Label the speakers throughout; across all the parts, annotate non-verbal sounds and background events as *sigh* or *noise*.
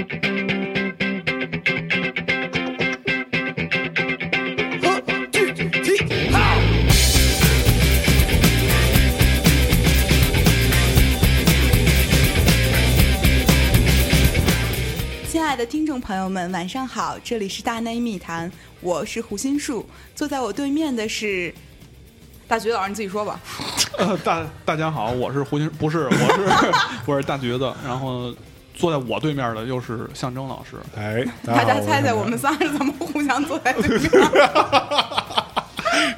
Speaker 1: 呃
Speaker 2: 亲爱的听众朋友们，晚上好，这里是大内密谈，我是胡心树，坐在我对面的是大橘子老师，你自己说吧。
Speaker 3: 呃，大大家好，我是胡金，不是，我是
Speaker 2: *laughs*
Speaker 3: 我是大橘子，然后坐在我对面的又是象征老师，
Speaker 1: 哎，
Speaker 2: 大家
Speaker 1: 好
Speaker 2: 猜猜我们仨是怎么互相坐在对面？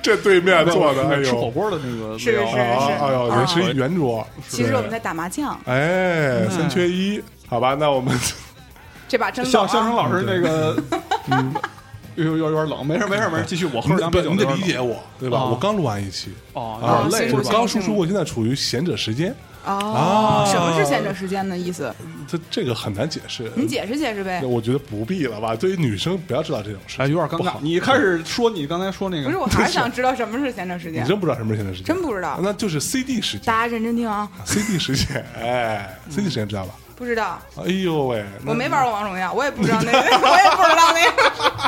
Speaker 1: 这对面坐的，哎
Speaker 3: 吃火
Speaker 1: 呦，
Speaker 3: 锅的那个
Speaker 2: 是
Speaker 3: 聊
Speaker 2: 是
Speaker 1: 啊，哎呦，
Speaker 2: 啊
Speaker 1: 原是圆桌，
Speaker 2: 其实我们在打麻将，
Speaker 1: 哎，三缺一，好吧，那我 *laughs* 们
Speaker 2: 这把真
Speaker 3: *laughs*
Speaker 2: 冷
Speaker 3: 像象征
Speaker 2: 啊。
Speaker 3: 老师那个，嗯，有有点冷，没事没事没事，继续，我喝两杯
Speaker 1: 不
Speaker 3: 酒，
Speaker 1: 你得
Speaker 3: 有点
Speaker 1: 理
Speaker 3: 冷
Speaker 1: 解我，对吧？
Speaker 3: 啊
Speaker 1: 我刚录完一期
Speaker 3: 哦，
Speaker 1: 嗯啊
Speaker 3: 有，点
Speaker 2: 所
Speaker 3: 累
Speaker 2: 以
Speaker 3: 是
Speaker 1: 我
Speaker 2: 我
Speaker 3: 吧？
Speaker 1: 刚输出，我现在处于闲者时间，
Speaker 2: 哦
Speaker 1: 啊，
Speaker 2: 什么是闲着时间的意思？
Speaker 1: 这这个很难解释，
Speaker 2: 你解释解释呗
Speaker 1: 那。我觉得不必了吧？对于女生不要知道这种事
Speaker 3: 哎，有点尴
Speaker 1: 不
Speaker 3: 尬
Speaker 1: 好。
Speaker 3: 你开始说你刚才说那个，
Speaker 2: 不是，我还是想知道什么是闲着时
Speaker 1: 你
Speaker 2: 间。
Speaker 1: 真不知道什么是闲者时间，啊
Speaker 2: 真不知道
Speaker 1: 那就是 CD 时间
Speaker 2: 大家认真听啊，
Speaker 1: ，CD 时间，哎，CD 时间知道吧？
Speaker 2: 不知道，
Speaker 1: 哎呦喂，那
Speaker 3: 哦
Speaker 2: 我没玩过王者荣耀，我也不知道那个，我也不知道那个。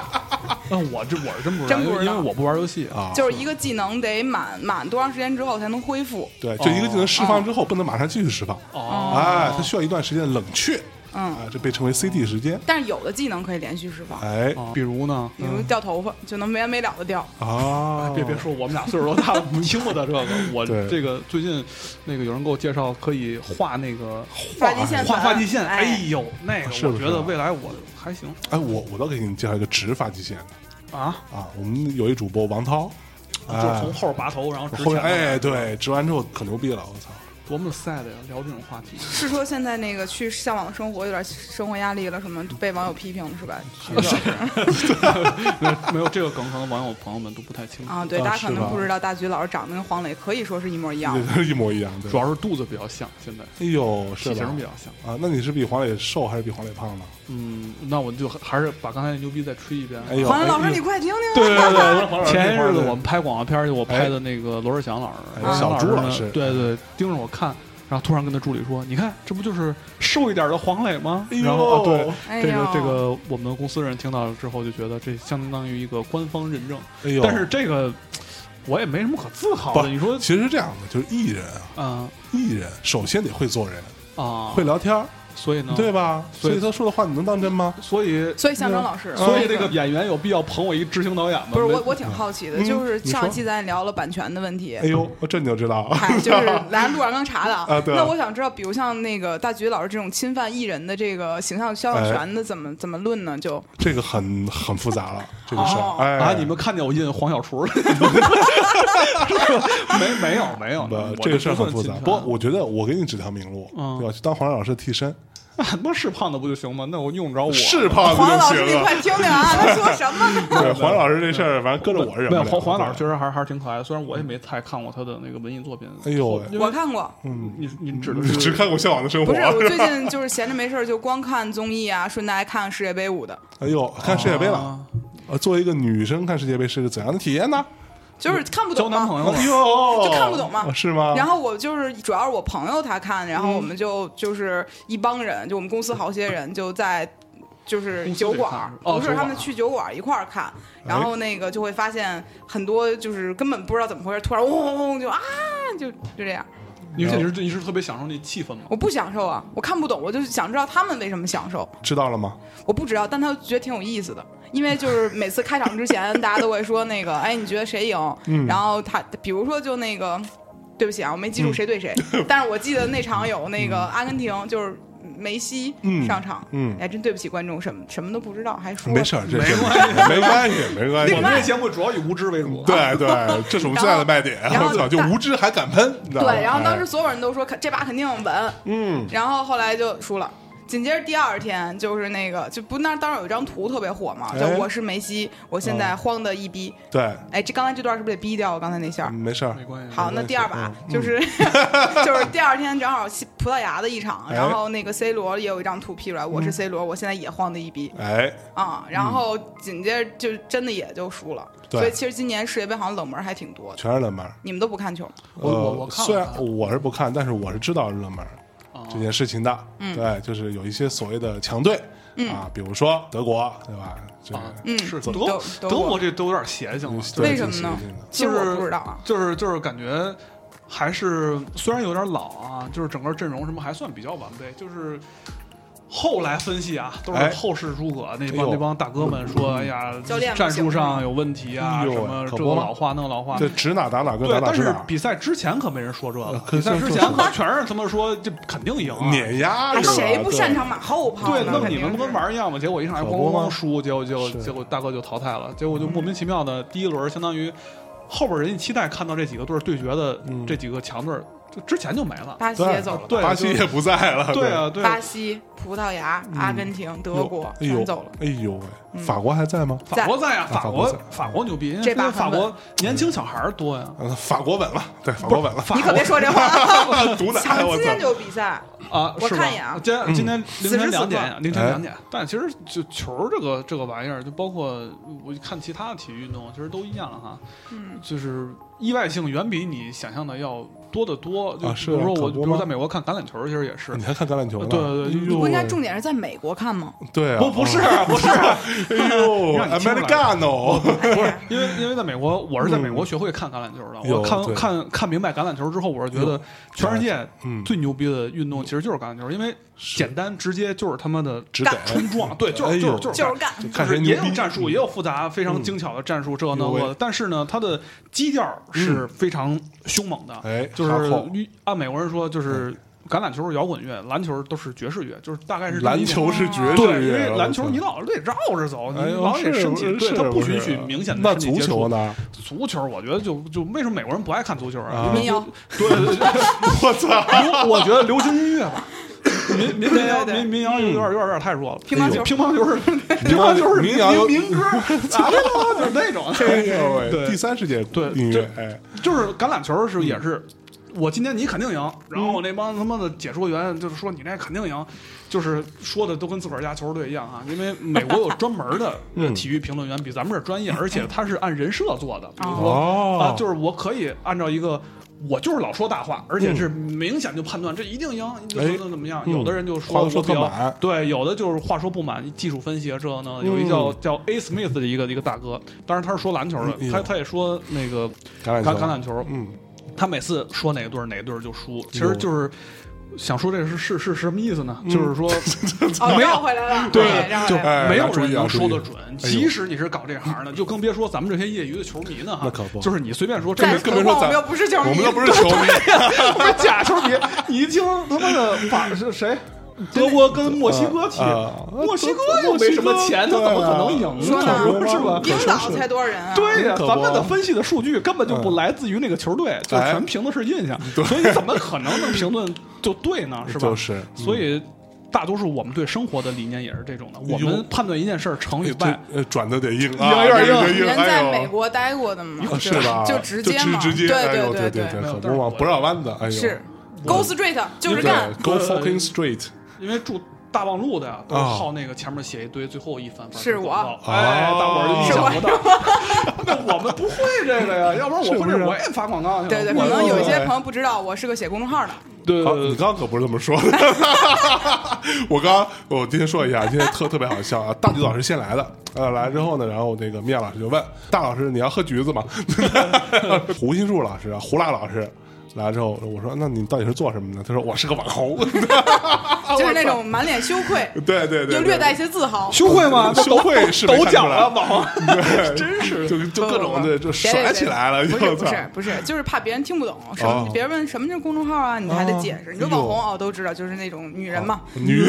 Speaker 3: 嗯，我这我是真不知道，
Speaker 2: 真
Speaker 3: 因
Speaker 2: 不
Speaker 3: 为
Speaker 2: 知道
Speaker 3: 因为我不玩游戏
Speaker 1: 啊，
Speaker 3: 啊。
Speaker 2: 就是一个技能得满满多长时间之后才能恢复。
Speaker 1: 对，就一个技能释放之后，不能马上继续释放，
Speaker 3: 哦，
Speaker 1: 哎，它需要一段时间的冷却，
Speaker 2: 嗯
Speaker 1: 啊，这被称为 CD 时间，
Speaker 2: 但是有的技能可以连续释放，
Speaker 1: 哎，
Speaker 3: 哦比如呢？
Speaker 2: 比
Speaker 1: 嗯
Speaker 2: 如掉头发就能没完没了的掉。
Speaker 1: 啊，
Speaker 3: 哎别别，说我们俩岁数都大了，听不得
Speaker 1: *laughs*
Speaker 3: 这个。我
Speaker 1: 对
Speaker 3: 这个最近那个有人给我介绍可以画那个
Speaker 2: 发际线
Speaker 3: 画
Speaker 2: 粉
Speaker 3: 发际线，
Speaker 2: 哎
Speaker 3: 哎呦，那个
Speaker 1: 是啊
Speaker 3: 我
Speaker 1: 不是
Speaker 3: 觉得未来我还行
Speaker 1: 哎，我我都给你介绍一个直发际线的
Speaker 3: 啊，
Speaker 1: 啊，我们有一主播王涛，
Speaker 3: 就
Speaker 1: 哎
Speaker 3: 是从后拔头，然后直
Speaker 1: 后面
Speaker 3: 前
Speaker 1: 哎，对，直完之后可牛逼了，我操，
Speaker 3: 多么 sad 呀！聊这种话题， *laughs*
Speaker 2: 是说现在那个去向往生活有点生活压力了，什么被网友批评了是吧？
Speaker 3: 没有没有这个梗，可能网友朋友们都不太清楚，
Speaker 2: 啊，对，
Speaker 1: 啊
Speaker 2: 大家可
Speaker 1: 是
Speaker 2: 能
Speaker 1: 吧
Speaker 2: 不知道，大橘老师长得跟黄磊可以说是一模一
Speaker 3: 啊
Speaker 2: 样。
Speaker 1: 哎对，一模一样，对
Speaker 3: 主，要是肚子比较像，现在
Speaker 1: 哎呦，是
Speaker 3: 体型
Speaker 1: 吧
Speaker 3: 比？较像。
Speaker 1: 啊，那你是比黄磊瘦还是比黄磊胖呢？
Speaker 3: 嗯，那我就还是把刚才那牛逼再吹一遍。啊
Speaker 1: 哎呦，
Speaker 2: 黄磊老师，
Speaker 1: 哎
Speaker 2: 你快听
Speaker 3: *laughs*
Speaker 2: 听
Speaker 1: 对 *laughs* 对对
Speaker 2: 啊！
Speaker 1: 对黄磊老师，
Speaker 3: 前些日
Speaker 1: 黄
Speaker 3: 子
Speaker 1: 磊
Speaker 3: 我们拍广告片儿去，我拍的那个罗志祥老师，
Speaker 1: 哎
Speaker 3: 罗志祥
Speaker 1: 小朱
Speaker 3: 呢
Speaker 1: 老师
Speaker 3: 对对，盯着我看，然后突然跟他助理说：“你看，这不就是瘦一点的黄磊吗？”
Speaker 1: 哎呦
Speaker 3: 然后啊对。
Speaker 2: 哎
Speaker 3: 这个
Speaker 2: 呦
Speaker 3: 这，个，我们公司人听到了之后就觉得这相当于一个官方认证，
Speaker 1: 哎呦，
Speaker 3: 但是这个我也没什么可自豪
Speaker 1: 不
Speaker 3: 的。你说，
Speaker 1: 其实是这样的，就是艺人啊，
Speaker 3: 嗯
Speaker 1: 艺人首先得会做人，
Speaker 3: 啊，
Speaker 1: 会，聊天儿，
Speaker 3: 所以呢，
Speaker 1: 对吧？
Speaker 3: 嗯
Speaker 1: 所
Speaker 3: 所以
Speaker 1: 以他说的话你能当真吗？
Speaker 3: 所以
Speaker 2: 所以象征老
Speaker 1: 嗯
Speaker 2: 师，
Speaker 3: 所以
Speaker 2: 那
Speaker 3: 这
Speaker 1: 呃
Speaker 3: 个演员有必要捧我一执行导演吗？
Speaker 2: 不是
Speaker 3: 没
Speaker 2: 我，我挺好奇的，
Speaker 1: 嗯
Speaker 2: 就是
Speaker 1: 你
Speaker 2: 上
Speaker 1: 说
Speaker 2: 一期咱聊了版权的问题
Speaker 1: 哎，呦，这你就知道，
Speaker 2: 嗨，就是来路上刚查的
Speaker 1: 啊对啊
Speaker 2: 那我想知道，比如像那个大橘老师这种侵犯艺人的这个形象
Speaker 1: 哎
Speaker 2: 肖像权的，怎么怎么论呢？就
Speaker 1: *laughs* 这个很很复杂了，这个事
Speaker 2: 哦
Speaker 1: 儿。哎，
Speaker 3: 啊！你们看见我印黄小厨了？ *laughs* 没没有没有，
Speaker 1: 不
Speaker 3: 我
Speaker 1: 这个事儿很
Speaker 3: 不
Speaker 1: 复
Speaker 3: 算
Speaker 1: 杂。
Speaker 3: 侵
Speaker 1: 不过
Speaker 3: 犯，
Speaker 1: 我觉得我给你指条明路，
Speaker 3: 嗯
Speaker 1: 对吧？去当黄磊老师的替身，
Speaker 3: 那他妈是胖子不就行吗？那我用不着我
Speaker 1: 是胖子
Speaker 2: 黄老
Speaker 1: 啊
Speaker 2: 师，
Speaker 1: 就
Speaker 2: 你
Speaker 1: 行了。
Speaker 2: 快听听啊，他说什么
Speaker 1: *laughs*
Speaker 2: 呢？
Speaker 1: 对，黄磊老师这事儿，反正搁着我忍
Speaker 3: 没
Speaker 1: 不
Speaker 3: 有
Speaker 1: 了。
Speaker 3: 黄黄老师确
Speaker 1: 对
Speaker 3: 实还是还是挺可爱的，虽然我也没太看过他的那个文艺作品。
Speaker 1: 哎呦喂
Speaker 3: 因为嗯
Speaker 2: 我看过，
Speaker 3: 你你指的
Speaker 1: 你
Speaker 3: 是
Speaker 1: 嗯只看过《向往的生活
Speaker 2: 不是，》
Speaker 3: *laughs*
Speaker 2: 我最近就是闲着没事儿就光看综艺啊，顺带看世界杯舞的，
Speaker 1: *laughs* 哎呦，看世界杯
Speaker 3: 啊
Speaker 1: 了。呃，作为一个女生看世界杯是个怎样的体验呢？
Speaker 2: 就是看不
Speaker 3: 嗯交
Speaker 2: 懂
Speaker 3: 男
Speaker 2: 嘛，
Speaker 3: 朋友了？
Speaker 1: 哎呦
Speaker 2: 就看不懂嘛
Speaker 1: 哦是吗？
Speaker 2: 然后我就是主要是我朋友他看，然后我们就就是一帮人，就我们公司好些人就在。就是酒馆儿，
Speaker 3: 公司
Speaker 2: 不是
Speaker 3: 里看是吧哦酒馆儿
Speaker 2: 他们去酒馆儿一块儿看，然后那个就会发现很多就是根本不知道怎么回事，突然嗡嗡嗡就啊，就就这样。
Speaker 3: 你是你是你是特别享受那气氛吗？
Speaker 2: 我不享受啊，我看不懂，我就想知道他们为什么享受。
Speaker 1: 知道了吗？
Speaker 2: 我不知道，但他觉得挺有意思的，因为就是每次开场之前，大家都会说那个，哎，你觉得谁赢？
Speaker 1: 嗯
Speaker 2: 然后他比如说就那个，对不起啊，我没记住谁
Speaker 1: *laughs*
Speaker 2: 对谁，但是我记得那场有那个阿根廷，就是梅西
Speaker 1: 嗯
Speaker 2: 上场，
Speaker 1: 嗯
Speaker 2: 哎，真对不起观众，什么什么都不知道，还说
Speaker 1: 没事儿，这
Speaker 3: 没
Speaker 1: 这
Speaker 3: 关
Speaker 1: 没关系，没关系
Speaker 3: 我。们这节目主要以无知为主。
Speaker 1: 哎
Speaker 3: 啊
Speaker 1: 对对，这是我们最大的卖点。
Speaker 2: 然后
Speaker 1: 我操，就无知还敢喷，你知道吗
Speaker 2: 对，然后当时
Speaker 1: 哎
Speaker 2: 所有人都说肯这把肯定稳，
Speaker 1: 嗯，
Speaker 2: 然后后来就输了。紧接着第二天就是那个，就不那当时有一张图特别火嘛，就
Speaker 1: 哎哦
Speaker 2: 我是梅西，我现在慌的一逼。
Speaker 1: 对，
Speaker 2: 哎，这刚才这段是不是得逼掉？我刚才那下儿。
Speaker 1: 没事儿
Speaker 3: 没。关系。
Speaker 2: 好，那第二把就是就是第二天正好西葡萄牙的一场，
Speaker 1: 哎
Speaker 2: 然后那个 C 罗也有一张图 P 出来，我是 C 罗，我现在也慌的一逼
Speaker 1: 哎，
Speaker 2: 啊，然后紧接着就真的也就输了，
Speaker 1: 对
Speaker 2: 所以其实今年世界杯好像冷门还挺多的，
Speaker 1: 全是冷门儿。
Speaker 2: 你们都不看球，
Speaker 3: 我我
Speaker 1: 呃
Speaker 3: 我看了
Speaker 1: 虽然我是不看，但是我是知道热门儿
Speaker 2: 哦
Speaker 3: 啊
Speaker 1: 这件事情的。
Speaker 2: 嗯
Speaker 1: 对，就是有一些所谓的强队啊，比如说德国，对吧？这
Speaker 3: 啊，
Speaker 2: 嗯
Speaker 3: 是德
Speaker 2: 德
Speaker 3: 德
Speaker 2: 德
Speaker 3: 国
Speaker 2: 国
Speaker 3: 这都有点邪性了。
Speaker 1: 对
Speaker 2: 为什么呢
Speaker 1: 这个？
Speaker 2: 其实我不知道啊，
Speaker 3: 就是就是感觉还是虽然有点老啊，就是整个阵容什么还算比较完备，就是后来分析啊，都是
Speaker 1: 哎
Speaker 3: 后事诸葛那
Speaker 1: 哎
Speaker 3: 帮
Speaker 1: 呦嗯
Speaker 3: 那帮大哥们说，哎呀
Speaker 2: 教练，不
Speaker 3: 战术
Speaker 2: 行
Speaker 3: 上有问题啊，
Speaker 1: 哎呦
Speaker 3: 什么
Speaker 1: 可
Speaker 3: 这
Speaker 1: 不
Speaker 3: 个
Speaker 1: 嘛
Speaker 3: 老化那个老化，
Speaker 1: 这指哪打哪跟
Speaker 3: 对
Speaker 1: 哪，打
Speaker 3: 但
Speaker 1: 指
Speaker 3: 是
Speaker 1: 哪，
Speaker 3: 比赛之前可没人说这
Speaker 1: 呃
Speaker 3: 个，
Speaker 1: 可
Speaker 3: 比赛
Speaker 1: 就
Speaker 3: 之
Speaker 1: 就
Speaker 3: 前可全是他们说这肯定赢啊。
Speaker 1: 碾压
Speaker 2: 哎，
Speaker 1: 是吧
Speaker 2: 谁不
Speaker 1: 对
Speaker 2: 擅长马后炮
Speaker 3: 对，
Speaker 2: 呢？
Speaker 3: 弄
Speaker 2: 啊肯
Speaker 3: 你
Speaker 2: 定
Speaker 3: 们
Speaker 2: 是
Speaker 3: 不跟玩儿一样吗？结果一上来
Speaker 1: 可
Speaker 3: 咣
Speaker 1: 不
Speaker 3: 咣
Speaker 1: 吗
Speaker 3: 咣输，结果结果
Speaker 1: 是
Speaker 3: 结果大哥就淘汰了，结果就莫名其妙的第一轮，相当于后边人家期待看到这几个队儿对决的
Speaker 1: 嗯
Speaker 3: 这几个强队儿，就之前就没了。
Speaker 2: 巴西
Speaker 1: 对
Speaker 2: 也走了，
Speaker 3: 对
Speaker 1: 巴西
Speaker 3: 就
Speaker 1: 也不在了，
Speaker 3: 对啊，对啊
Speaker 2: 巴，西、葡萄牙、阿根廷、
Speaker 1: 哎呦，
Speaker 2: 德国
Speaker 1: 哎呦
Speaker 2: 全走了。，嗯
Speaker 1: 哎呦喂，法国还在吗？
Speaker 3: 法国在呀，
Speaker 1: 啊
Speaker 3: 啊
Speaker 1: 法
Speaker 3: 法
Speaker 1: 国
Speaker 3: 国
Speaker 1: 在
Speaker 3: 法国牛逼，因为
Speaker 2: 这把
Speaker 3: 法
Speaker 2: 很稳
Speaker 3: 国年轻小孩儿多呀。
Speaker 1: 呃法国稳了，对，法国稳了，
Speaker 3: 法
Speaker 2: 你可
Speaker 3: 国
Speaker 2: 别说这话，
Speaker 1: 毒奶，
Speaker 2: 咱
Speaker 1: *laughs*
Speaker 2: 们
Speaker 1: 我
Speaker 2: 今天
Speaker 1: 操，
Speaker 2: 就有比赛，
Speaker 3: 啊，
Speaker 2: 我
Speaker 3: 是吧
Speaker 2: 看一眼啊
Speaker 3: 今天今天
Speaker 1: 嗯
Speaker 3: 凌
Speaker 2: 此时此
Speaker 3: 晨
Speaker 2: 刻
Speaker 3: 两点呀，凌
Speaker 1: 哎
Speaker 3: 晨两点。但其实就球儿这个这个玩意儿，就包括我看其他的体育运动，其实都一样哈。
Speaker 2: 嗯，
Speaker 3: 就是意外性远比你想象的要多得多。就
Speaker 1: 啊
Speaker 3: 比
Speaker 1: 是啊
Speaker 3: 如说
Speaker 1: 可
Speaker 3: 我，比
Speaker 1: 不
Speaker 3: 如
Speaker 1: 吗嗯
Speaker 3: 在美国看橄榄球，其实也是
Speaker 1: 你。还看橄榄球呢？
Speaker 3: 对啊对对
Speaker 1: 哎呦
Speaker 2: 你不应该重点是在美国看吗？
Speaker 1: 对啊，
Speaker 3: 不不是不是，啊
Speaker 1: *laughs* 哎呦
Speaker 3: *laughs* 让你听出来嗯
Speaker 1: ，Americano，
Speaker 2: 哎呀，
Speaker 3: 因为因为在美国，我是在美国学会看橄榄球的。
Speaker 1: 嗯有
Speaker 3: 我看
Speaker 1: 对
Speaker 3: 看看明白橄榄球之后，我是觉得全世界
Speaker 1: 嗯，
Speaker 3: 最牛逼的运动其实就是橄榄球，因为简单直接就是他妈的
Speaker 1: 直逮，
Speaker 3: 冲撞，对，就
Speaker 1: 哎
Speaker 3: 是就
Speaker 1: 呦
Speaker 3: 是就是
Speaker 2: 就是干，
Speaker 1: 就
Speaker 3: 就
Speaker 1: 看谁
Speaker 3: 是也
Speaker 1: 牛
Speaker 3: 有
Speaker 1: 逼，
Speaker 3: 战术，也有复杂、非常
Speaker 1: 嗯
Speaker 3: 精巧的战术，这个那
Speaker 1: 有
Speaker 3: 个
Speaker 1: 喂
Speaker 3: 的。但是呢，它的基调是非常凶猛的，
Speaker 1: 哎，
Speaker 3: 就
Speaker 1: 哈
Speaker 3: 是
Speaker 1: 扣嗯
Speaker 3: 按美国人说，就是橄榄球是摇滚乐，篮球都是爵士乐，就是大概是这么一
Speaker 1: 篮
Speaker 3: 种
Speaker 1: 球是爵
Speaker 3: 嗯对，
Speaker 1: 士
Speaker 3: 因
Speaker 1: 乐，
Speaker 3: 为篮球
Speaker 1: 我操
Speaker 3: 你老得绕着走，你
Speaker 1: 哎呦
Speaker 3: 老得
Speaker 1: 是
Speaker 3: 身体，对
Speaker 1: 是
Speaker 3: 它不
Speaker 1: 是
Speaker 3: 允许明显的
Speaker 1: 那
Speaker 3: 身体
Speaker 1: 足
Speaker 3: 接
Speaker 1: 球
Speaker 3: 触。 *laughs*
Speaker 1: 呢？
Speaker 3: 足球我觉得就就为什么美国人不爱看足球
Speaker 1: 啊
Speaker 3: 啊？
Speaker 2: 民谣
Speaker 3: 对对对，
Speaker 1: 我操，
Speaker 3: *laughs* 流我觉得流行音乐 *laughs* 吧，民民民谣
Speaker 2: 对对对
Speaker 3: 民民谣有点有点有点太弱了。哎
Speaker 2: 乒乓球
Speaker 3: 乒乓 *laughs* 球是乒乓球是民民歌，咋的了？就是那种。
Speaker 1: *laughs* 哎呦喂，
Speaker 3: 对
Speaker 1: 第三世界
Speaker 3: 对
Speaker 1: 音
Speaker 3: 这
Speaker 1: 乐，哎，
Speaker 3: 就是橄榄球是也是，我今天你肯定赢，然后我那帮他妈的解说员就是说你那肯定赢，就是说的都跟自个儿家球队一样啊，因为美国有专门的
Speaker 1: 嗯
Speaker 3: 体育评论员比咱们这儿专业，而且他是按人设做的，比如说啊
Speaker 1: 哦，，
Speaker 3: 就是我可以按照一个。我就是老说大话，而且是明显就判断、这一定赢，怎
Speaker 1: 嗯哎
Speaker 3: 么怎么怎么样。
Speaker 1: 嗯
Speaker 3: 有的人就
Speaker 1: 话
Speaker 3: 说
Speaker 1: 都
Speaker 3: 我
Speaker 1: 说
Speaker 3: 比
Speaker 1: 特
Speaker 3: 较
Speaker 1: 满，
Speaker 3: 对，有的就是话说不满，技术分析啊这呢。有一叫、叫 A Smith 的一个一个大哥，当然他是说篮球的，
Speaker 1: 嗯嗯哎呦
Speaker 3: 他他也说那个
Speaker 1: 橄榄
Speaker 3: 橄
Speaker 1: 球，
Speaker 3: 橄榄球，
Speaker 1: 嗯，
Speaker 3: 他每次说哪队儿哪队儿就输，其
Speaker 1: 哎呦嗯
Speaker 3: 实就是想说这个是是是什么意思呢？就是说
Speaker 2: 哦，
Speaker 3: 没有
Speaker 2: 绕回来了，
Speaker 3: 对
Speaker 2: 哎绕回
Speaker 3: 就
Speaker 2: 来了。
Speaker 1: *laughs* 哎
Speaker 3: 没有
Speaker 1: 注意
Speaker 3: 人
Speaker 1: 啊
Speaker 3: 能
Speaker 1: 注
Speaker 3: 说
Speaker 1: 意
Speaker 3: 得准，即使你是搞这行的，就更别说咱们这些业余的球迷呢哈
Speaker 1: 那可不。
Speaker 3: 就是你随便说，这
Speaker 2: 再
Speaker 3: 个
Speaker 1: 更
Speaker 2: 何
Speaker 1: 别说
Speaker 2: 况我
Speaker 1: 咱
Speaker 2: 们又不是球迷，
Speaker 1: 我们又不是球迷，
Speaker 3: 不是假球迷，你一听他妈的法是谁？德国跟墨西哥踢，
Speaker 1: 啊
Speaker 3: 墨西哥又没什么钱，他怎么可能赢
Speaker 2: 说呢
Speaker 3: 呢？是吧？
Speaker 2: 冰岛才多少人啊？
Speaker 3: 对呀、
Speaker 1: 可不
Speaker 3: 咱们的分析的数据根本就不来自于那个球队，就
Speaker 1: 哎
Speaker 3: 全凭的是印象，所以你怎么可能能评论就对 *laughs* 呢？哎是吧？
Speaker 1: 就是嗯
Speaker 3: 所以大多数我们对生活的理念也是这种的，
Speaker 1: 呦
Speaker 3: 我们判断一件事儿成与败
Speaker 1: 这。呃转的得硬啊，
Speaker 3: 有点
Speaker 1: 这个
Speaker 3: 硬
Speaker 1: 硬，
Speaker 2: 人
Speaker 1: 哎
Speaker 2: 在
Speaker 1: 呦
Speaker 2: 美国待过的嘛，
Speaker 1: 啊是吧？
Speaker 2: 就
Speaker 1: 直
Speaker 2: 直接嘛，
Speaker 1: 直接，哎
Speaker 2: 对
Speaker 1: 呦对
Speaker 2: 对
Speaker 1: 对，
Speaker 3: 没有
Speaker 1: 可
Speaker 3: 但
Speaker 1: 不
Speaker 3: 是
Speaker 1: 嘛，
Speaker 3: 我
Speaker 1: 不绕弯的，哎呦，嗯
Speaker 2: 是 Go straight 就是
Speaker 1: 对
Speaker 2: 干，
Speaker 1: ，Go
Speaker 3: 呃
Speaker 1: fucking
Speaker 3: *laughs*
Speaker 1: straight，
Speaker 3: 因为住大望路的呀，都
Speaker 1: 啊
Speaker 3: 好那个前面写一堆，最后一翻翻
Speaker 2: 是我
Speaker 3: 哎，
Speaker 1: 哦
Speaker 3: 大伙儿就意
Speaker 1: 是
Speaker 3: 想
Speaker 2: 我
Speaker 3: 不到。 *laughs* 那我们不会这个呀，要不然
Speaker 1: 是
Speaker 3: 我会
Speaker 1: 不
Speaker 3: 这
Speaker 1: 是啊
Speaker 3: 个我也发广告去了。
Speaker 2: 对对，
Speaker 3: 我
Speaker 2: 可能有一些
Speaker 1: 对
Speaker 2: 朋友不知道，我是个写公众号的，
Speaker 3: 对
Speaker 1: 好，
Speaker 3: 对
Speaker 1: 你
Speaker 3: 对，
Speaker 1: 刚刚可不是这么说的。 *laughs* 我刚我今天说一下，今天特特别好笑啊！大橘子老师先来的，呃，来之后呢，然后那个面老师就问大老师你要喝橘子吗？ *laughs* 胡心树老师啊，胡辣老师来之后，我说那你到底是做什么的？他说我是个网红， *laughs*
Speaker 2: 就是那种满脸羞愧，
Speaker 1: 对对对，
Speaker 2: 又略带一些自豪。
Speaker 3: 羞愧吗？这
Speaker 1: 羞
Speaker 3: 都
Speaker 1: 愧是没
Speaker 3: 抖
Speaker 1: 看
Speaker 3: 奖
Speaker 1: 出来
Speaker 3: 了，
Speaker 1: *laughs*
Speaker 3: 网红。
Speaker 2: *laughs*
Speaker 1: 对，
Speaker 3: 真是
Speaker 1: 就就各种
Speaker 2: 不不
Speaker 1: 的
Speaker 2: 不
Speaker 1: 就
Speaker 2: 别别
Speaker 1: 甩起来了，
Speaker 2: 别不是
Speaker 1: 就
Speaker 2: 不是不是，就是怕别人听不懂，什
Speaker 1: 哦
Speaker 2: 么别人问什么叫公众号啊，你还得解
Speaker 1: 哦
Speaker 2: 释。你说网
Speaker 1: 哎哦
Speaker 2: 红哦，都知道，就是那种女人嘛，
Speaker 1: 女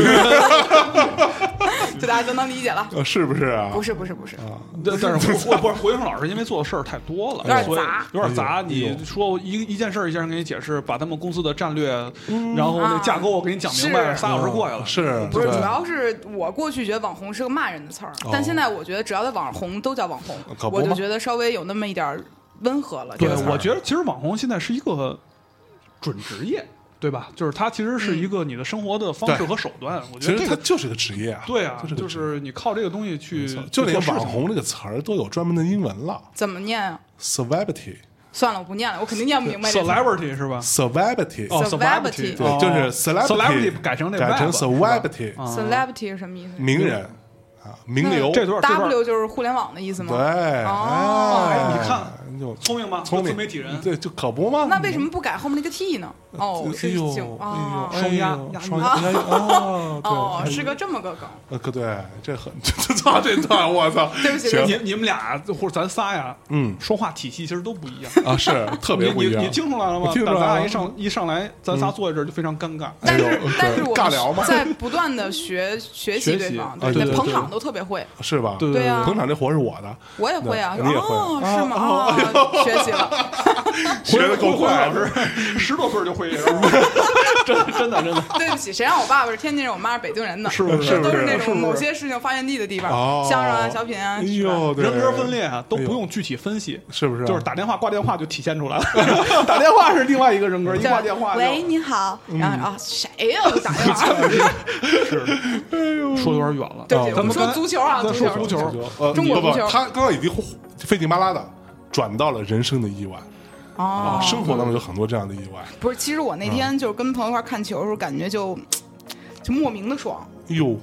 Speaker 2: *laughs* 就大家都能理解了。
Speaker 1: 呃是不是啊？
Speaker 2: 不是不是不是，
Speaker 3: 但但是胡胡胡英老师因为做的事儿太多了，
Speaker 2: 有点
Speaker 3: 所以
Speaker 2: 杂
Speaker 3: 有点
Speaker 1: 哎
Speaker 3: 杂。
Speaker 1: 呦哎
Speaker 3: 你
Speaker 1: 呦
Speaker 3: 说一一件事儿一件事儿给你解释，把他们公司的战略，然后那架构我给你讲明白，
Speaker 2: 嗯啊是
Speaker 3: 仨小时过去了。
Speaker 1: 是
Speaker 2: 不是，
Speaker 1: 对
Speaker 2: 主要是我过去觉得网红是个骂人的词儿，但现在我觉得只要在网红都叫网红
Speaker 1: 可，呃不
Speaker 2: 我就
Speaker 1: 嘛
Speaker 2: 觉得稍微有那么一点儿温和了。
Speaker 3: 对
Speaker 2: 这个词，儿
Speaker 3: 我觉得其实网红现在是一个准职业，对吧？就是它其实
Speaker 2: 嗯
Speaker 3: 是一个你的生活的方式
Speaker 1: 对
Speaker 3: 和手段。我
Speaker 1: 其
Speaker 3: 觉得
Speaker 1: 实
Speaker 3: 这
Speaker 1: 它
Speaker 3: 个
Speaker 1: 就是个职业啊，
Speaker 3: 对啊，
Speaker 1: 个
Speaker 3: 就
Speaker 1: 职业
Speaker 3: 是你靠这个东西去
Speaker 1: 就
Speaker 3: 去
Speaker 1: 连
Speaker 3: 做事情
Speaker 1: 网红这个词儿都有专门的英文了
Speaker 2: 怎么念啊？
Speaker 1: ，celebrity，celebrity，
Speaker 2: 算了，我不念了，我肯定念不明白这词儿。
Speaker 3: celebrity 是吧？哦
Speaker 2: Celebrity
Speaker 1: 对，
Speaker 3: 哦
Speaker 1: 就是 celebrity，
Speaker 3: celebrity 改成那
Speaker 1: 改成
Speaker 3: web，是
Speaker 1: celebrity，
Speaker 3: 吧啊
Speaker 2: Celebrity 是什么意思？
Speaker 1: 名人啊，名流，
Speaker 3: 这段这段
Speaker 2: W 就是互联网的意思吗？
Speaker 1: 对，
Speaker 2: 哦
Speaker 1: 哎，
Speaker 3: 你看
Speaker 1: 就
Speaker 3: 聪明吗？
Speaker 1: 聪明
Speaker 3: 自媒体人。
Speaker 1: 对，就可不嘛。
Speaker 2: 那为什么不改后面那个 T 呢？哦，
Speaker 1: 哎
Speaker 2: 是
Speaker 1: 呦，
Speaker 2: 就
Speaker 1: 哎
Speaker 2: 哦
Speaker 1: 呦，
Speaker 3: 双压
Speaker 1: 哎呦
Speaker 3: 压
Speaker 1: 双压，哎呦哦哦
Speaker 2: *laughs* 哦，
Speaker 1: 对
Speaker 2: 是个这么个梗。
Speaker 1: 呃，可对，这很， *laughs* 这操这段，我操，
Speaker 2: 对不起
Speaker 1: 行
Speaker 2: 对不
Speaker 3: 你你们俩或者咱仨呀，
Speaker 1: 嗯
Speaker 3: 说话体系其实都不一样。
Speaker 1: 啊，是特别不一
Speaker 3: 你
Speaker 1: 样。
Speaker 3: 你你听出来了吗？
Speaker 1: 我听出来了嗯
Speaker 3: 咱俩一上一上来，咱仨坐在这儿就非常尴尬。
Speaker 1: 哎
Speaker 2: 但
Speaker 1: 呦
Speaker 2: 是，但是
Speaker 1: 对
Speaker 2: 我
Speaker 1: 尬聊吗
Speaker 2: 们在不断
Speaker 1: *laughs*
Speaker 2: 的学学习对方，
Speaker 3: 学
Speaker 1: 啊对
Speaker 2: 对
Speaker 3: 习
Speaker 1: 对
Speaker 2: 捧
Speaker 3: 对
Speaker 2: 场都特别会，
Speaker 1: 是吧？
Speaker 3: 对
Speaker 2: 对啊
Speaker 1: 捧场这活是我的，
Speaker 2: 我也会啊。
Speaker 1: 对你也会哎
Speaker 2: 哦，是吗？
Speaker 3: 哦
Speaker 2: 哦，学习了。
Speaker 1: 学的够快啊
Speaker 3: 老师 *laughs* 十多岁就会这个，真真的真的
Speaker 2: *laughs* 对不起，谁让我爸爸是天津人，我妈是北京人呢？
Speaker 3: *laughs* 是不
Speaker 1: 是
Speaker 2: 都
Speaker 1: 不是
Speaker 2: 是那
Speaker 3: 是
Speaker 2: 种
Speaker 3: 不是
Speaker 2: 某些事情发源地的地方
Speaker 1: 哦，
Speaker 2: 相声啊、小品啊。
Speaker 1: 哎
Speaker 2: 是吧
Speaker 1: 呦，对
Speaker 3: 人格分裂啊，都
Speaker 1: 哎呦
Speaker 3: 不用具体分析，
Speaker 1: 是啊不是？
Speaker 3: 就是打电话挂电话就体现出来了。 *laughs* 打电哎话是啊另外一个人格，一
Speaker 2: 叫
Speaker 3: 挂电话就
Speaker 2: 喂，你好。
Speaker 1: 嗯
Speaker 2: 然后啊，谁呀？我打电话。
Speaker 1: *laughs*
Speaker 3: 哎说有点远了。
Speaker 2: 对不
Speaker 1: 哦
Speaker 2: 起，我
Speaker 3: 咱
Speaker 2: 们
Speaker 3: 们
Speaker 2: 说
Speaker 3: 刚才
Speaker 2: 足球啊，
Speaker 3: 咱
Speaker 2: 足
Speaker 3: 说
Speaker 2: 球
Speaker 3: 足。球
Speaker 1: 呃，
Speaker 2: 中国
Speaker 1: 不不
Speaker 2: 足球
Speaker 1: 他刚刚已经费劲巴拉的转到了人生的意外
Speaker 2: 哦
Speaker 1: 啊，嗯生活当中有很多这样的意外。
Speaker 2: 不是，其实我那天就是跟朋友一块看球的时候，感觉就就莫名的爽，
Speaker 1: 哎呦，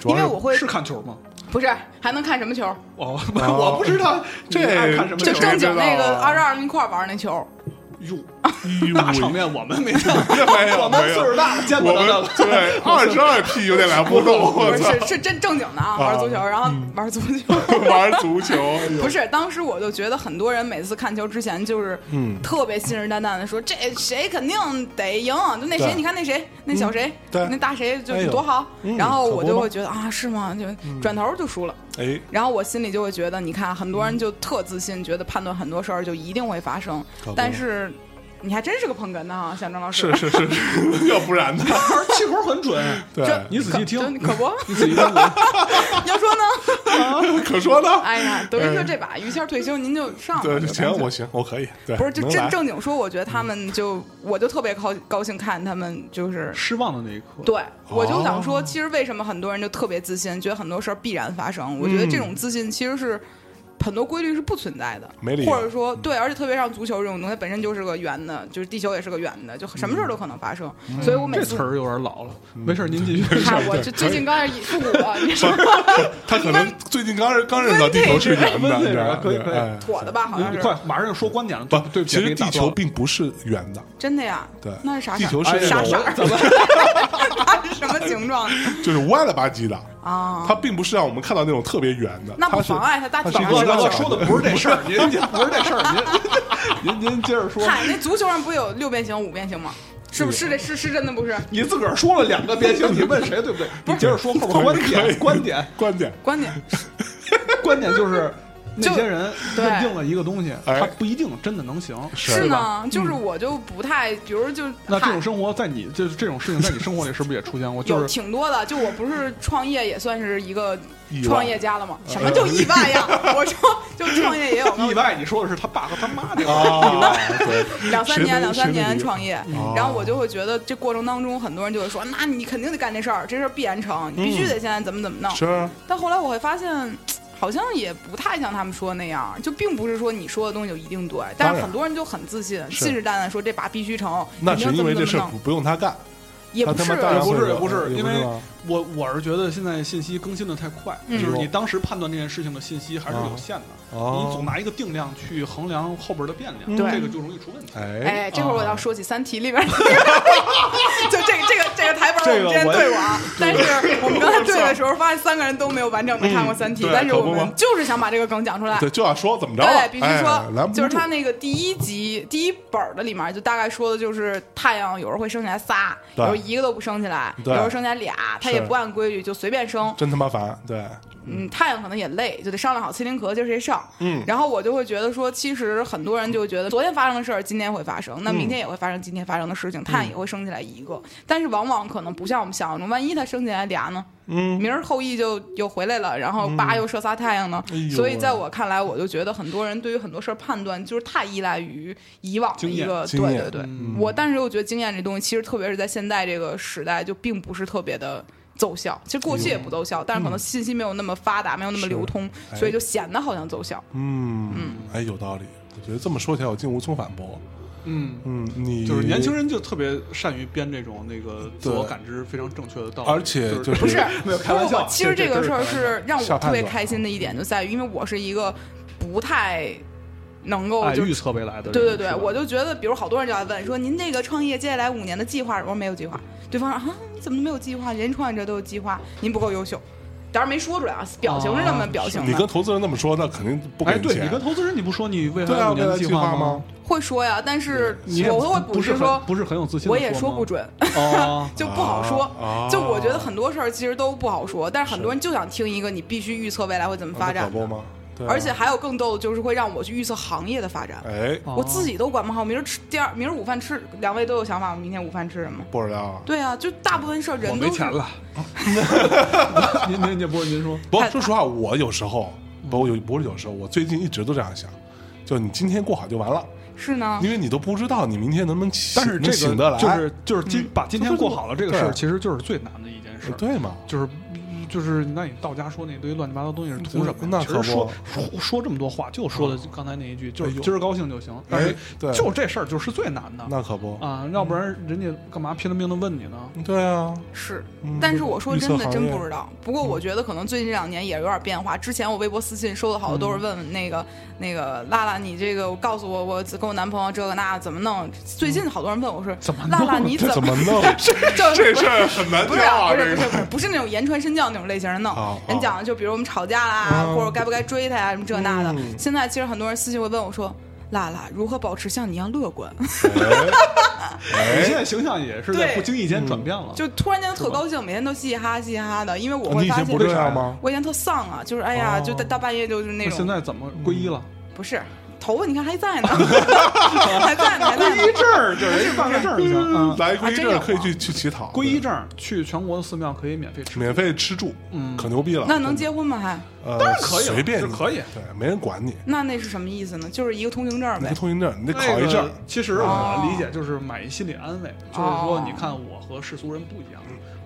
Speaker 1: 主
Speaker 2: 因
Speaker 1: 要
Speaker 2: 为
Speaker 1: 是
Speaker 2: 我会
Speaker 3: 是看球吗？
Speaker 2: 不是还能看什么球？
Speaker 3: 哦，
Speaker 1: 哦
Speaker 3: 我不知道
Speaker 1: 这
Speaker 3: 你爱看什么
Speaker 2: 就
Speaker 3: 球
Speaker 1: 这谁
Speaker 2: 正
Speaker 1: 知
Speaker 2: 经
Speaker 1: 道
Speaker 2: 那个
Speaker 1: 啊
Speaker 2: 二十二人一块儿玩那球， *laughs*
Speaker 3: 哟，
Speaker 1: 哎呦
Speaker 3: 大场面我 *laughs* 们没看，
Speaker 1: 没有
Speaker 3: 我们岁数大，见不
Speaker 1: 我
Speaker 3: 得那
Speaker 1: 们
Speaker 3: 个。
Speaker 2: *laughs*
Speaker 1: 对二十二 P 有点拦不动，
Speaker 2: 不
Speaker 1: 我
Speaker 2: 是
Speaker 1: 操，嗯
Speaker 2: 是是真正经的啊，玩足球，然后玩足球。
Speaker 1: *laughs* 玩足球，哎呦
Speaker 2: 不是，当时我就觉得很多人每次看球之前就是，
Speaker 1: 嗯
Speaker 2: 特别信誓旦旦的说这谁肯定得赢，啊就那
Speaker 1: 对嗯
Speaker 2: 谁，你看那谁，那小谁，
Speaker 1: 对
Speaker 2: 那大谁就
Speaker 1: 哎
Speaker 2: 是
Speaker 1: 呦
Speaker 2: 多好
Speaker 1: 嗯，
Speaker 2: 然后
Speaker 1: 可
Speaker 2: 我
Speaker 1: 不
Speaker 2: 就
Speaker 1: 嘛
Speaker 2: 会觉得啊是吗？就
Speaker 1: 嗯
Speaker 2: 转头就输了，
Speaker 1: 哎，
Speaker 2: 然后我心里就会觉得，你看很多人就特自信，觉得判断很多事儿就一定会发生
Speaker 1: 可不，
Speaker 2: 但是你还真是个捧哏的哈，向征老师
Speaker 1: 是，是是是，要不然呢？
Speaker 3: 而气口很 *laughs* 准，
Speaker 1: 对，
Speaker 2: *laughs* 这
Speaker 3: 你仔细听，
Speaker 1: *laughs*
Speaker 2: 真可不
Speaker 3: 你仔细听，
Speaker 2: *laughs* 要说呢，
Speaker 1: 可说呢。
Speaker 2: *laughs* 哎呀，德云社这把于谦儿退休，您就上吧
Speaker 1: 对，
Speaker 2: 就
Speaker 1: 行，我行，我可以。对，
Speaker 2: 不是，就
Speaker 1: 能
Speaker 2: 真
Speaker 1: 来嗯
Speaker 2: 正经说，我觉得他们就，我就特别高高兴看他们，就是
Speaker 3: 失望的那一刻，
Speaker 2: 对，我
Speaker 1: 哦
Speaker 2: 就想说，其实为什么很多人就特别自信，觉得很多事儿必然发生？我觉得这种自信其实是很多规律是不存在的，
Speaker 1: 嗯没理由嗯
Speaker 2: 或者说对，而且特别像足球这种东西本身就是个圆的，就是地球也是个圆的，就什
Speaker 1: 嗯
Speaker 2: 么事儿都可能发生。所以我每
Speaker 3: 这
Speaker 2: 次
Speaker 3: 词儿有点老了。没事儿，您继 *laughs* 续。
Speaker 2: 看我这最近刚开始复古了，你说 *laughs*
Speaker 1: 他可能最近刚认刚认识到地球是圆的，
Speaker 3: 温
Speaker 1: 你
Speaker 3: 内
Speaker 1: 知道吗？
Speaker 3: 人可以可以
Speaker 1: 哎
Speaker 2: 妥的吧？好像
Speaker 3: 你
Speaker 2: 是
Speaker 3: 快，马上就说观点了。
Speaker 1: 不，
Speaker 3: 对不起，
Speaker 1: 其实
Speaker 3: 给你打
Speaker 1: 地
Speaker 3: 断
Speaker 1: 球
Speaker 3: 了
Speaker 1: 并不是圆的，
Speaker 2: 真的呀？
Speaker 1: 对
Speaker 2: 那是啥
Speaker 1: 地
Speaker 2: 色儿？
Speaker 1: 球是
Speaker 3: 哎
Speaker 1: 那
Speaker 3: 呀
Speaker 1: 种
Speaker 2: 啥色
Speaker 3: 我
Speaker 2: 儿？
Speaker 3: 怎么
Speaker 2: 它是 *laughs* 什么形状
Speaker 1: 就是歪了吧唧的，
Speaker 2: 啊？
Speaker 1: 它并不是让我们看到那种特别圆的。
Speaker 2: 那不
Speaker 1: 它是
Speaker 2: 妨碍它大体
Speaker 1: 它
Speaker 2: 上
Speaker 1: 是一
Speaker 2: 是一
Speaker 1: 个
Speaker 2: 个
Speaker 3: 大
Speaker 2: 大
Speaker 3: 哥
Speaker 2: 小
Speaker 3: 说的不是这事儿，您您不是这事儿，您您您接着说。
Speaker 2: 嗨，那足球上不是有六边形、五边形吗？是不是？是这是是真的不是？
Speaker 3: 你自个儿说了两个变形，你问谁对不对？你接着说后边观
Speaker 1: 可以
Speaker 3: 点，观点，
Speaker 1: 观点，
Speaker 2: 观点
Speaker 3: 观点就是那
Speaker 2: 就
Speaker 3: 些人
Speaker 2: 对
Speaker 3: 认定了一个东西，
Speaker 1: 哎
Speaker 3: 他不一定真的能行。
Speaker 2: 是呢，就是我就不太，比如就
Speaker 3: 那这
Speaker 2: 嗨
Speaker 3: 种生活在你就是这种事情在你生活里是不是也出现过？就
Speaker 2: 有
Speaker 3: 是
Speaker 2: 挺多的，就我不是创业也算是一个
Speaker 1: 意外
Speaker 2: 创业家了吗？什么叫意外呀？我说就创业也有
Speaker 3: 意外，你说的是他爸和他妈这个。
Speaker 1: 啊，
Speaker 2: *laughs*
Speaker 1: 对，
Speaker 2: 两三年
Speaker 1: 谁能
Speaker 2: 两三
Speaker 1: 谁能
Speaker 2: 年
Speaker 1: 理
Speaker 2: 创业
Speaker 1: 哦，
Speaker 2: 嗯然后我就会觉得这过程当中很多人就会说，那你肯定得干这事儿，这事儿必然成，你必须得现在怎么怎么弄。
Speaker 1: 是啊
Speaker 2: 但后来我会发现。好像也不太像他们说的那样，就并不是说你说的东西就一定对，
Speaker 1: 当
Speaker 2: 但
Speaker 1: 然
Speaker 2: 是很多人就很自信，
Speaker 1: 是
Speaker 2: 信誓旦旦说这把必须成，
Speaker 1: 那
Speaker 2: 肯
Speaker 1: 是
Speaker 2: 定
Speaker 1: 因
Speaker 2: 怎
Speaker 1: 为
Speaker 2: 么
Speaker 1: 这
Speaker 2: 怎
Speaker 1: 事
Speaker 2: 么
Speaker 1: 儿
Speaker 2: 弄，
Speaker 1: 不不用他干，
Speaker 2: 也
Speaker 1: 他
Speaker 2: 不
Speaker 1: 他
Speaker 2: 是
Speaker 1: 妈，当然
Speaker 3: 不是
Speaker 1: 会
Speaker 3: 不是
Speaker 1: 有
Speaker 3: 因为
Speaker 1: 有吗
Speaker 3: 我我是觉得现在信息更新的太快，
Speaker 2: 嗯
Speaker 3: 就是你当时判断这件事情的信息还是有限的，
Speaker 1: 哦
Speaker 3: 你总拿一个定量去衡量后边的变量，
Speaker 2: 嗯对
Speaker 3: 这个就容易出问题。
Speaker 1: 哎，
Speaker 2: 哎，这会儿我要说起《三体》里边儿， *laughs* 就这个这个这个台本
Speaker 3: 这
Speaker 2: 儿
Speaker 3: 个
Speaker 2: 我们之前
Speaker 3: 我
Speaker 2: 对过啊，但是我们刚才对的时候发现三个人都没有完整的看过《三
Speaker 1: 嗯》，
Speaker 2: 体
Speaker 1: 对
Speaker 2: 但是
Speaker 1: 可
Speaker 2: 我
Speaker 1: 不吗
Speaker 2: 们就是想把这个梗讲出来。
Speaker 1: 哎对，就要说怎么着了
Speaker 2: 对，，必须
Speaker 1: 哎，拦
Speaker 2: 说，
Speaker 1: 不
Speaker 2: 就是他
Speaker 1: 住
Speaker 2: 那个第一集第一本儿的里面，就大概说的就是太阳有时候会升起来仨，
Speaker 1: 对
Speaker 2: 有时候一个都不升起来，
Speaker 1: 对
Speaker 2: 有时候升起来俩，他
Speaker 1: 是
Speaker 2: 也不按规律就随便升。
Speaker 1: 真他妈烦，对，
Speaker 2: 嗯，太阳可能也累，就得商量好七零壳今儿谁上。
Speaker 1: 嗯
Speaker 2: 然后我就会觉得说，其实很多人就会觉得昨天发生的事儿今天会发生，那
Speaker 1: 嗯
Speaker 2: 明天也会发生今天发生的事情，太阳也会升起来一个。但是往往可能不像我们想象中，万一它升起来俩呢？
Speaker 1: 嗯，
Speaker 2: 明儿后羿就又回来了，然后八又射仨太阳呢。
Speaker 1: 哎呦
Speaker 2: 所以在我看来，我就觉得很多人对于很多事儿判断就是太依赖于以往的
Speaker 3: 经
Speaker 2: 一
Speaker 3: 验
Speaker 2: 个，
Speaker 1: 经
Speaker 2: 对
Speaker 1: 验
Speaker 2: 对对。
Speaker 3: 嗯
Speaker 2: 我但是我觉得经验这东西，其实特别是在现在这个时代，就并不是特别的。奏效，其实过去也不奏效，但是可能信息没有那么发达，没有那么流通，
Speaker 1: 哎
Speaker 2: 所以就显得好像奏效。
Speaker 1: 嗯，哎，有道理，我觉得这么说起来，我竟无从反驳，
Speaker 3: 嗯，
Speaker 1: 嗯，你
Speaker 3: 就是年轻人就特别善于编这种那个自我感知非常正确的道理，
Speaker 1: 而且
Speaker 3: 就是
Speaker 2: 不是
Speaker 3: 没有开玩
Speaker 2: 不
Speaker 3: 笑
Speaker 2: 是我其实这个事儿
Speaker 3: 这这这是开玩
Speaker 2: 是让我
Speaker 1: 下判
Speaker 2: 特
Speaker 1: 断
Speaker 2: 别开心的一点，就在于因为我是一个不太能够
Speaker 3: 爱
Speaker 2: 就
Speaker 3: 哎预测未来的人。
Speaker 2: 对对对
Speaker 3: 是，吧
Speaker 2: 我就觉得，比如好多人就来问说，您这个创业接下来五年的计划，我说没有计划。对方说啊，你怎么没有计划？人创业者都有计划，您不够优秀。当然没说出来啊，表情是那
Speaker 3: 哦
Speaker 2: 么表情
Speaker 1: 你跟
Speaker 2: 的，
Speaker 1: 投资人那么说，那肯定不给
Speaker 3: 哎，对
Speaker 1: 钱
Speaker 3: 你跟投资人你不说你未
Speaker 1: 对
Speaker 3: 来
Speaker 1: 啊，
Speaker 3: 五年
Speaker 1: 未来
Speaker 3: 的
Speaker 1: 计
Speaker 3: 划
Speaker 1: 吗？？
Speaker 2: 会说呀，但是
Speaker 3: 你也
Speaker 2: 我会
Speaker 3: 不
Speaker 2: 不
Speaker 3: 是
Speaker 2: 是
Speaker 3: 很
Speaker 2: 说，
Speaker 3: 不是很有自信，
Speaker 2: 我也说不。准， *laughs*
Speaker 3: 哦
Speaker 2: 就不好
Speaker 1: 啊
Speaker 2: 说。就我觉得很多事儿其实都不好说，但是很多人就想听一个你必须预测未来会怎么
Speaker 1: 那
Speaker 2: 发展
Speaker 1: 可，不吗？对啊
Speaker 2: 而且还有更逗的就是会让我去预测行业的发展。
Speaker 1: 哎，
Speaker 3: 哦
Speaker 2: 我自己都管不好，明儿吃第二，明儿午饭吃，两位都有想法吗？明天午饭吃什么？
Speaker 1: 不知道啊。
Speaker 2: 对啊，就大部分事儿
Speaker 3: 我
Speaker 2: 人都
Speaker 3: 没
Speaker 2: 是
Speaker 3: 钱 *laughs* 了。您您您不是您说
Speaker 1: 不
Speaker 2: 太，
Speaker 1: 说实话，我有时候不有不是有时候，我最近一直都这样想，就你今天过好就完了，
Speaker 2: 是呢
Speaker 1: 因，为你都不知道你明天能不能起，
Speaker 3: 但是这
Speaker 1: 能醒得
Speaker 3: 个
Speaker 1: 来，
Speaker 3: 就是就是
Speaker 2: 嗯
Speaker 3: 今把今天过好了这个事
Speaker 1: 对
Speaker 3: 儿，
Speaker 1: 啊
Speaker 3: 其实就是最难的一件事儿。
Speaker 1: 呃对嘛？
Speaker 3: 就是就是，那你道家说那堆乱七八糟东西是图什么呀？
Speaker 1: 那
Speaker 3: 其
Speaker 1: 可
Speaker 3: 实
Speaker 1: 不
Speaker 3: 说说说这么多话，就说的刚才那一句，就
Speaker 1: 哎
Speaker 3: 是
Speaker 1: 呦
Speaker 3: 今儿高兴就行。但
Speaker 1: 哎
Speaker 3: 是，
Speaker 1: 对，
Speaker 3: 就这事儿就是最难的
Speaker 1: 那可不，
Speaker 3: 啊，要不然人家干嘛拼了命的问你呢？
Speaker 1: 对啊，
Speaker 2: 是
Speaker 1: 嗯。
Speaker 2: 但是我说真
Speaker 1: 预测
Speaker 2: 的，
Speaker 1: 行
Speaker 2: 真
Speaker 1: 业嗯
Speaker 2: 不知道。不过我觉得可能最近这两年也有点变化。之前我微博私信收的好多都是
Speaker 1: 嗯
Speaker 2: 问问那个那个拉拉，你这个我告诉我，我跟我男朋友这个那怎么弄？最近好多人问我说，
Speaker 3: 怎么
Speaker 2: 拉拉
Speaker 3: 弄
Speaker 2: 你
Speaker 1: 这嗯怎
Speaker 2: 么？
Speaker 1: 么弄？
Speaker 2: 就
Speaker 1: 这事儿很难
Speaker 2: 不是
Speaker 1: 教啊，
Speaker 2: 啊不
Speaker 1: 这
Speaker 2: 是
Speaker 1: 个
Speaker 2: 不是不是不是那种言传身教那种类型的弄
Speaker 1: 哦哦，
Speaker 2: 人讲的就比如我们吵架啦，
Speaker 1: 嗯
Speaker 2: 或者该不该追他呀什么这那的
Speaker 1: 嗯。
Speaker 2: 现在其实很多人私信会问我说，拉拉如何保持像你一样乐观？ *laughs*
Speaker 3: 你现
Speaker 1: 哎，嗯
Speaker 3: 在形象也是在
Speaker 2: 对
Speaker 3: 不经意间转变了。
Speaker 2: 就突然间特高兴，每天都嘻嘻哈哈嘻嘻哈哈的，因为我
Speaker 1: 哎你
Speaker 2: 会
Speaker 1: 以
Speaker 2: 发
Speaker 1: 前
Speaker 2: 现啊
Speaker 1: 不这样吗？
Speaker 2: 我以前特丧啊，就是哎呀，
Speaker 1: 哦
Speaker 2: 就大大半夜就是那
Speaker 3: 那
Speaker 2: 种，
Speaker 3: 现在怎么
Speaker 1: 嗯
Speaker 3: 皈依了？
Speaker 2: 不是头发，你看还在呢， *laughs* 还在
Speaker 3: *laughs*
Speaker 2: 呢，还在呢。
Speaker 3: 皈依证儿，就是人家办个证儿就行啊。
Speaker 1: 嗯来皈依
Speaker 2: 啊真
Speaker 1: 证
Speaker 2: 有
Speaker 1: 可以去去乞讨，
Speaker 3: 皈依证儿去全国的寺庙可以免费吃，
Speaker 1: 免费吃住，
Speaker 3: 嗯
Speaker 1: 可牛逼了。
Speaker 2: 那能结婚吗？还
Speaker 1: 呃，
Speaker 3: 当然可以了
Speaker 1: 随便
Speaker 3: 这
Speaker 1: 你
Speaker 3: 可以
Speaker 1: 对，没人管你。
Speaker 2: 那那是什么意思呢？就是一个通行证
Speaker 1: 你
Speaker 2: 呗
Speaker 1: 个。通行证，你得考
Speaker 3: 那
Speaker 1: 一
Speaker 3: 个
Speaker 1: 证。
Speaker 3: 其实
Speaker 2: 哦
Speaker 3: 我理解就是买一心理安慰，就是说
Speaker 2: 哦
Speaker 3: 你看我和世俗人不一样。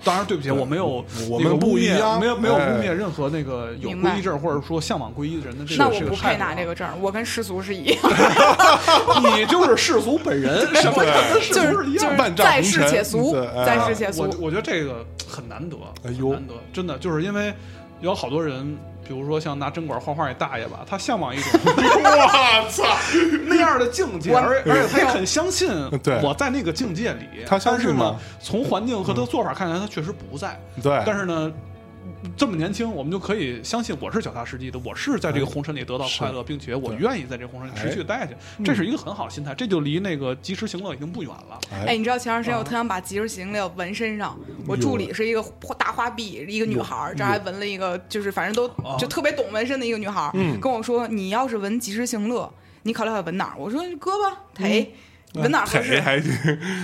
Speaker 3: 当然，对不起，我没有
Speaker 1: 我
Speaker 3: 那个
Speaker 1: 们不
Speaker 3: 污
Speaker 1: 一
Speaker 3: 蔑
Speaker 1: 样
Speaker 3: 没有没有污
Speaker 1: 哎 *laughs*
Speaker 3: 蔑任何那个有
Speaker 2: 明
Speaker 3: 皈
Speaker 2: 白
Speaker 3: 依证或者说向往皈依的人的这
Speaker 2: 那
Speaker 3: 个
Speaker 2: 我
Speaker 3: 这个
Speaker 2: 不
Speaker 3: 态
Speaker 2: 配
Speaker 3: 度啊
Speaker 2: 拿这，个证儿，我跟世俗是一样，
Speaker 3: 你就是世俗
Speaker 2: *laughs*
Speaker 3: 本人，什么跟世
Speaker 2: 就
Speaker 3: 俗是一
Speaker 2: 是就
Speaker 3: 样
Speaker 2: 是
Speaker 3: 的。
Speaker 1: 万丈
Speaker 2: 在
Speaker 1: 红
Speaker 2: 世
Speaker 1: 尘
Speaker 2: 且俗
Speaker 1: 对，哎
Speaker 2: 在世且俗。
Speaker 3: 我我觉得这个很难得，
Speaker 1: 哎呦
Speaker 3: 很难得，真的就是因为有好多人，比如说像拿针管画画那大爷吧，他向往一种
Speaker 1: 我操！
Speaker 3: 那样的境界，
Speaker 2: 我
Speaker 3: 而而且他也很相信
Speaker 1: 嗯对
Speaker 3: 我在那个境界里。
Speaker 1: 他相信
Speaker 3: 但是
Speaker 1: 吗嗯哎
Speaker 3: 呢，从环境和他做法看起来，他确实不在。
Speaker 1: 对，
Speaker 3: 但是呢，这么年轻，我们就可以相信我是脚踏实地的，我是在这个
Speaker 1: 哎
Speaker 3: 红尘里得到快乐，并且我愿意在这个红尘里持续地待下去。这是一个很好的心态，这就离那个及时行乐已经不远了。
Speaker 2: 哎，你知道前段时间我特想把《及时行乐》纹身上，我助理是一个花大花臂，一个女孩儿，这儿还纹了一个，就是反正都
Speaker 3: 啊
Speaker 2: 就特别懂纹身的一个女孩儿，跟我说你要是纹《及时行乐》，你考虑考虑纹哪儿？我说胳膊、腿，纹哪儿合
Speaker 1: 腿
Speaker 2: 适？
Speaker 1: 还行，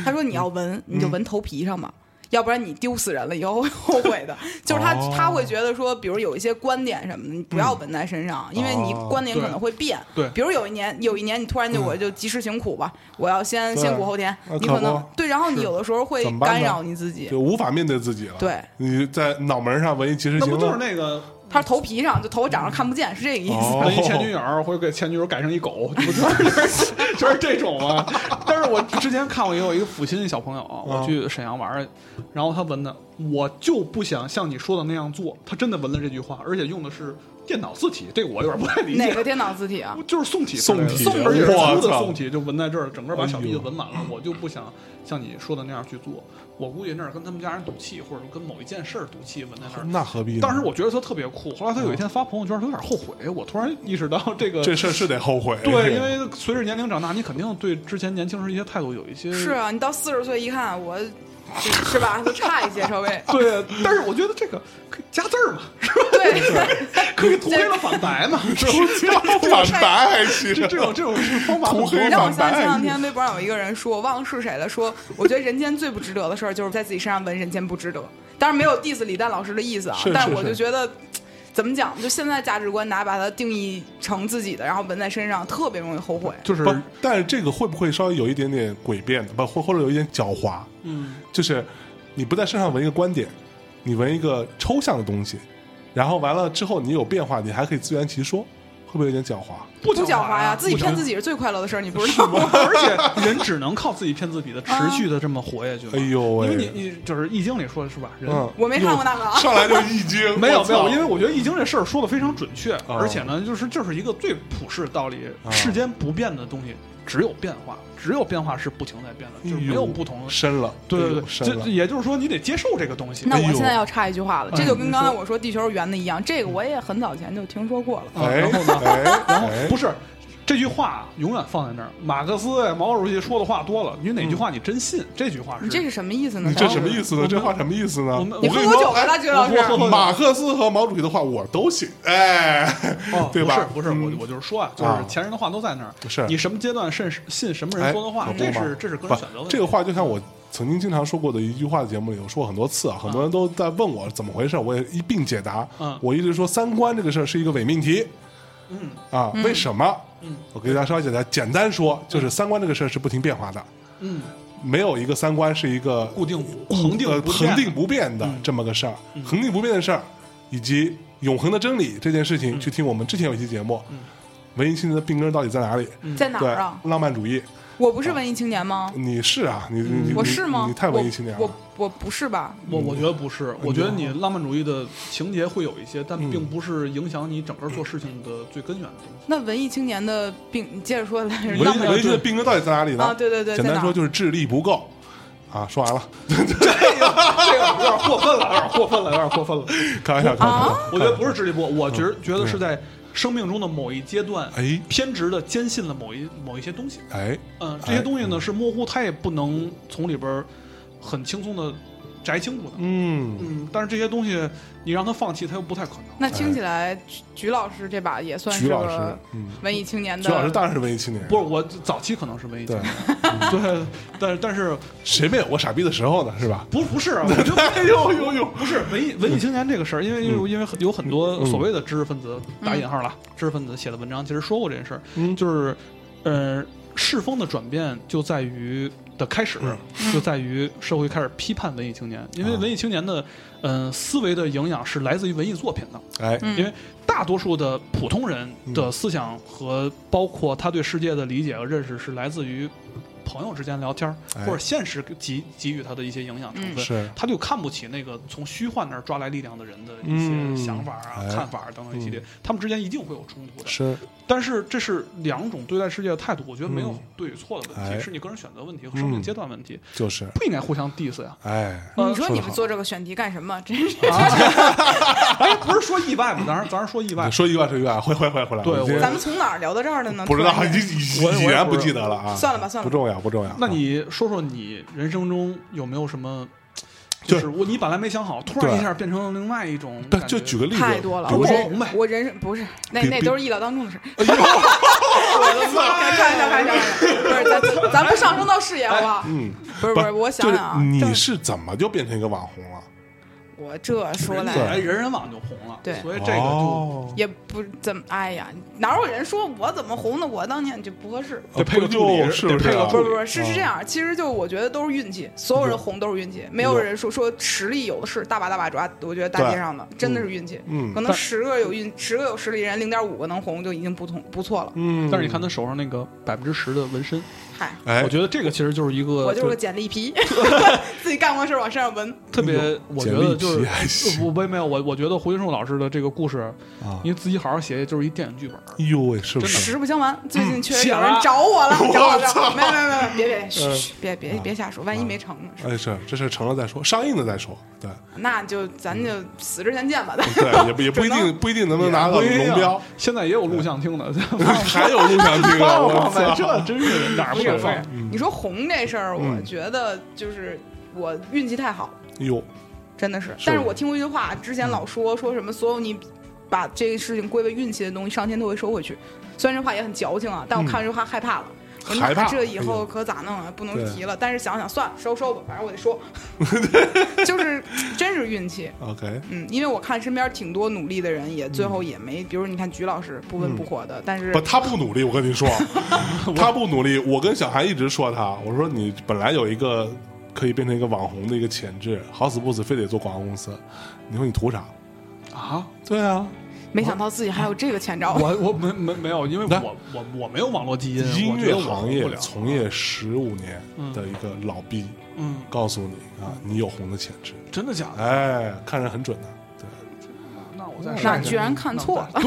Speaker 2: 她说你要
Speaker 1: 嗯
Speaker 2: 纹，你就纹头皮上吧。要不然你丢死人了，以后会后悔的。就是她
Speaker 1: 哦
Speaker 2: 她会觉得说，比如有一些观点什么的，你不要纹在身上，因为你
Speaker 1: 嗯哦嗯
Speaker 2: 观点可
Speaker 3: 对
Speaker 2: 能会变。
Speaker 3: 对
Speaker 2: 比如有一年，有一年你突然就我就及时行苦吧，我要先
Speaker 1: 对
Speaker 2: 先苦后甜
Speaker 1: 那，
Speaker 2: 你
Speaker 1: 可
Speaker 2: 可能
Speaker 1: 不
Speaker 2: 对，然后你有的时候会
Speaker 1: 怎么办呢
Speaker 2: 干扰你自己。
Speaker 1: 就无法面对自己了。
Speaker 2: 对，
Speaker 1: 你在脑门上纹一及时
Speaker 3: 那
Speaker 1: 行
Speaker 3: 不
Speaker 1: 乐，
Speaker 3: 就是那个
Speaker 2: 他头皮上就头长上看不见，是这个意思。
Speaker 1: 哦
Speaker 3: 跟一前女友或者给前女友改成一狗，不就是 *laughs* 就是这种吗？但是我之前看过也有一个抚心的小朋友，啊
Speaker 1: 嗯
Speaker 3: 我去沈阳玩儿，然后他纹的，我就不想像你说的那样做。他真的纹了这句话，而且用的是电脑字体，这个我有点不太理
Speaker 2: 哪
Speaker 3: 解
Speaker 2: 个。电脑字体
Speaker 1: *laughs*
Speaker 2: 啊？
Speaker 3: 就是宋体之
Speaker 1: 宋
Speaker 3: 类的，
Speaker 1: 体
Speaker 3: 而且是
Speaker 1: 我
Speaker 3: 粗的
Speaker 1: 操
Speaker 3: 宋体就纹在这儿，整个把小臂
Speaker 1: 哎
Speaker 3: 子
Speaker 1: 呦
Speaker 3: 纹满了。我就不想像你说的那样去做，我估计那是跟他们家人赌气，或者跟某一件事儿赌气纹在那儿。
Speaker 1: 那何必呢？
Speaker 3: 当时我觉得他特别酷，后来他有一天发朋友圈，他有点后悔。我突然意识到这个，
Speaker 1: 嗯这事儿是得后悔。
Speaker 3: 对，
Speaker 1: *laughs*
Speaker 3: 因为随着年龄长大，你肯定对之前年轻时一些态度有一些。
Speaker 2: 是。啊，你到四十岁一看，我就是吧，就差一些稍微
Speaker 3: 对，但是我觉得这个可以加字
Speaker 2: *laughs*
Speaker 3: 儿嘛，是吧？
Speaker 2: 对，
Speaker 3: 可以涂黑了反
Speaker 2: *laughs*
Speaker 3: 白嘛，
Speaker 2: 啊
Speaker 3: 是吧？
Speaker 1: 反白还行，
Speaker 3: 这这
Speaker 1: *laughs*
Speaker 3: 种这种是方法很
Speaker 1: 涂
Speaker 3: 多，
Speaker 1: 黑
Speaker 2: 让我想
Speaker 1: 反白
Speaker 2: 起前两天微博上有一个人说，我忘了是谁了，说我觉得人间最不值得的事儿就是在自己身上纹人间不值得。当然没有 diss 李诞老师的意思啊，
Speaker 1: 是
Speaker 2: 但
Speaker 1: 是
Speaker 2: 我
Speaker 1: 是
Speaker 2: 就觉得。怎么讲？就现在价值观，拿把它定义成自己的，然后纹在身上，特别容易后悔。
Speaker 3: 就是
Speaker 1: 不，但是这个会不会稍微有一点点诡辩的，不，或或者有一点狡猾？
Speaker 3: 嗯，
Speaker 1: 就是你不在身上纹一个观点，你纹一个抽象的东西，然后完了之后你有变化，你还可以自圆其说，不会有点狡猾？
Speaker 3: 不
Speaker 2: 不
Speaker 3: 狡
Speaker 2: 狡猾呀，
Speaker 3: 呀，
Speaker 2: 自己骗自
Speaker 3: 己。
Speaker 2: 己是最快乐的事儿，你不知道吗？
Speaker 3: *laughs* 而且人只能靠自己骗自己的，持续的这么活下去嘛。
Speaker 1: 哎呦喂
Speaker 3: 因为你你就是《易经》里说的是吧？人
Speaker 1: 嗯，
Speaker 2: 我没看过那个啊，
Speaker 1: 上来就易 *laughs* 经，
Speaker 3: 没有
Speaker 1: 我
Speaker 3: 没
Speaker 1: 操
Speaker 3: 有，因为我觉得《易经》这事儿说的非常准确，而且呢，就是就是一个最普世的道理，
Speaker 1: 啊
Speaker 3: 世间不变的东西只有变化，只有变化是不停在变的，就是
Speaker 1: 嗯哎呦
Speaker 3: 没有不同的。
Speaker 1: 深了，
Speaker 3: 对对对
Speaker 1: 哎呦，
Speaker 3: 这
Speaker 1: 深了
Speaker 3: 这。也就是说你得接受这个东西。
Speaker 2: 那
Speaker 1: 哎
Speaker 2: 我
Speaker 1: 呦
Speaker 2: 现在要插一句话了，这就
Speaker 3: 嗯
Speaker 2: 跟
Speaker 3: 你
Speaker 2: 刚才
Speaker 3: 说
Speaker 2: 我说地球是圆的一样，这个我也很早前就听说过了。
Speaker 3: 啊
Speaker 1: 哎，
Speaker 3: 然后呢
Speaker 1: 哎，
Speaker 3: 然后
Speaker 1: 哎
Speaker 3: 不是这句话永远放在那儿，马克思呀、毛主席说的话多了，你哪句话你真信？这句话是
Speaker 2: 你这是什么意思呢？
Speaker 1: 你这什么意思
Speaker 3: 我
Speaker 1: 呢？
Speaker 3: 们
Speaker 1: 这话什么意思呢？
Speaker 3: 我们
Speaker 2: 你
Speaker 1: 跟
Speaker 2: 喝
Speaker 1: 你
Speaker 2: 多
Speaker 1: 说，
Speaker 2: 久了，大
Speaker 1: 哎
Speaker 2: 橘老师？
Speaker 3: 我
Speaker 1: 马克思和毛主席的话我都信，哎， *laughs*
Speaker 3: 哦，
Speaker 1: 对吧？
Speaker 3: 不是，不是，我我就是说啊，就是
Speaker 1: 啊
Speaker 3: 前人的话都在那儿，
Speaker 1: 是
Speaker 3: 你什么阶段信信什么人
Speaker 1: 哎
Speaker 3: 说的话
Speaker 1: 可，不
Speaker 3: 这
Speaker 1: 嘛
Speaker 3: 是这是
Speaker 1: 不
Speaker 3: 个人选择问题。
Speaker 1: 这个话就像我曾经经常说过的一句话，节目里我说过很多次啊，很多人都在问我怎么回事，我也一并解答。
Speaker 3: 嗯
Speaker 1: 我一直说三观这个事儿是一个伪命题。
Speaker 3: 嗯
Speaker 1: 啊，为什么？
Speaker 3: 嗯，
Speaker 1: 我给大家稍微简单简单说，就是三观这个事儿是不停变化的，
Speaker 3: 嗯，
Speaker 1: 没有一个三观是一个
Speaker 3: 固定恒定
Speaker 1: 呃
Speaker 3: 不
Speaker 1: 恒
Speaker 3: 变嗯
Speaker 1: 定不变的这么个事儿，恒定不变的事儿，以及永恒的真理这件事
Speaker 3: 嗯
Speaker 1: 情，去听我们之前有一期节目，文艺青年的病根到底在哪里？
Speaker 2: 在哪
Speaker 1: 对
Speaker 2: 儿啊？，
Speaker 1: 浪漫主义，
Speaker 2: 我不是文艺青年吗？
Speaker 1: 你是啊，你
Speaker 3: 嗯
Speaker 1: 你你
Speaker 2: 我是吗？
Speaker 1: 你太文艺青年
Speaker 2: 我
Speaker 1: 了，
Speaker 2: 我我不是吧？
Speaker 3: 我我觉得不是，我觉得你浪漫主义的情节会有一些，但
Speaker 1: 嗯
Speaker 3: 并不是影响你整个做事情的最根源的东西。
Speaker 2: 那文艺青年的病，你接着说来着。
Speaker 1: 文
Speaker 2: 浪
Speaker 1: 艺
Speaker 2: 漫
Speaker 1: 文艺青年的病根到底在哪里呢？
Speaker 2: 啊对对对
Speaker 1: 简
Speaker 2: 在
Speaker 1: 单
Speaker 2: 哪
Speaker 1: 说就是智力不够啊，说完
Speaker 3: *laughs*
Speaker 1: 了，
Speaker 3: 这个有点过分了，有点过分了，有嗯点过分了。
Speaker 1: 开玩笑，开玩笑，
Speaker 2: 啊
Speaker 3: 我觉得不是智力波，我觉得觉得是在生命中的某一阶段，
Speaker 1: 哎
Speaker 3: 偏执的坚信了某一某一些东西。
Speaker 1: 哎，
Speaker 3: 嗯，这些东西呢是模糊，它也不能从里边儿很轻松的摘清楚的。
Speaker 1: 嗯，
Speaker 3: 嗯，但是这些东西你让他放弃，他又不太可能。
Speaker 2: 那听起来，菊菊老师这把也算
Speaker 1: 哎徐
Speaker 2: 是
Speaker 1: 老师
Speaker 2: 个，
Speaker 1: 嗯，
Speaker 2: 文艺青年的。
Speaker 1: 徐老师当然是文艺青年，
Speaker 3: 不是我早期可能是文艺青
Speaker 1: 对
Speaker 3: 年，， *laughs* 对，但是但是
Speaker 1: 谁没有过傻逼的时候呢？是吧？
Speaker 3: 不不是啊，我觉得
Speaker 1: *laughs* 哎呦呦呦，嗯
Speaker 3: 不是文艺文艺青年这个事儿，因为因为因为很有很多所谓的知识分子打引号了，知识分子写的文章其实说过这件事儿，
Speaker 1: 嗯
Speaker 3: 就是呃世风的转变就在于的开始
Speaker 1: 嗯，
Speaker 3: 就在于社会开始批判文艺青年，因为
Speaker 1: 啊
Speaker 3: 文艺青年的嗯思维的营养是来自于文艺作品的，
Speaker 1: 哎，
Speaker 2: 嗯
Speaker 3: 因为大多数的普通人
Speaker 1: 嗯
Speaker 3: 的思想和包括他对世界的理解和认识是来自于朋友之间聊天儿，
Speaker 1: 哎
Speaker 3: 或者现实给给予他的一些营养成
Speaker 2: 嗯
Speaker 3: 分，
Speaker 1: 是
Speaker 3: 他就看不起那个从虚幻那儿抓来力量的人的一
Speaker 1: 嗯
Speaker 3: 些想法啊、
Speaker 1: 哎
Speaker 3: 看法啊等等一系列，他们之间一定会有冲突的。
Speaker 1: 是，
Speaker 3: 但是这是两种对待世界的态度，我觉得没有对与错的问题，
Speaker 1: 嗯哎
Speaker 3: 是你个人选择问题和生命
Speaker 1: 嗯
Speaker 3: 阶段问题，
Speaker 1: 就是，
Speaker 3: 不应该互相 diss
Speaker 1: *laughs*
Speaker 3: 呀。
Speaker 1: 哎，
Speaker 2: 你
Speaker 1: 说
Speaker 2: 说你
Speaker 1: 得
Speaker 2: 们
Speaker 1: 好
Speaker 2: 做这个选题干什么？真是，
Speaker 3: *laughs* 哎，不是说意外吗？当然，当然说意外
Speaker 1: 你。说意外是意外，回回回回来，
Speaker 3: 对
Speaker 1: 今天
Speaker 3: 我
Speaker 2: 咱们从哪儿聊到这儿的呢？
Speaker 1: 不知道
Speaker 2: 突，然
Speaker 1: 已
Speaker 2: 间
Speaker 3: 我也
Speaker 1: 已已然不记得了啊，
Speaker 2: 算了吧算了吧
Speaker 1: 不重要不重要。啊
Speaker 3: 那你说说你人生中有没有什么，
Speaker 1: 对
Speaker 3: 就是我你本来没想好，突然
Speaker 1: 对
Speaker 3: 一下变成了另外一种
Speaker 1: 对，
Speaker 3: 感
Speaker 1: 就
Speaker 3: 觉
Speaker 1: 举个例子，
Speaker 2: 太多了，
Speaker 1: 比如
Speaker 2: 我
Speaker 1: 说，
Speaker 3: 红呗
Speaker 2: 人我人不是那
Speaker 1: 比
Speaker 2: 那
Speaker 1: 比
Speaker 2: 都是意料当中的事。
Speaker 1: 哎
Speaker 2: *laughs*
Speaker 1: 呦
Speaker 2: 开开玩笑，开玩笑，开玩笑不是咱咱不上升到事业好不好？
Speaker 1: 嗯，
Speaker 2: 不是不是，我
Speaker 1: 就
Speaker 2: 想
Speaker 1: 是
Speaker 2: 想啊，
Speaker 1: 你
Speaker 2: 这
Speaker 1: 是怎么就变成一个网红了？
Speaker 2: 我这说
Speaker 3: 人
Speaker 2: 来
Speaker 3: 哎人人网就红了，
Speaker 2: 对
Speaker 3: 所以哎这个就
Speaker 1: 哦
Speaker 2: 也不怎么，哎呀，哪有人说我怎么红的？我当年就不合适。
Speaker 3: 得配个
Speaker 1: 不
Speaker 3: 助理
Speaker 1: 就是
Speaker 3: 得
Speaker 1: 不是
Speaker 3: 配个
Speaker 1: 啊
Speaker 3: 助
Speaker 2: 不
Speaker 3: 理
Speaker 2: 是不是，是是这样，其实就我觉得都是运气，所有人红都是运
Speaker 1: 嗯
Speaker 2: 气，没有人说说实力有的是，大把大把抓。我觉得大街上的真的是运气，
Speaker 1: 嗯
Speaker 2: 可能
Speaker 3: 但
Speaker 2: 十个有运，十个有实力人，零点五个能红就已经不同不错了。
Speaker 1: 嗯，
Speaker 3: 但是你看他手上那个百分之十的纹身，
Speaker 2: 嗨，
Speaker 1: 哎，
Speaker 3: 我觉得这个其实呃就是一个，
Speaker 2: 我就是个简历皮，
Speaker 3: *laughs*
Speaker 2: *laughs* 自己干过的事儿往身上纹。
Speaker 3: 特别，我觉
Speaker 1: 简历
Speaker 3: 得就
Speaker 1: 皮
Speaker 3: 是
Speaker 1: 还行
Speaker 3: 我我也没有我，我觉得胡金树老师的这个故事，
Speaker 1: 啊，
Speaker 3: 你自己好好写写，就是一电影剧本。
Speaker 1: 哎呦喂，是不是？
Speaker 2: 实不相瞒，最近确实
Speaker 3: 写
Speaker 2: 有
Speaker 3: 嗯了嗯
Speaker 2: 人找我了，找我
Speaker 1: 我操
Speaker 2: 了。没有没有没有，别别嘘嘘，别别别瞎说，万一没成呢？
Speaker 1: 哎，是这事成了再说，上映了再说，对
Speaker 2: 那就咱就死之
Speaker 1: *laughs*
Speaker 2: 前见吧。
Speaker 1: 对，也不也不一
Speaker 2: 只
Speaker 1: 定不一定能不能拿到
Speaker 3: 也啊不一定
Speaker 1: 龙
Speaker 3: *laughs*
Speaker 1: 标，
Speaker 3: 现在也有录像厅的， *laughs*
Speaker 1: *laughs* 还有录像厅啊，
Speaker 3: 放
Speaker 1: 我
Speaker 3: 放呗，
Speaker 1: 操！
Speaker 3: 这真是哪儿不
Speaker 2: 是
Speaker 3: 给放？
Speaker 2: 你说红这事儿，我
Speaker 1: 嗯
Speaker 2: 觉得就是我运气太好，
Speaker 1: 哟，
Speaker 2: 真的是
Speaker 1: 是。嗯
Speaker 2: 但是我听过一句话，之前老说说什么所有你把这个事情归为运气的东西，上天都会收回去。虽然这话也很矫情啊，但我看这句话害怕了。我
Speaker 1: 嗯害
Speaker 2: 说
Speaker 1: 怕
Speaker 2: 那这以
Speaker 1: 哎
Speaker 2: 后
Speaker 1: 呦
Speaker 2: 可咋弄啊？不能
Speaker 1: 对
Speaker 2: 提了。但是想想算了，收收吧，反正我
Speaker 1: *laughs*
Speaker 2: 得说，就是真是运气。
Speaker 1: OK，
Speaker 2: 嗯，因为我看身边挺多努力的人，也最后也没，比如你看菊老师不温不火的，但是
Speaker 1: 嗯不，他不努力，我跟你
Speaker 3: *laughs*
Speaker 1: 说，他不努力。我跟小韩一直说他，我说你本来有一个可以变成一个网红的一个潜质，好死不死非得做广告公司，你说你图啥？
Speaker 3: 啊，
Speaker 1: 对啊，
Speaker 2: 没想到自己还有这个前兆。
Speaker 3: 我我没没没有，因为
Speaker 1: 来
Speaker 3: 我我我没有网络基因，
Speaker 1: 音
Speaker 3: 我觉
Speaker 1: 乐
Speaker 3: 得我
Speaker 1: 行
Speaker 3: 红不
Speaker 1: 业
Speaker 3: 了
Speaker 1: 从业十五年的一个老逼，
Speaker 3: 嗯，
Speaker 1: 告诉你啊，你有红的潜质，
Speaker 3: 真的假的？
Speaker 1: 哎，看人很准的，对，
Speaker 3: 那我再
Speaker 2: 那
Speaker 3: 上一
Speaker 2: 居
Speaker 3: 下，
Speaker 2: 然看错了，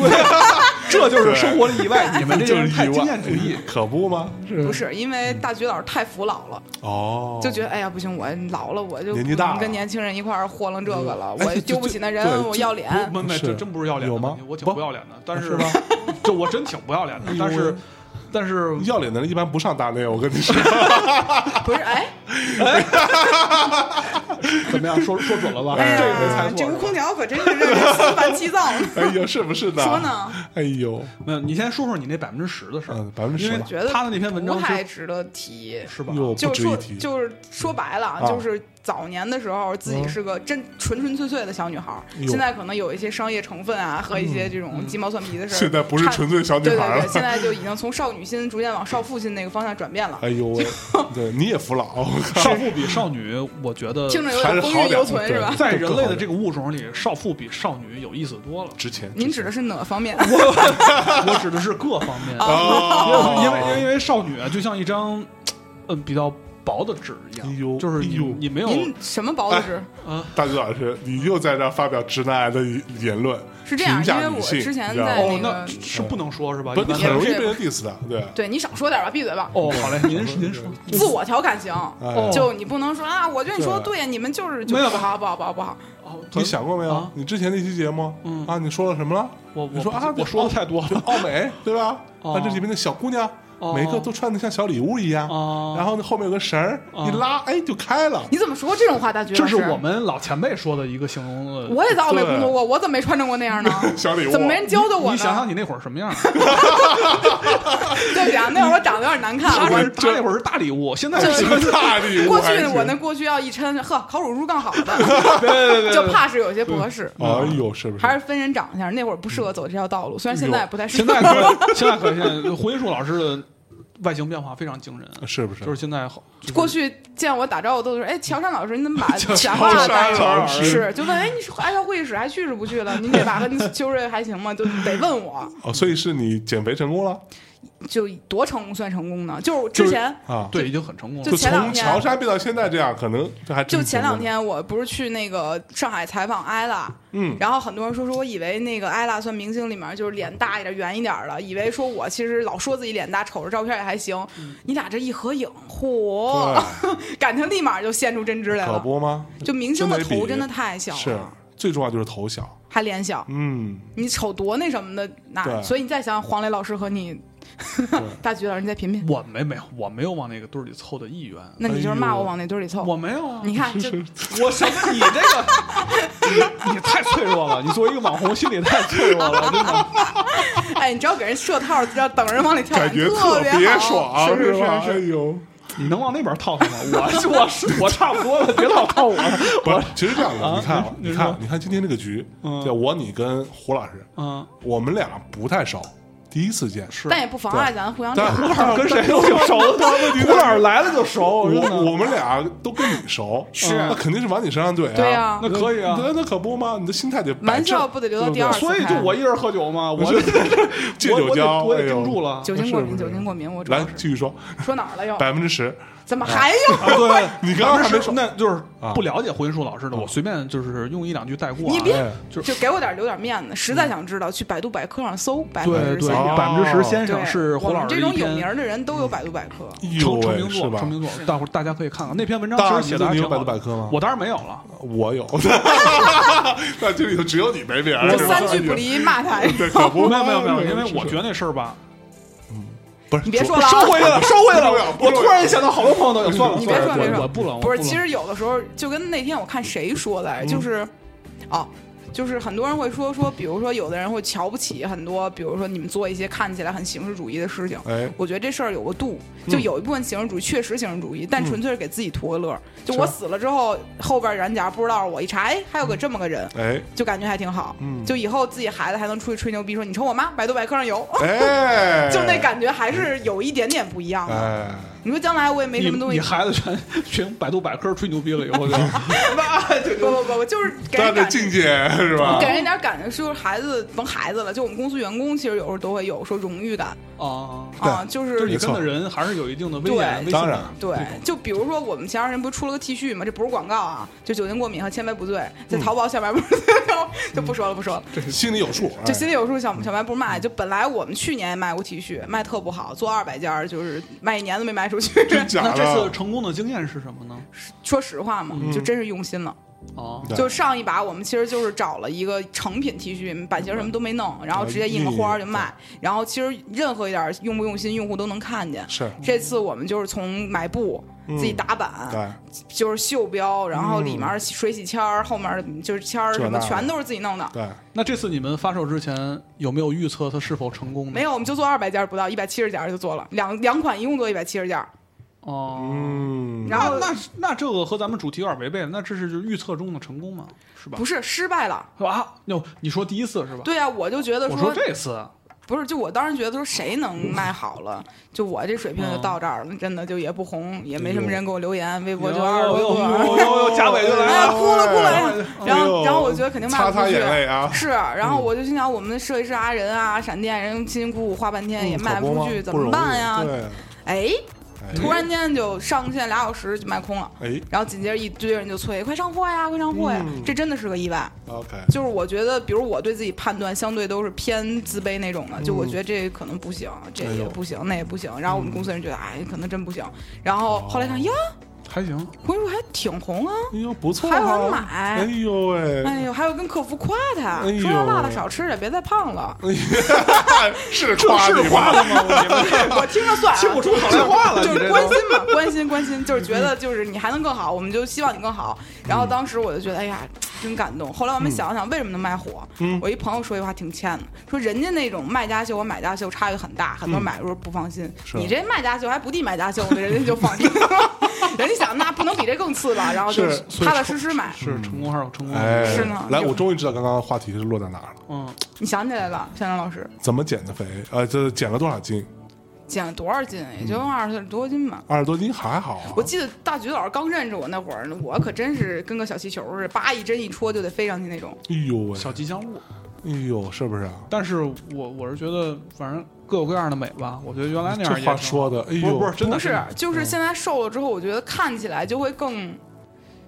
Speaker 3: 这就是生活的意外。你们这些人
Speaker 1: *laughs* 就是
Speaker 3: 太
Speaker 1: 意
Speaker 3: 经
Speaker 1: 外
Speaker 3: 验主义，，
Speaker 1: *laughs* 可不吗？
Speaker 2: 不是因为大菊老师太服老了，
Speaker 1: 嗯哦，
Speaker 2: 就觉得哎呀不行，我老了我就
Speaker 1: 年纪大了
Speaker 2: 跟年轻人一块儿豁楞这个了，
Speaker 1: 哎
Speaker 2: 我
Speaker 1: 这
Speaker 2: 丢不起那人
Speaker 1: 这对，
Speaker 2: 我
Speaker 1: 这
Speaker 2: 要脸。
Speaker 3: 不没，这
Speaker 1: 是
Speaker 3: 真不是要脸的
Speaker 1: 有吗
Speaker 3: 问题我挺
Speaker 1: 不啊
Speaker 3: 不要脸的，但
Speaker 1: 是
Speaker 3: *laughs*
Speaker 1: 哎吧？
Speaker 3: 这我真挺不要脸的，但是但是
Speaker 1: 嗯要脸的人一般不上大内，我跟你说，
Speaker 2: 不是
Speaker 1: *laughs*
Speaker 2: 哎，
Speaker 3: *laughs* 怎么样？说说准了吧？
Speaker 2: 哎
Speaker 3: 这个没
Speaker 2: 呀
Speaker 3: 猜，
Speaker 2: 这屋
Speaker 3: 错是吧。
Speaker 2: 空调可真是让人心烦气躁呢。
Speaker 1: 哎呦， *laughs* 是不是呢？
Speaker 2: 说呢？
Speaker 1: 哎呦，
Speaker 3: 没有，你先说说你那百分之十的事儿
Speaker 1: 嗯，，百分之
Speaker 3: 因
Speaker 1: 十
Speaker 3: 为
Speaker 1: 吧，
Speaker 2: 觉得
Speaker 3: 他的那篇文章
Speaker 2: 不太
Speaker 3: 是
Speaker 2: 值得提，
Speaker 3: 是吧？
Speaker 1: 哟，
Speaker 2: 就
Speaker 1: 不
Speaker 2: 是
Speaker 1: 值一
Speaker 2: 说
Speaker 1: 提，
Speaker 2: 就是说白了，
Speaker 1: 啊
Speaker 2: 就是早年的时候自己是个真纯纯粹粹的小女孩儿，
Speaker 1: 嗯哟嗯
Speaker 2: 现在可能有一些商业成分啊和一些这种鸡毛蒜皮的事儿。
Speaker 1: 现在不是
Speaker 2: 看
Speaker 1: 纯粹小女
Speaker 2: 对对
Speaker 1: 孩
Speaker 2: 对，现
Speaker 1: 了。
Speaker 2: 在就已经从少女心逐渐往少妇心那个方向转变了。
Speaker 1: 哎呦喂，对，你也服老，我靠
Speaker 3: 少妇比少女，我觉得
Speaker 2: 听着有
Speaker 1: 还是
Speaker 2: 风
Speaker 1: 好
Speaker 2: 韵
Speaker 1: 点
Speaker 2: 犹
Speaker 1: 儿
Speaker 2: 存
Speaker 1: 对。
Speaker 2: 是吧？
Speaker 3: 在人类的这个物种里，少妇比少女有意思多了
Speaker 1: *laughs* 值钱。
Speaker 2: *laughs* 您指的是哪方面？
Speaker 3: 我指的是各方面，
Speaker 1: 哦，
Speaker 3: *laughs* 因为因为因为少女啊，就像一张呃比较薄的纸一
Speaker 1: 哎
Speaker 3: 样，
Speaker 1: 呦
Speaker 3: 就是你
Speaker 1: 哎呦
Speaker 3: 你没有哦
Speaker 2: 您什么包子纸？
Speaker 1: 大哥老师，你又在这儿发表直男癌的言论，
Speaker 2: 是这样，
Speaker 1: 评价
Speaker 2: 因为我
Speaker 1: 女性
Speaker 2: 之前
Speaker 1: 你知道
Speaker 2: 在
Speaker 1: 吗
Speaker 3: 哦，
Speaker 2: 那
Speaker 3: 那
Speaker 2: 个，
Speaker 3: 是不能说是吧？
Speaker 1: 不
Speaker 3: 一
Speaker 1: 是你
Speaker 3: 般
Speaker 1: 很容易
Speaker 2: 也是
Speaker 1: 被人 diss 的，对。
Speaker 2: 对你少说点吧，闭嘴吧。
Speaker 3: 哦，好
Speaker 1: *laughs*
Speaker 3: 嘞，您您说，哦
Speaker 2: 自我调侃型，
Speaker 1: 哎
Speaker 2: *laughs* 就你不能说啊，我觉得你说的
Speaker 1: 对
Speaker 2: 对，你们就是就
Speaker 3: 没有
Speaker 2: 不好不好不好不好。
Speaker 3: 哦
Speaker 1: 你想过没有
Speaker 3: 啊？
Speaker 1: 你之前那期节目
Speaker 3: 嗯
Speaker 1: 啊，你说了什么了？
Speaker 3: 我我
Speaker 1: 你说啊，
Speaker 3: 我说的
Speaker 1: 太多
Speaker 3: *laughs*
Speaker 1: 了，奥美对吧？
Speaker 3: 哦
Speaker 1: 啊，这里面的小姑娘，
Speaker 3: 哦
Speaker 1: 每个都穿的像小礼物一样，
Speaker 3: 哦
Speaker 1: 然后呢后面有个绳儿，
Speaker 3: 哦
Speaker 1: 一拉，哎就开了。
Speaker 2: 你怎么说这种话，大橘老
Speaker 3: 这
Speaker 2: 师？
Speaker 3: 是我们老前辈说的一个形容的。
Speaker 2: 我也在奥美
Speaker 1: 对？
Speaker 2: 工作过，我怎么没穿成过那样呢
Speaker 1: 小礼物
Speaker 2: 怎么没人教教我呢？
Speaker 3: 你想想你那会儿
Speaker 2: *laughs*
Speaker 3: 什么样？
Speaker 2: 对不起啊，那会儿我长得有点难看
Speaker 3: 他
Speaker 2: 啊。
Speaker 3: 那
Speaker 2: 我
Speaker 3: 他那会儿是大礼物，现在
Speaker 2: 这
Speaker 3: 是
Speaker 1: 什么大礼物？
Speaker 2: 过
Speaker 1: 还
Speaker 2: 去
Speaker 1: 是
Speaker 2: 我那过去要一抻，呵，烤乳猪更好的，
Speaker 3: 对对
Speaker 2: *laughs*
Speaker 3: 对，
Speaker 2: 就怕是有些不合适，
Speaker 1: 哎呦，是不是？
Speaker 2: 还是分人长相。那会儿不适合走这条道路，虽然现在不太适
Speaker 3: 现
Speaker 2: 合
Speaker 3: 在。可现在可现在胡一树老师的外形变化非常惊人，
Speaker 1: 是不是？
Speaker 3: 就是现在好
Speaker 2: *laughs* 过去见我打招呼都
Speaker 1: *laughs*
Speaker 2: 是，哎，乔杉老师，你怎么把假
Speaker 1: 乔
Speaker 2: 发
Speaker 1: 杉
Speaker 2: 戴
Speaker 1: 老
Speaker 2: 上？
Speaker 1: 师
Speaker 2: 是，就问，哎，你是爱笑会议室还去是不去了？你这把和你秋瑞还行吗？ *laughs* 就得问我，
Speaker 1: 哦，所以是你减肥成功了，
Speaker 2: 就多成功算成功呢？就是我之前
Speaker 1: 啊？
Speaker 3: 对已经很成功了
Speaker 2: 就
Speaker 1: 就。
Speaker 2: 前两
Speaker 1: 从
Speaker 2: 天
Speaker 1: 乔杉变到现在这样，可能这还真
Speaker 2: 就前两
Speaker 1: 成功了，
Speaker 2: 天我不是去那个上海采访艾拉，
Speaker 1: 嗯
Speaker 2: 然后很多人说说我以为那个艾拉算明星里面就是脸大一点圆一点的，以为说我其实老说自己脸大，瞅着照片也还行。
Speaker 1: 嗯
Speaker 2: 你俩这一合影，嚯，感情立马就现出真知
Speaker 1: 对，
Speaker 2: 来
Speaker 1: 可
Speaker 2: 了。
Speaker 1: 不吗？
Speaker 2: 就明星的头真的
Speaker 1: 比
Speaker 2: 太小
Speaker 1: 是
Speaker 2: 了，
Speaker 1: 最重要就是头小，
Speaker 2: 还脸小，
Speaker 1: 嗯，
Speaker 2: 你瞅多那什么的那，
Speaker 1: 对
Speaker 2: 所以你再想想黄磊老师和你 *laughs* 大橘老师，你再品品，
Speaker 3: 我没没有，我没有往那个堆儿里凑的意愿，
Speaker 2: 那你就是骂我往那堆里凑。
Speaker 3: 我没有啊。
Speaker 2: 嗯你看，这
Speaker 3: 我什么？你这
Speaker 2: *laughs*
Speaker 3: 个你你太脆弱了，你作为一个网红，心里太脆弱了，
Speaker 2: *laughs*
Speaker 3: 真的。
Speaker 2: 哎，你只要给人设套，只要等人往里跳，
Speaker 1: 感觉
Speaker 2: 特
Speaker 1: 别
Speaker 2: 好
Speaker 1: 爽，
Speaker 2: 是是是
Speaker 1: 吧？
Speaker 2: 是
Speaker 1: 哎呦，
Speaker 3: 你能往那边套上吗？我我是我差不多了，别老套我了。
Speaker 1: 不是，其实这样的，
Speaker 3: 啊
Speaker 1: 你看啊，
Speaker 3: 你
Speaker 1: 你
Speaker 3: 你
Speaker 1: 看
Speaker 3: 说，
Speaker 1: 你看今天这个局，
Speaker 3: 嗯
Speaker 1: 对我你跟胡老师，
Speaker 3: 嗯，
Speaker 1: 我们俩不太熟，第一次见，
Speaker 3: 是
Speaker 2: 但也不妨碍咱互相
Speaker 1: 但
Speaker 2: 聊。
Speaker 3: 胡老师跟谁都挺熟的，胡老师来了就熟。
Speaker 1: 我
Speaker 3: 真的
Speaker 1: 我们俩都跟你熟，
Speaker 2: 是
Speaker 1: 那肯定是往你身上怼啊，
Speaker 2: 对啊
Speaker 3: *laughs* 那可以啊
Speaker 1: 那那可不吗？你的心态得摆
Speaker 2: 玩
Speaker 1: 正
Speaker 2: 笑不得留到第二次
Speaker 3: 所以就
Speaker 2: 开
Speaker 3: 我一人喝酒嘛，我
Speaker 1: 是
Speaker 3: 这
Speaker 1: 戒酒胶
Speaker 3: 我得我
Speaker 1: 哎
Speaker 3: 得
Speaker 1: 呦
Speaker 3: 盯住了。
Speaker 2: 酒精过敏，
Speaker 1: 是
Speaker 2: 酒精过敏，我啊主要
Speaker 1: 来
Speaker 2: 是
Speaker 1: 继续说，
Speaker 2: 说哪儿了又？
Speaker 1: 百分之十，
Speaker 2: 怎么还有？
Speaker 3: 啊对，
Speaker 1: 你刚刚还没
Speaker 3: 是
Speaker 1: 说
Speaker 3: 那就是
Speaker 1: 啊
Speaker 3: 不了解胡云树老师的，我随便就是用一两句带过
Speaker 2: *laughs*
Speaker 3: 啊。
Speaker 2: 你别
Speaker 1: 哎
Speaker 3: 就是
Speaker 2: 就给我点留点面子，实在想知道去百度百科上搜百分
Speaker 3: 嗯对
Speaker 2: 之
Speaker 3: 对
Speaker 2: 先生。
Speaker 1: 哦
Speaker 3: 百分之十先
Speaker 2: 对
Speaker 3: 生是
Speaker 2: 我
Speaker 3: 胡
Speaker 2: 们
Speaker 3: 老师
Speaker 2: 这
Speaker 3: 的
Speaker 2: 种
Speaker 3: 一
Speaker 2: 有
Speaker 3: 篇
Speaker 2: 名儿的人都有百度百科，
Speaker 1: 哎呦
Speaker 3: 成成
Speaker 1: 喂
Speaker 3: 名
Speaker 1: 是
Speaker 3: 作，
Speaker 1: 吧
Speaker 3: 成？名作，大伙儿大家可以看看那篇文章，
Speaker 1: 大
Speaker 3: 其实写的还
Speaker 1: 你
Speaker 3: 挺
Speaker 1: 有
Speaker 3: 好的。
Speaker 1: 百度百科吗
Speaker 3: 我当然没有了，我
Speaker 1: 我
Speaker 2: *laughs*
Speaker 1: 有， *laughs* 那这里头只有你没名儿，
Speaker 2: 就是
Speaker 1: 吧
Speaker 2: 三句不，离骂他。
Speaker 1: *laughs* 对，可
Speaker 2: *laughs*
Speaker 1: 不，
Speaker 3: 没有没有没有，因为
Speaker 1: 是
Speaker 3: 我
Speaker 1: 是
Speaker 3: 觉得那事儿吧，
Speaker 1: 不是，
Speaker 2: 你别说
Speaker 3: 我
Speaker 2: 了啊，
Speaker 3: 收回来了，收回来了。
Speaker 1: 不重要不
Speaker 3: 我
Speaker 1: 重要
Speaker 3: 突然想到好多朋友都有，算了
Speaker 2: 你别
Speaker 3: 算
Speaker 2: 说别
Speaker 3: 了，
Speaker 2: 说
Speaker 3: 我哦不冷，
Speaker 2: 不是，
Speaker 3: 冷
Speaker 2: 其实有的时候就跟那天我看谁说来，就是，哦，就是很多人会说说，比如说有的人会瞧不起很多，比如说你们做一些看起来很形式主义的事情。
Speaker 1: 哎，
Speaker 2: 我觉得这事儿有个度，就有一部分形式主义确实形式主义，但纯粹是给自己图个乐儿。就我死了之后，后边人家不知道，我一查，哎，还有个这么个人，
Speaker 1: 哎
Speaker 2: 就感觉还挺好。
Speaker 1: 嗯
Speaker 2: 就以后自己孩子还能出去吹牛逼，说 *laughs* 你瞅我妈，百度百科上有，
Speaker 1: 哎，
Speaker 2: 就那感觉还是有一点点不一样的。
Speaker 1: 哎，
Speaker 2: 你说将来我也没
Speaker 3: 你
Speaker 2: 什么东
Speaker 3: 你
Speaker 2: 西。
Speaker 3: 孩子全全百度百科吹牛逼了以后就，那这
Speaker 2: 不
Speaker 3: 个
Speaker 2: 不不，我 *laughs* 就是给
Speaker 1: 但
Speaker 2: 人
Speaker 1: 这
Speaker 2: 感觉。
Speaker 1: 境界是吧
Speaker 2: 给？人一点感觉，是不是孩子甭孩子了？就我们公司员工，其实有时候都会有说荣誉感
Speaker 3: 啊，
Speaker 2: 啊，就
Speaker 3: 就是
Speaker 2: 是
Speaker 3: 你跟的人还是有一定的危
Speaker 2: 对
Speaker 3: 险。危险
Speaker 1: 当然
Speaker 2: 对，就比如说我们前两天不是出了个 T 恤嘛，这不是广告啊，就酒精过敏和千杯不醉，在淘宝小卖部 *laughs* 就不说了，不说了。
Speaker 3: 嗯
Speaker 1: 心里有数，
Speaker 2: 就
Speaker 1: 哎
Speaker 2: 心里有数，小小卖部卖，就本来我们去年卖过 T 恤，卖特不好，做二百件儿，就是卖一年都没卖出去。
Speaker 1: 真假
Speaker 3: 那这次
Speaker 1: 的？
Speaker 3: 成功的经验是什么呢？
Speaker 2: *laughs* 说实话嘛，就真是用心了。
Speaker 3: 啊，
Speaker 1: 对
Speaker 2: 就上一把我们其实就是找了一个成品 T 恤，版型什么都没弄，然后直接印个花儿就卖。然后其实任何一点儿用不用心，用户都能看见。
Speaker 1: 哎是嗯
Speaker 2: 这次我们就是从买布。自己打版，
Speaker 1: 对，
Speaker 2: 就是绣标，然后里面水洗签儿，后面就是签儿
Speaker 1: 这
Speaker 2: 什么，
Speaker 1: 那的
Speaker 2: 全都是自己弄的。
Speaker 1: 对，
Speaker 3: 那这次你们发售之前有没有预测它是否成功呢？
Speaker 2: 没有，我们就做二百件儿不到，一百七十件儿就做了，两两款一共做一百七十件儿。
Speaker 3: 哦。
Speaker 1: 嗯，
Speaker 2: 然后
Speaker 3: 那那那这个和咱们主题有点违背了，那这是就是预测中的成功嘛，是吧
Speaker 2: 不？是失败了，
Speaker 3: 啊，哟，你说第一次是吧？
Speaker 2: 对啊，我就觉得
Speaker 3: 我说这次
Speaker 2: 不是，就我当时觉得说谁能卖好了，就我这水平就到这儿了，真的就也不红，也没什么人给我留言，微
Speaker 1: 哎
Speaker 2: 博就二十多个。
Speaker 3: 呦呦，贾伟就
Speaker 2: 哎
Speaker 3: 来
Speaker 2: 呀，
Speaker 3: 了，
Speaker 2: 哭了哭了！哎呀然
Speaker 1: 哎呦
Speaker 2: 后，然后我觉得肯定卖
Speaker 1: 擦
Speaker 2: 不出
Speaker 1: 擦
Speaker 2: 去。
Speaker 1: 眼泪啊，
Speaker 2: 是，然后我就心想，我们的设计师阿仁啊、闪电人辛辛苦苦画半天也
Speaker 1: 嗯
Speaker 2: 卖
Speaker 1: 可不
Speaker 2: 出
Speaker 1: 吗
Speaker 2: 去，怎
Speaker 1: 不容
Speaker 2: 么
Speaker 1: 易
Speaker 2: 办呀？
Speaker 1: 对，
Speaker 2: 哎，
Speaker 1: 哎
Speaker 2: 突然间就上线俩小时就卖空了，
Speaker 1: 哎
Speaker 2: 然后紧接着一堆人就催，快上货呀，快上货呀！
Speaker 1: 嗯
Speaker 2: 这真的是个意外。
Speaker 1: ，OK，
Speaker 2: 就是我觉得，比如我对自己判断相对都是偏自卑那种的，就我觉得这可能不行，这
Speaker 1: 嗯哎
Speaker 2: 也
Speaker 1: 呦
Speaker 2: 不行，那也不行。然后我们公司人觉得，哎，可能真不行。然后
Speaker 1: 哦
Speaker 2: 后来看，呀，
Speaker 3: 还行，
Speaker 2: 红薯还挺红啊，
Speaker 1: 哎呦不错，
Speaker 2: 还有人
Speaker 1: 哈，
Speaker 2: 买
Speaker 1: 哎呦喂，
Speaker 2: 哎呦，还有跟客服夸他，
Speaker 1: 哎呦
Speaker 2: 说他辣的少吃点，别再胖了。 *laughs*
Speaker 1: 是夸你
Speaker 3: 话
Speaker 1: 吗？
Speaker 3: 吗？
Speaker 2: 我听着算啊，
Speaker 3: 听不出好赖话了，
Speaker 2: 就
Speaker 3: 你
Speaker 2: 是
Speaker 3: 这
Speaker 2: 关
Speaker 3: 都
Speaker 2: 心嘛，关心关心，就是觉得就是你还能更好，我们就希望你更好。然后
Speaker 3: 嗯
Speaker 2: 当时我就觉得，哎呀，真感动。后来我们想了想，为什么能卖火？
Speaker 3: 嗯
Speaker 2: 我一朋友说一句话挺欠的，说人家那种卖家秀和买家秀差距很大，
Speaker 3: 嗯
Speaker 2: 很多人买的时候不放心，
Speaker 1: 是
Speaker 3: 啊
Speaker 2: 你这卖家秀还不地买家秀呢，人家就放心
Speaker 3: *laughs*
Speaker 2: 了。人家想那不能比这更次吧，然后就是
Speaker 1: 所以
Speaker 2: 踏踏实实买。
Speaker 3: 是成功还是成功？
Speaker 1: 哎，
Speaker 2: 是呢
Speaker 1: 来，
Speaker 2: 就
Speaker 1: 我终于知道刚刚话题是落在哪儿了，
Speaker 3: 嗯，
Speaker 2: 你想起来了，向阳老师
Speaker 1: 怎么减的肥？呃，这减了多少斤？
Speaker 2: 减了多少斤？啊也就
Speaker 3: 嗯
Speaker 2: 二十多斤吧。
Speaker 1: 二十多斤还好啊
Speaker 2: 我，记得大橘老师刚认识我那会儿，我可真是跟个小气球似的，叭一针一戳就得飞上去那种。
Speaker 1: 哎呦喂，
Speaker 3: 小吉祥物。
Speaker 1: 哎呦，是不是啊？
Speaker 3: 但是我我是觉得，反正各有各样的美吧。我觉得原来那样
Speaker 1: 这
Speaker 3: 也
Speaker 1: 话
Speaker 3: 挺
Speaker 1: 说的，哎嗯
Speaker 3: 不是
Speaker 1: 呦，
Speaker 3: 不是真的
Speaker 2: 不是，就是现在瘦了之后，我觉得看起来就会更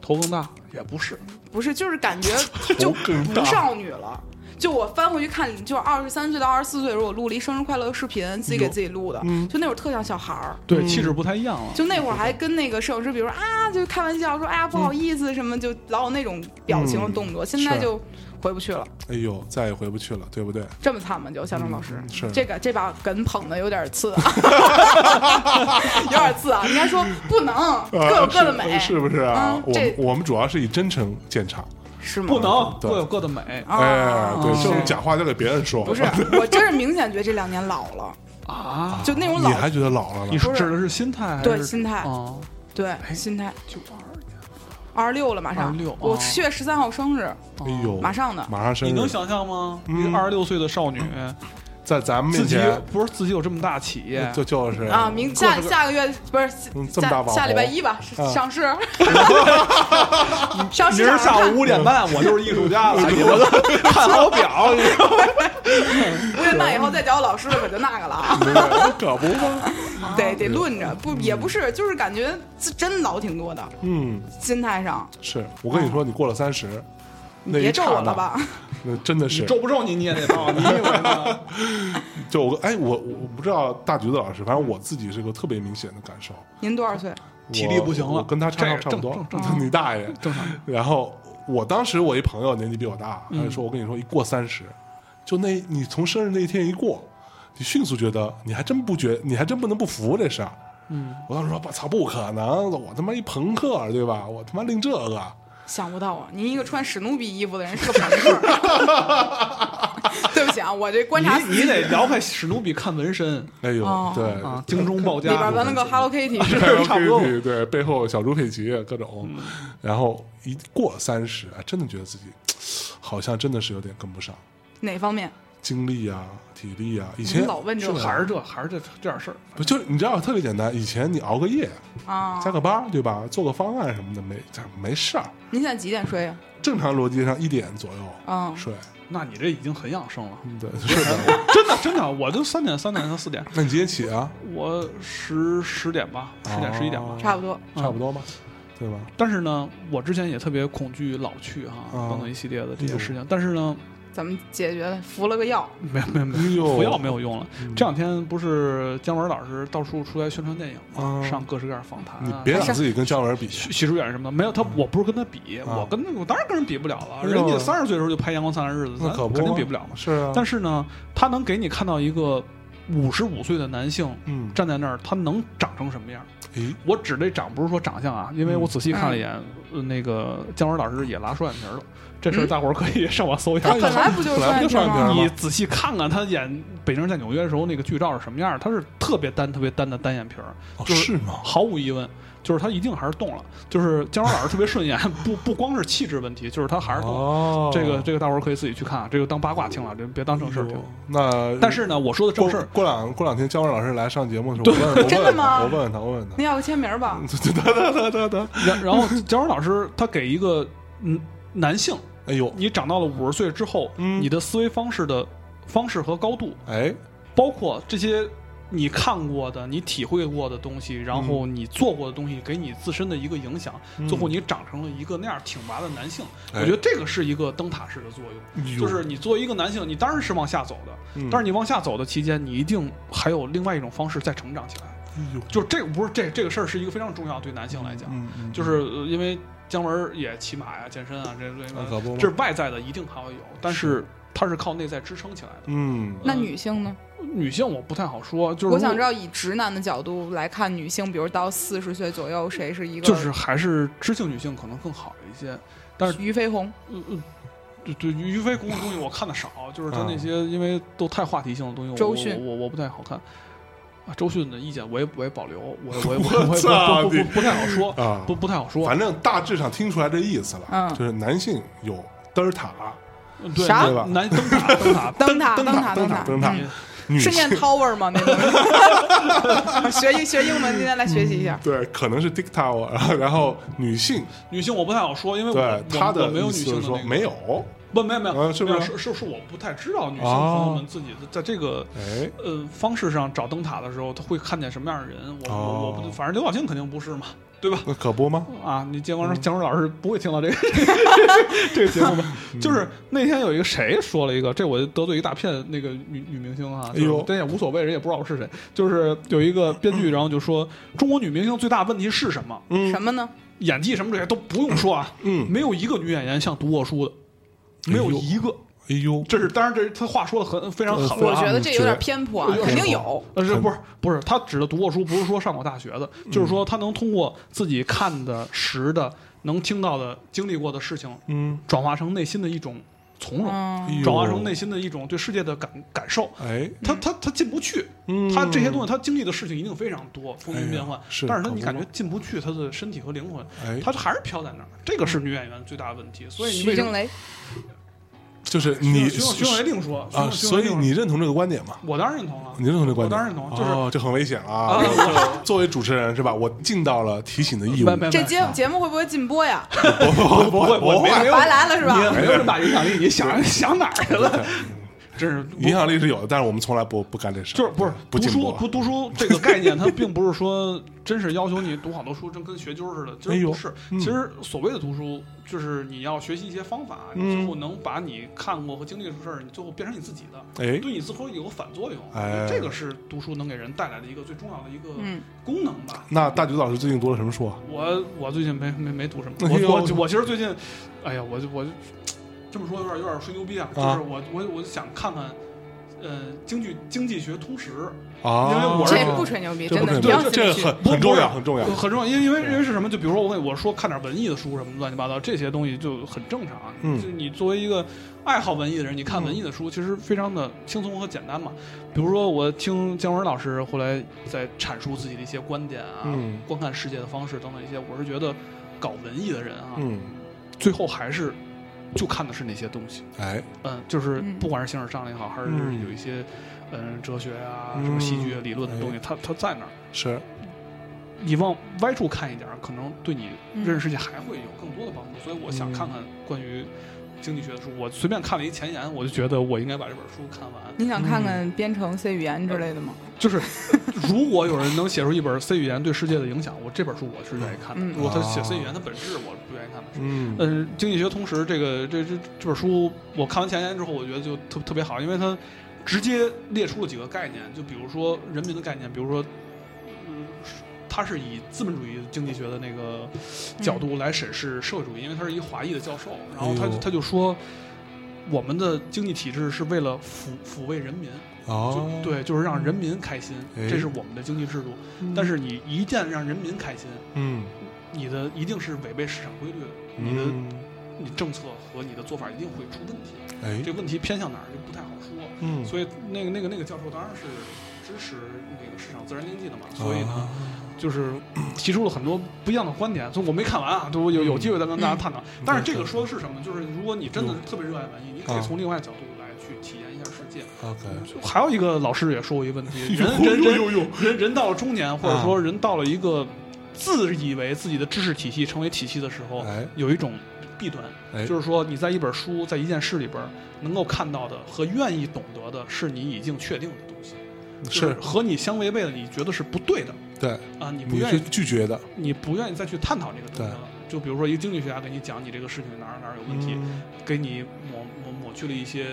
Speaker 3: 头更大，也不是
Speaker 2: 不是，就是感觉就
Speaker 1: 更大
Speaker 2: 不少女了。就我翻回去看，就二十三岁到二十四岁的时候，我录了一生日快乐的视频，自己给自己录的，
Speaker 1: 嗯
Speaker 2: 就那会儿特像小孩儿。
Speaker 3: 对气质不太一样了。
Speaker 2: 就那会儿还跟那个摄影师，比如说啊，就开玩笑说，哎呀不好意思什么，就老有那种表情和动作。现
Speaker 1: 嗯
Speaker 2: 在
Speaker 1: 是
Speaker 2: 就回不去了，
Speaker 1: 哎呦，再也回不去了，对不对？
Speaker 2: 这么惨吗？就夏正老师，
Speaker 1: 嗯是
Speaker 2: 这个这把梗捧的有点刺
Speaker 1: *laughs*
Speaker 2: 啊，有点刺啊。应该说不能各有各的美，
Speaker 1: 啊是是不是啊
Speaker 2: 嗯？
Speaker 1: 我们
Speaker 2: 这
Speaker 1: 我们主要是以真诚见长，
Speaker 2: 是吗？
Speaker 3: 不能
Speaker 1: 对
Speaker 3: 各有各的美
Speaker 1: 哎
Speaker 2: 啊，，
Speaker 1: 对，这种
Speaker 2: 是
Speaker 1: 假话就给别人说，啊
Speaker 2: 不是，我真是明显觉得这两年老
Speaker 1: *laughs*
Speaker 2: 了，
Speaker 3: 啊！
Speaker 2: 就那种
Speaker 1: 你
Speaker 2: 老
Speaker 1: 还觉得老了
Speaker 3: 你
Speaker 1: 呢？
Speaker 3: 是
Speaker 2: 不是
Speaker 3: 指的是心态还是？
Speaker 2: 对心态
Speaker 3: 啊，
Speaker 2: 对
Speaker 1: 哎
Speaker 2: 心态。
Speaker 3: 九二年，
Speaker 2: 二十六了，马上
Speaker 3: 26
Speaker 2: 我
Speaker 1: 啊
Speaker 3: 哦
Speaker 2: 七月十三号生日，
Speaker 1: 哎呦，
Speaker 2: 马上的
Speaker 1: 马上生日，
Speaker 3: 你能想象吗？一个
Speaker 1: 嗯
Speaker 3: 二十六岁的少女，
Speaker 1: 在咱们
Speaker 3: 自
Speaker 1: 面
Speaker 3: 己
Speaker 1: 前，
Speaker 3: 不是自己有这么大企业，
Speaker 1: 就就是
Speaker 2: 啊，明下
Speaker 3: 各种
Speaker 2: 下个月不是
Speaker 1: 嗯这么大
Speaker 2: 下
Speaker 1: 网红
Speaker 2: 下礼拜一吧是
Speaker 1: 啊
Speaker 2: 上市， *laughs* 上市
Speaker 3: 明儿
Speaker 2: 场
Speaker 3: 上午五点
Speaker 1: 嗯
Speaker 3: 半，我就是艺术
Speaker 1: *laughs*
Speaker 3: 家了，我都看好表，你知道吗
Speaker 2: 五点半以后再找我老师的可就那个了啊，
Speaker 1: 可不吗？
Speaker 2: 得得论着，不也不是，就是感觉这真老挺多的，
Speaker 1: 嗯，
Speaker 2: 心态上
Speaker 1: 是我跟你说，你过了三十，
Speaker 2: 你
Speaker 1: 那一
Speaker 2: 嗯别咒我
Speaker 1: 刹那
Speaker 2: 了吧，
Speaker 1: 那真的
Speaker 3: 你
Speaker 1: 是，
Speaker 3: 皱 *laughs* 不皱你你也得报，你以为呢？
Speaker 1: 就我哎，我我不知道大橘子老师，反正我自己是个特别明显的感受，
Speaker 2: 您多少岁？
Speaker 3: 体力不行了
Speaker 1: 我我跟他差
Speaker 3: 这
Speaker 1: 差
Speaker 3: 个
Speaker 1: 不
Speaker 3: 正
Speaker 1: 多
Speaker 3: 正，
Speaker 1: *laughs* 你大爷，
Speaker 3: 正常。嗯
Speaker 1: 然后我当时我一朋友年纪比我大，他就说：“我跟你说，一过三十，就那你从生日那一天一过，你迅速觉得你还真不觉，你还真不能不服这事儿。”嗯，我当时说：“我操，不可能！我他妈一朋克，对吧？我他妈令这个，
Speaker 2: 想不到啊！您一个穿史努比衣服的人是个朋克。
Speaker 1: *laughs*
Speaker 2: 对不起啊，我这观 *laughs* 察
Speaker 3: 你你得聊开史努比看纹身
Speaker 1: 哎呦，
Speaker 2: 哦
Speaker 1: 对，
Speaker 3: 啊，精忠报
Speaker 2: 里边
Speaker 3: 家。
Speaker 2: 纹了个 Hello Kitty，
Speaker 1: 还
Speaker 3: 是
Speaker 1: 有
Speaker 3: 差不多嗯
Speaker 1: Kitty，对，背后小猪佩奇啊各种，然后一过三十，啊，真的觉得自己好像真的是有点跟不上。”
Speaker 2: 哪方面？
Speaker 1: 精力啊、体力啊。以
Speaker 2: 你
Speaker 1: 前
Speaker 2: 老问这
Speaker 3: 就
Speaker 2: 个
Speaker 3: 还是这还是这这点事儿。
Speaker 1: 不就是你知道特别简单，以前你熬个夜，
Speaker 2: 啊
Speaker 1: 加？个班，对吧？做个方案什么的，没没事儿。
Speaker 2: 您现在几点睡呀？
Speaker 1: 正常逻辑上一点左右
Speaker 2: 嗯，
Speaker 1: 睡，嗯
Speaker 3: 那你这已经很养生了，
Speaker 1: 对，睡不了。
Speaker 3: *laughs* 真的真的，我就三点三点到四点，
Speaker 1: 那你几点起啊？
Speaker 3: 我十十点吧，十点十一点吧。
Speaker 2: 差不多。
Speaker 1: 差不多吧，对吧？
Speaker 3: 但是呢，我之前也特别恐惧老去哈、
Speaker 1: 啊
Speaker 3: 等等一系列的这些事情。但是呢，
Speaker 2: 怎么解决的？服了个药，
Speaker 3: 没有没有没
Speaker 1: 哎呦
Speaker 3: 有，服药没有用了。
Speaker 1: 嗯
Speaker 3: 这两天不是姜文老师到处出来宣传电影
Speaker 1: 啊
Speaker 3: 嘛，上各式各样访谈啊。
Speaker 1: 你别
Speaker 2: 还
Speaker 1: 老
Speaker 2: 是
Speaker 1: 自己跟姜文比，
Speaker 3: 徐徐书远什么的没有他，我不是跟他比，
Speaker 1: 啊
Speaker 3: 我跟我当然跟人比不了了。
Speaker 1: 哎呦
Speaker 3: 人家三十岁的时候就拍《阳光灿烂的日子》，
Speaker 1: 那
Speaker 3: 咱
Speaker 1: 可不
Speaker 3: 肯定比不了嘛。
Speaker 1: 是啊。
Speaker 3: 但
Speaker 1: 是，
Speaker 3: 是呢，他能给你看到一个五十五岁的男性
Speaker 1: 嗯，
Speaker 3: 站在那儿，他能长成什么样？
Speaker 1: 诶，
Speaker 3: 我指这长不是说长相啊，因为
Speaker 1: 嗯
Speaker 3: 我仔细看了一眼，呃那个姜文老师也拉双眼皮儿了。这
Speaker 1: 嗯
Speaker 3: 事儿大伙儿可以上网搜一下
Speaker 2: 他。本来不就是
Speaker 1: 本来不就
Speaker 2: 双眼皮
Speaker 1: 双眼皮儿
Speaker 2: 吗？
Speaker 3: 你仔细看看他演《北京人在纽约》的时候那个剧照是什么样儿，他是特别单、特别单的单眼皮儿，
Speaker 1: 哦
Speaker 3: 就是
Speaker 1: 是吗？
Speaker 3: 毫无疑问，就是他一定还是动了。就是姜文老师特别顺眼， *laughs* 不不光是气质问题，就是他还是动了。
Speaker 1: 哦，
Speaker 3: 这个这个大伙儿可以自己去看啊，这个当八卦听了，这别当正事儿
Speaker 1: 哎
Speaker 3: 听
Speaker 1: 呦。那
Speaker 3: 但是呢，我说的
Speaker 1: 过
Speaker 3: 正事儿，
Speaker 1: 过两过两天姜文老师来上节目的时候，我问我问
Speaker 2: 真的吗
Speaker 1: 我问他，我问他，
Speaker 2: 您要个签名
Speaker 1: 嗯
Speaker 2: 吧？
Speaker 1: *laughs* 得得得得得，
Speaker 3: *laughs* 然然后姜文老师他给一个嗯男性，
Speaker 1: 哎呦，
Speaker 3: 你长到了五十岁之后，
Speaker 1: 嗯
Speaker 3: 你的思维方式的方式和高度，
Speaker 1: 哎，
Speaker 3: 包括这些你看过的、你体会过的东西，然后你做过的东西，给你自身的一个影响，
Speaker 1: 嗯
Speaker 3: 最后你长成了一个那样挺拔的男性。
Speaker 1: 哎
Speaker 3: 我觉得这个是一个灯塔式的作用，
Speaker 1: 哎呦
Speaker 3: 就是你作为一个男性，你当然是往下走的，
Speaker 1: 嗯
Speaker 3: 但是你往下走的期间，你一定还有另外一种方式再成长起来。
Speaker 1: 哎呦，
Speaker 3: 就是这个不是这这个事儿是一个非常重要，对男性来讲，
Speaker 1: 嗯嗯
Speaker 3: 就是呃因为姜文儿也骑马呀、健身啊这些东西
Speaker 1: 那可不嘛，
Speaker 3: 这是外在的一定还会有，但是它是靠内在支撑起来的。
Speaker 1: 嗯，
Speaker 2: 那女性呢？
Speaker 3: 女性我不太好说，就是
Speaker 2: 我想
Speaker 3: 如
Speaker 2: 知道，以直男的角度来看，女性，比如到四十岁左右，谁是一个？
Speaker 3: 就是还是知性女性可能更好一些。但是
Speaker 2: 俞飞鸿，
Speaker 3: 呃呃，对对，于飞公的东西我看的少，就是他
Speaker 1: 啊
Speaker 3: 那些因为都太话题性的东西，我
Speaker 2: 周迅
Speaker 3: 我我我不太好看。啊，周迅的意见我也我也保留，我
Speaker 1: *laughs*
Speaker 3: 我也我
Speaker 1: 我
Speaker 3: 也我也
Speaker 1: 操
Speaker 3: 不不
Speaker 1: 你
Speaker 3: 不不不太
Speaker 1: *laughs*
Speaker 3: 好说，
Speaker 1: 啊
Speaker 3: 不不太好说。
Speaker 1: 反正大致上听出来这意思了，
Speaker 2: 嗯
Speaker 1: 就是男性有嘚儿塔，
Speaker 3: 对，
Speaker 2: 啥
Speaker 1: 对吧
Speaker 3: 男灯塔灯塔
Speaker 2: 灯塔，
Speaker 1: 灯
Speaker 2: 塔，
Speaker 1: 灯
Speaker 2: 灯
Speaker 1: 塔，灯
Speaker 2: 塔
Speaker 1: *laughs* 塔
Speaker 3: 嗯，
Speaker 1: 女
Speaker 2: 是
Speaker 1: 性
Speaker 2: 念 Tower 吗？那个学英学英文，今天来学习一下。
Speaker 1: 对，可能是 dick tower，然后 *laughs* 然后女性
Speaker 3: 女性我不太好说，因为我
Speaker 1: 对
Speaker 3: 我
Speaker 1: 她
Speaker 3: 我
Speaker 1: 的
Speaker 3: 没有
Speaker 1: 意
Speaker 3: 女
Speaker 1: 思
Speaker 3: 性
Speaker 1: 是
Speaker 3: 的那
Speaker 1: 说
Speaker 3: 个
Speaker 1: 没有，
Speaker 3: 不，没有没有，没
Speaker 1: 啊
Speaker 3: 有
Speaker 1: 是
Speaker 3: 是
Speaker 1: 不是
Speaker 3: 是是我不太知道女性
Speaker 1: 哦
Speaker 3: 朋友们自己在这个
Speaker 1: 哎，
Speaker 3: 呃方式上找灯塔的时候，他会看见什么样的人？我
Speaker 1: 哦
Speaker 3: 我我不，反正刘晓庆肯定不是嘛，对吧？
Speaker 1: 那可不吗？
Speaker 3: 啊，你姜
Speaker 1: 嗯
Speaker 3: 文姜文老师不会
Speaker 1: *laughs*
Speaker 3: 听到这个这个节目吧？
Speaker 1: 嗯
Speaker 3: *laughs* 就是那天有一个谁说了一个，这我得罪一大片那个女女明星啊，
Speaker 1: 哎呦
Speaker 3: 就是但也无所谓，人也不知道我是谁。就是有一个编剧，然后就说中国女明星最大问题是什么？
Speaker 1: 嗯
Speaker 2: 什么呢？
Speaker 3: 演技什么这些都不用说啊，
Speaker 1: 嗯
Speaker 3: 没有一个女演员像读过书的，没有
Speaker 1: 哎呦
Speaker 3: 一个。
Speaker 1: 哎呦，
Speaker 3: 这是当然，这是他话说的很非常狠
Speaker 1: 嗯
Speaker 2: 我
Speaker 3: 了
Speaker 2: 觉
Speaker 3: 啊。
Speaker 2: 得这有点偏颇啊，
Speaker 3: 我觉得
Speaker 2: 肯定有。
Speaker 3: 呃，这不是不是，他指的读过书，不是说上过大学的，就
Speaker 1: 嗯
Speaker 3: 是说他能通过自己看的、识的、能听到的、经历过的事情，
Speaker 1: 嗯，
Speaker 3: 转化成内心的一种从容，
Speaker 1: 哎
Speaker 2: 嗯，
Speaker 1: 呦
Speaker 3: 转化成内心的一种对世界的感感受。
Speaker 1: 哎，
Speaker 3: 他他他进不去，
Speaker 1: 嗯
Speaker 3: 他这些东西他经历的事情一定非常多，风云变幻
Speaker 1: 哎呀，是
Speaker 3: 但是他
Speaker 1: 可
Speaker 3: 你
Speaker 1: 不
Speaker 3: 感觉
Speaker 1: 嘛
Speaker 3: 进不去他的身体和灵魂，
Speaker 1: 哎，
Speaker 3: 他还是飘在那儿，这个是女演员最大的问题。所以你
Speaker 2: 徐
Speaker 3: 为什么
Speaker 2: 静蕾，
Speaker 1: 就是你
Speaker 3: 徐徐永为另说徐
Speaker 1: 啊，
Speaker 3: 永徐永
Speaker 1: 所
Speaker 3: 为
Speaker 1: 以
Speaker 3: 另说
Speaker 1: 你认同这个观点吗？
Speaker 3: 我当然认同了，
Speaker 1: 你认同这个观
Speaker 3: 我
Speaker 1: 点？
Speaker 3: 当然认同，就是
Speaker 1: 哦，这很危险啊
Speaker 3: 啊！
Speaker 1: *laughs* 作为主持人是吧？我尽到了提醒的义务。
Speaker 3: 没 *laughs* 没
Speaker 2: 这
Speaker 3: 没
Speaker 2: 节节目会不会禁播 *laughs* 呀？
Speaker 1: *laughs* 不不
Speaker 3: 我我没有
Speaker 2: 白来了是吧？
Speaker 3: 你没有这么大影响力，你想想哪儿去了？ *laughs* 真是
Speaker 1: 影响力是有的，但是我们从来不不干这事儿，
Speaker 3: 就是不是
Speaker 1: 不
Speaker 3: 读
Speaker 1: 进步啊
Speaker 3: 书读读
Speaker 1: *laughs*
Speaker 3: 书这个概念，它并不是说真是要求你读好多书，真跟学究似的，其
Speaker 1: 哎
Speaker 3: 实
Speaker 1: 呦
Speaker 3: 不是。其实所谓的读书，就是你要学习一些方法，
Speaker 1: 嗯
Speaker 3: 你最后能把你看过和经历的事儿，你最后变成你自己的。
Speaker 1: 哎，
Speaker 3: 对你自会有个反作用，我觉
Speaker 1: 哎
Speaker 3: 得这个是读书能给人带来的一个最重要的一个
Speaker 2: 嗯
Speaker 3: 功能吧。
Speaker 1: 那大橘老师最近读了什么书啊？
Speaker 3: 我我最近没没没读什么，
Speaker 1: 哎呦
Speaker 3: 我我我其实最近，哎呀，我就我就这么说有点有点吹牛逼啊，就
Speaker 1: 啊
Speaker 3: 是我我我想看看，呃，经济经济学通识
Speaker 1: 啊，
Speaker 3: 因为我是
Speaker 2: *laughs* 这不吹牛逼，
Speaker 1: 这
Speaker 2: 真
Speaker 1: 不
Speaker 2: 的，
Speaker 1: 是
Speaker 2: 你要
Speaker 1: 这 *laughs*
Speaker 2: 信
Speaker 1: 这个
Speaker 2: 得去。
Speaker 1: 很
Speaker 3: 不
Speaker 1: 很重要，
Speaker 3: 不是
Speaker 1: 很重要
Speaker 3: 呃。很重要，因为因为因为是什么？就比如说我问我说看点文艺的书什么乱七八糟，这些东西就很正常。啊
Speaker 1: 嗯
Speaker 3: 就你作为一个爱好文艺的人，你看文艺的书其实非常的轻松和简单嘛。比如说我听姜文老师后来在阐述自己的一些观点啊，
Speaker 1: 嗯
Speaker 3: 观看世界的方式等等一些，我是觉得搞文艺的人啊，
Speaker 1: 嗯，
Speaker 3: 最后还是就看的是那些东西。
Speaker 1: 哎，
Speaker 3: 嗯，就是不管是形而上也好，还是
Speaker 1: 嗯
Speaker 3: 有一些嗯哲学啊、
Speaker 1: 嗯
Speaker 3: 什么戏剧啊理论的东西，它它在那儿。
Speaker 1: 是，
Speaker 3: 你往歪处看一点儿，可能对你
Speaker 2: 嗯
Speaker 3: 认识世界还会有更多的帮助。所以我想看看关于经济学的书，我随便看了一前言，我就觉得我应该把这本书看完。
Speaker 2: 你想看看编程 C 语言之类的吗？
Speaker 3: 就是如果有人能写出一本 C 语言对世界的影响，我这本书我是愿意看的。
Speaker 2: 嗯
Speaker 3: 如果他写
Speaker 1: 啊
Speaker 3: C 语言的本质，我不愿意看的。
Speaker 1: 嗯
Speaker 3: 嗯，经济学同时这个这这这本书我看完前言之后，我觉得就特特别好，因为它直接列出了几个概念，就比如说人民的概念，比如说，嗯，它是以资本主义经济学的那个角度来审视社会主义，因为他是一华裔的教授，然后他
Speaker 1: 嗯哎呦
Speaker 3: 他就说。我们的经济体制是为了抚抚慰人民，
Speaker 1: 哦
Speaker 3: 就，对，就是让人民开心，
Speaker 1: 哎
Speaker 3: 这是我们的经济制度。
Speaker 2: 嗯
Speaker 3: 但是你一旦让人民开心，
Speaker 1: 嗯，
Speaker 3: 你的一定是违背市场规律的，你的
Speaker 1: 嗯，
Speaker 3: 你政策和你的做法一定会出问题。
Speaker 1: 哎，
Speaker 3: 这问题偏向哪儿就不太好说。
Speaker 1: 嗯，
Speaker 3: 所以那个那个那个教授当然是支持那个市场自然经济的
Speaker 1: 啊
Speaker 3: 嘛，所以呢，就是提出了很多不一样的观点。所以我没看完啊，就我有有机会再跟大家探
Speaker 1: 嗯
Speaker 3: 讨。但是这个说的是什么呢？就是如果你真的特别热爱文艺，你可以从另外角度来去体验一下世界。
Speaker 1: 啊，OK，
Speaker 3: 还有一个老师也说过一个问
Speaker 1: *laughs*
Speaker 3: 题，人
Speaker 1: 呦
Speaker 3: 人
Speaker 1: 呦
Speaker 3: 人
Speaker 1: 呦
Speaker 3: 人人到了中年，或者
Speaker 1: 啊
Speaker 3: 说人到了一个自以为自己的知识体系成为体系的时候
Speaker 1: 哎，
Speaker 3: 有一种弊端，
Speaker 1: 哎，
Speaker 3: 哦就是说你在一本书、在一件事里边能够看到的和愿意懂得的是你已经确定的东西，就是和你相违背的，你觉得是不对的
Speaker 1: 对，
Speaker 3: 啊，你不
Speaker 1: 你
Speaker 3: 愿
Speaker 1: 是
Speaker 3: 意，
Speaker 1: 拒绝的，
Speaker 3: 你不愿意再去探讨这个东西了。就比如说一个经济学家给你讲你这个事情哪儿哪儿有问题，
Speaker 1: 嗯
Speaker 3: 给你抹抹抹去了一些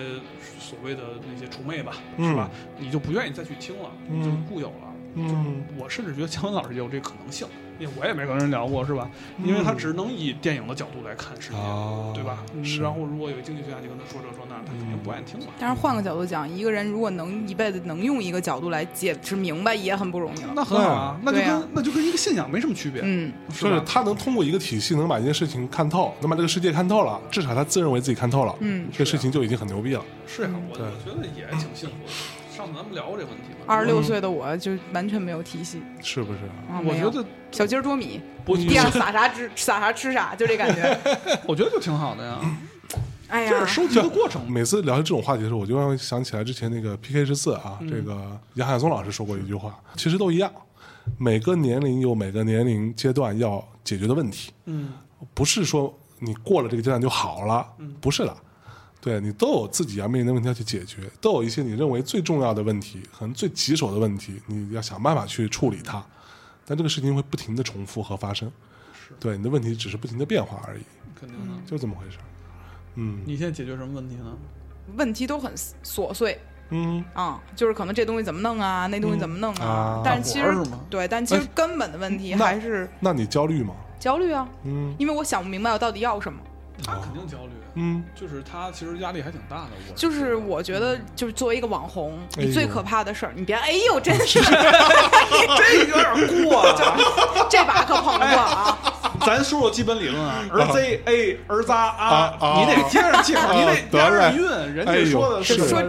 Speaker 3: 所谓的那些除魅吧，
Speaker 1: 嗯
Speaker 3: 是吧？你就不愿意再去听了，
Speaker 1: 嗯
Speaker 3: 就固有了。
Speaker 1: 嗯，
Speaker 3: 我甚至觉得姜文老师也有这个可能性，因为我也没跟人聊过，是吧？因为他
Speaker 1: 嗯
Speaker 3: 只能以电影的角度来看世界，
Speaker 1: 啊，
Speaker 3: 对吧？
Speaker 1: 是
Speaker 3: 嗯然后如果有经济学家就跟他说这说那，他肯定不爱听嘛。
Speaker 2: 但是换个角度讲，一个人如果能一辈子能用一个角度来解释明白，也很不容易了。
Speaker 3: 那很好啊，那就
Speaker 2: 对啊
Speaker 3: 跟那就跟一个信仰没什么区别，
Speaker 2: 嗯，
Speaker 3: 是
Speaker 1: 就是
Speaker 3: 吧？
Speaker 1: 他能通过一个体系能把一件事情看透，能把这个世界看透了，至少他自认为自己看透了，
Speaker 2: 嗯
Speaker 3: 啊
Speaker 1: 这个事情就已经很牛逼了。
Speaker 3: 是呀，我
Speaker 1: 对
Speaker 3: 我觉得也挺幸福的。上次咱们聊过这问题嘛，
Speaker 2: 二十六岁的我就完全没有体系
Speaker 1: 是不是？
Speaker 2: 啊，
Speaker 3: 我
Speaker 2: 没
Speaker 3: 觉
Speaker 2: 有
Speaker 3: 得
Speaker 2: 小鸡儿捉米，
Speaker 3: 不，
Speaker 2: 地上撒啥吃撒啥吃啥，就这感觉。
Speaker 3: 我觉得就挺好的呀，
Speaker 2: 哎呀，
Speaker 3: 就是收集的过程嘛。
Speaker 1: 每次聊这种话题的时候，我就让我想起来之前那个 PK 十四啊，
Speaker 3: 嗯
Speaker 1: 这个杨海松老师说过一句话，其实都一样，每个年龄有每个年龄阶段要解决的问题，
Speaker 3: 嗯，
Speaker 1: 不是说你过了这个阶段就好了，
Speaker 2: 嗯
Speaker 1: 不是的。对你都有自己要面临的问题要去解决，都有一些你认为最重要的问题，可能最棘手的问题，你要想办法去处理它。但这个事情会不停的重复和发生，对你的问题只是不停的变化而已，
Speaker 3: 肯定的。
Speaker 1: 就这么回事儿。嗯
Speaker 3: 你现在解决什么问题呢？
Speaker 2: 问题都很琐碎
Speaker 1: 嗯，
Speaker 2: 啊，就是可能这东西怎么弄啊，那东西怎么弄
Speaker 1: 嗯啊
Speaker 2: 啊，但是其实
Speaker 3: 大伙儿是吗
Speaker 2: 对，但其实
Speaker 1: 哎
Speaker 2: 根本的问题
Speaker 1: 那
Speaker 2: 还是
Speaker 1: 那你焦虑吗？
Speaker 2: 焦虑啊，
Speaker 1: 嗯
Speaker 2: 因为我想不明白我到底要什么。
Speaker 3: 他肯定焦虑，
Speaker 2: *laughs*
Speaker 1: 嗯，
Speaker 3: 就是他其实压力还挺大的。我
Speaker 2: 就是我觉得，就是作为一个网红，
Speaker 1: 哎呦
Speaker 2: 你最可怕的事儿，你别哎呦，真
Speaker 1: *laughs*
Speaker 2: 是
Speaker 3: 这有点过了。
Speaker 2: 这把可捧过啊！
Speaker 3: 咱说说基本理论啊，儿 Z A 儿扎
Speaker 1: 啊啊
Speaker 3: 啊，你得接着气口，你得押着韵，人
Speaker 1: 哎
Speaker 3: 家
Speaker 1: 呦
Speaker 3: 说的
Speaker 1: 是
Speaker 3: 说，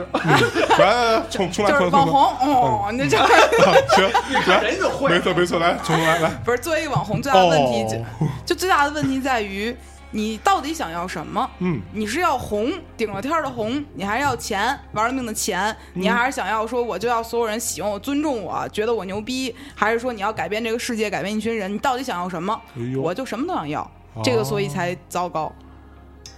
Speaker 1: 来来来，重重
Speaker 2: 就
Speaker 1: 来，重来，
Speaker 2: 是网
Speaker 1: 重来
Speaker 2: 红，哦，那这
Speaker 1: 啊 *laughs* 行，来，
Speaker 3: 人就
Speaker 1: 没
Speaker 3: 会。
Speaker 1: 错没错，来，重来
Speaker 2: *laughs*
Speaker 1: 来，
Speaker 2: 不是作为一个网红最大的问题，
Speaker 1: 哦，
Speaker 2: 就就最大的问题在于你到底想要什么？
Speaker 1: 嗯，
Speaker 2: 你是要红，顶着天儿的红，你还是要钱，玩了命的钱，
Speaker 1: 嗯
Speaker 2: 你还是想要说我就要所有人喜欢我、尊重我，觉得我牛逼，还是说你要改变这个世界、改变一群人？你到底想要什么？
Speaker 1: 哎呦
Speaker 2: 我就什么都想要，这个所以才糟糕。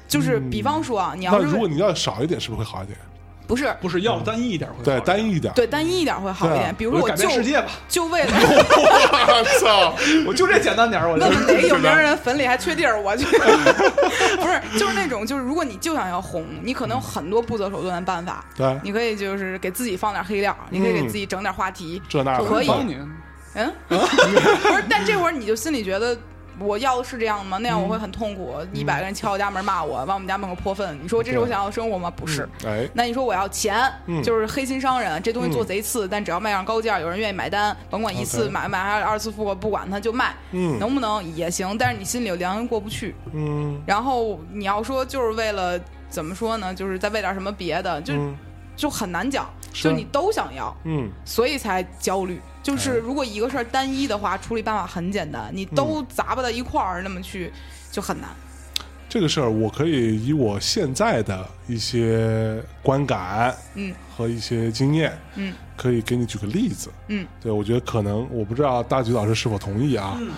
Speaker 2: 就是比方说啊，你
Speaker 1: 那
Speaker 2: 要
Speaker 1: 如
Speaker 2: 是
Speaker 1: 果你要少一点，是不是会好一点？
Speaker 2: 不是
Speaker 3: 不是要单一一点会
Speaker 1: 对，
Speaker 3: 好
Speaker 1: 单一一点。
Speaker 2: 对单一一点会好一
Speaker 1: 对啊
Speaker 2: 点，比如
Speaker 3: 我
Speaker 2: 说
Speaker 3: 就
Speaker 2: 我
Speaker 3: 改
Speaker 2: 就
Speaker 3: 变世界吧，
Speaker 2: 就为
Speaker 1: *laughs*
Speaker 2: 了
Speaker 1: 我操，
Speaker 3: 我就这简单点儿，我就
Speaker 2: 问问哪个有名人坟里还缺地儿，我就不是就是那种就是如果你就想要红，你可能有很多不择手段的办法，
Speaker 1: 对，
Speaker 2: 你可以就是给自己放点黑料，你可以给
Speaker 1: 嗯
Speaker 2: 自己整点话题，
Speaker 1: 这那的
Speaker 2: 可以
Speaker 3: 帮你。
Speaker 2: 嗯， *laughs* 不是，但这会儿你就心里觉得。我要的是这样吗？那样我会很痛苦。一百个人敲我家门骂我，往我们家门口泼粪。你说这是我想要的生活吗？不是。
Speaker 1: 哎，
Speaker 2: 那你说我要钱，
Speaker 1: 嗯
Speaker 2: 就是黑心商人，这东西做贼次，但只要卖上高价，有人愿意买单，甭管一次
Speaker 1: OK
Speaker 2: 买卖还是二次付款，不管他就卖，
Speaker 1: 嗯
Speaker 2: 能不能也行，但是你心里有良心过不去。
Speaker 1: 嗯
Speaker 2: 然后你要说就是为了怎么说呢，就是再为点什么别的，就、
Speaker 1: 嗯
Speaker 2: 就很难讲，
Speaker 1: 是啊
Speaker 2: 就你都想要，
Speaker 1: 嗯，
Speaker 2: 所以才焦虑。
Speaker 1: 哎
Speaker 2: 就是如果一个事儿单
Speaker 1: 嗯
Speaker 2: 一的话，处理办法很简单，你都砸吧到一块儿那么去就很难。
Speaker 1: 这个事儿，我可以以我现在的一些观感，
Speaker 2: 嗯，
Speaker 1: 和一些经验，
Speaker 2: 嗯，
Speaker 1: 可以给你举个例子，
Speaker 2: 嗯，
Speaker 1: 对我觉得可能我不知道大菊老师是否同意啊，
Speaker 2: 嗯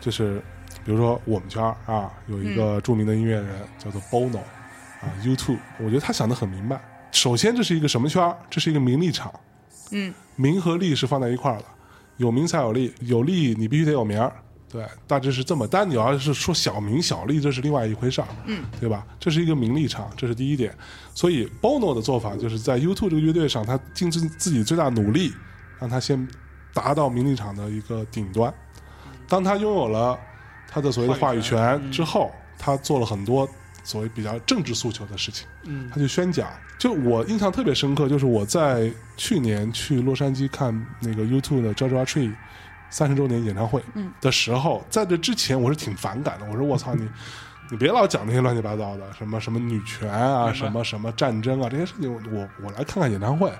Speaker 1: 就是比如说我们圈儿啊有一
Speaker 2: 嗯
Speaker 1: 个著名的音乐人叫做 Bono 啊 YouTube，我觉得他想的很明白。首先，这是一个什么圈儿？这是一个名利场，
Speaker 2: 嗯，
Speaker 1: 名和利是放在一块儿的，有名才有利，有利你必须得有名儿。对，大致是这么。但你要是说小名小利，这是另外一回事儿，嗯，对吧？这是一个名利场，这是第一点。所以 Bono 的做法就是在 YouTube 这个乐队上，他尽自自己最大努力，让他先达到名利场的一个顶端。当他拥有了他的所谓的话语权嗯之后，他做了很多所谓比较政治诉求的事情。
Speaker 3: 嗯
Speaker 1: 他去宣讲。就我印象特别深刻，就是我在去年去洛杉矶看那个 YouTube 的 Joshua Tree 三十周年演唱会的时候，在这之前我是挺反感的，我说我操你。你别老讲那些乱七八糟的，什么什么女权啊，什么什么战争啊，这些事情我我我来看看演唱会，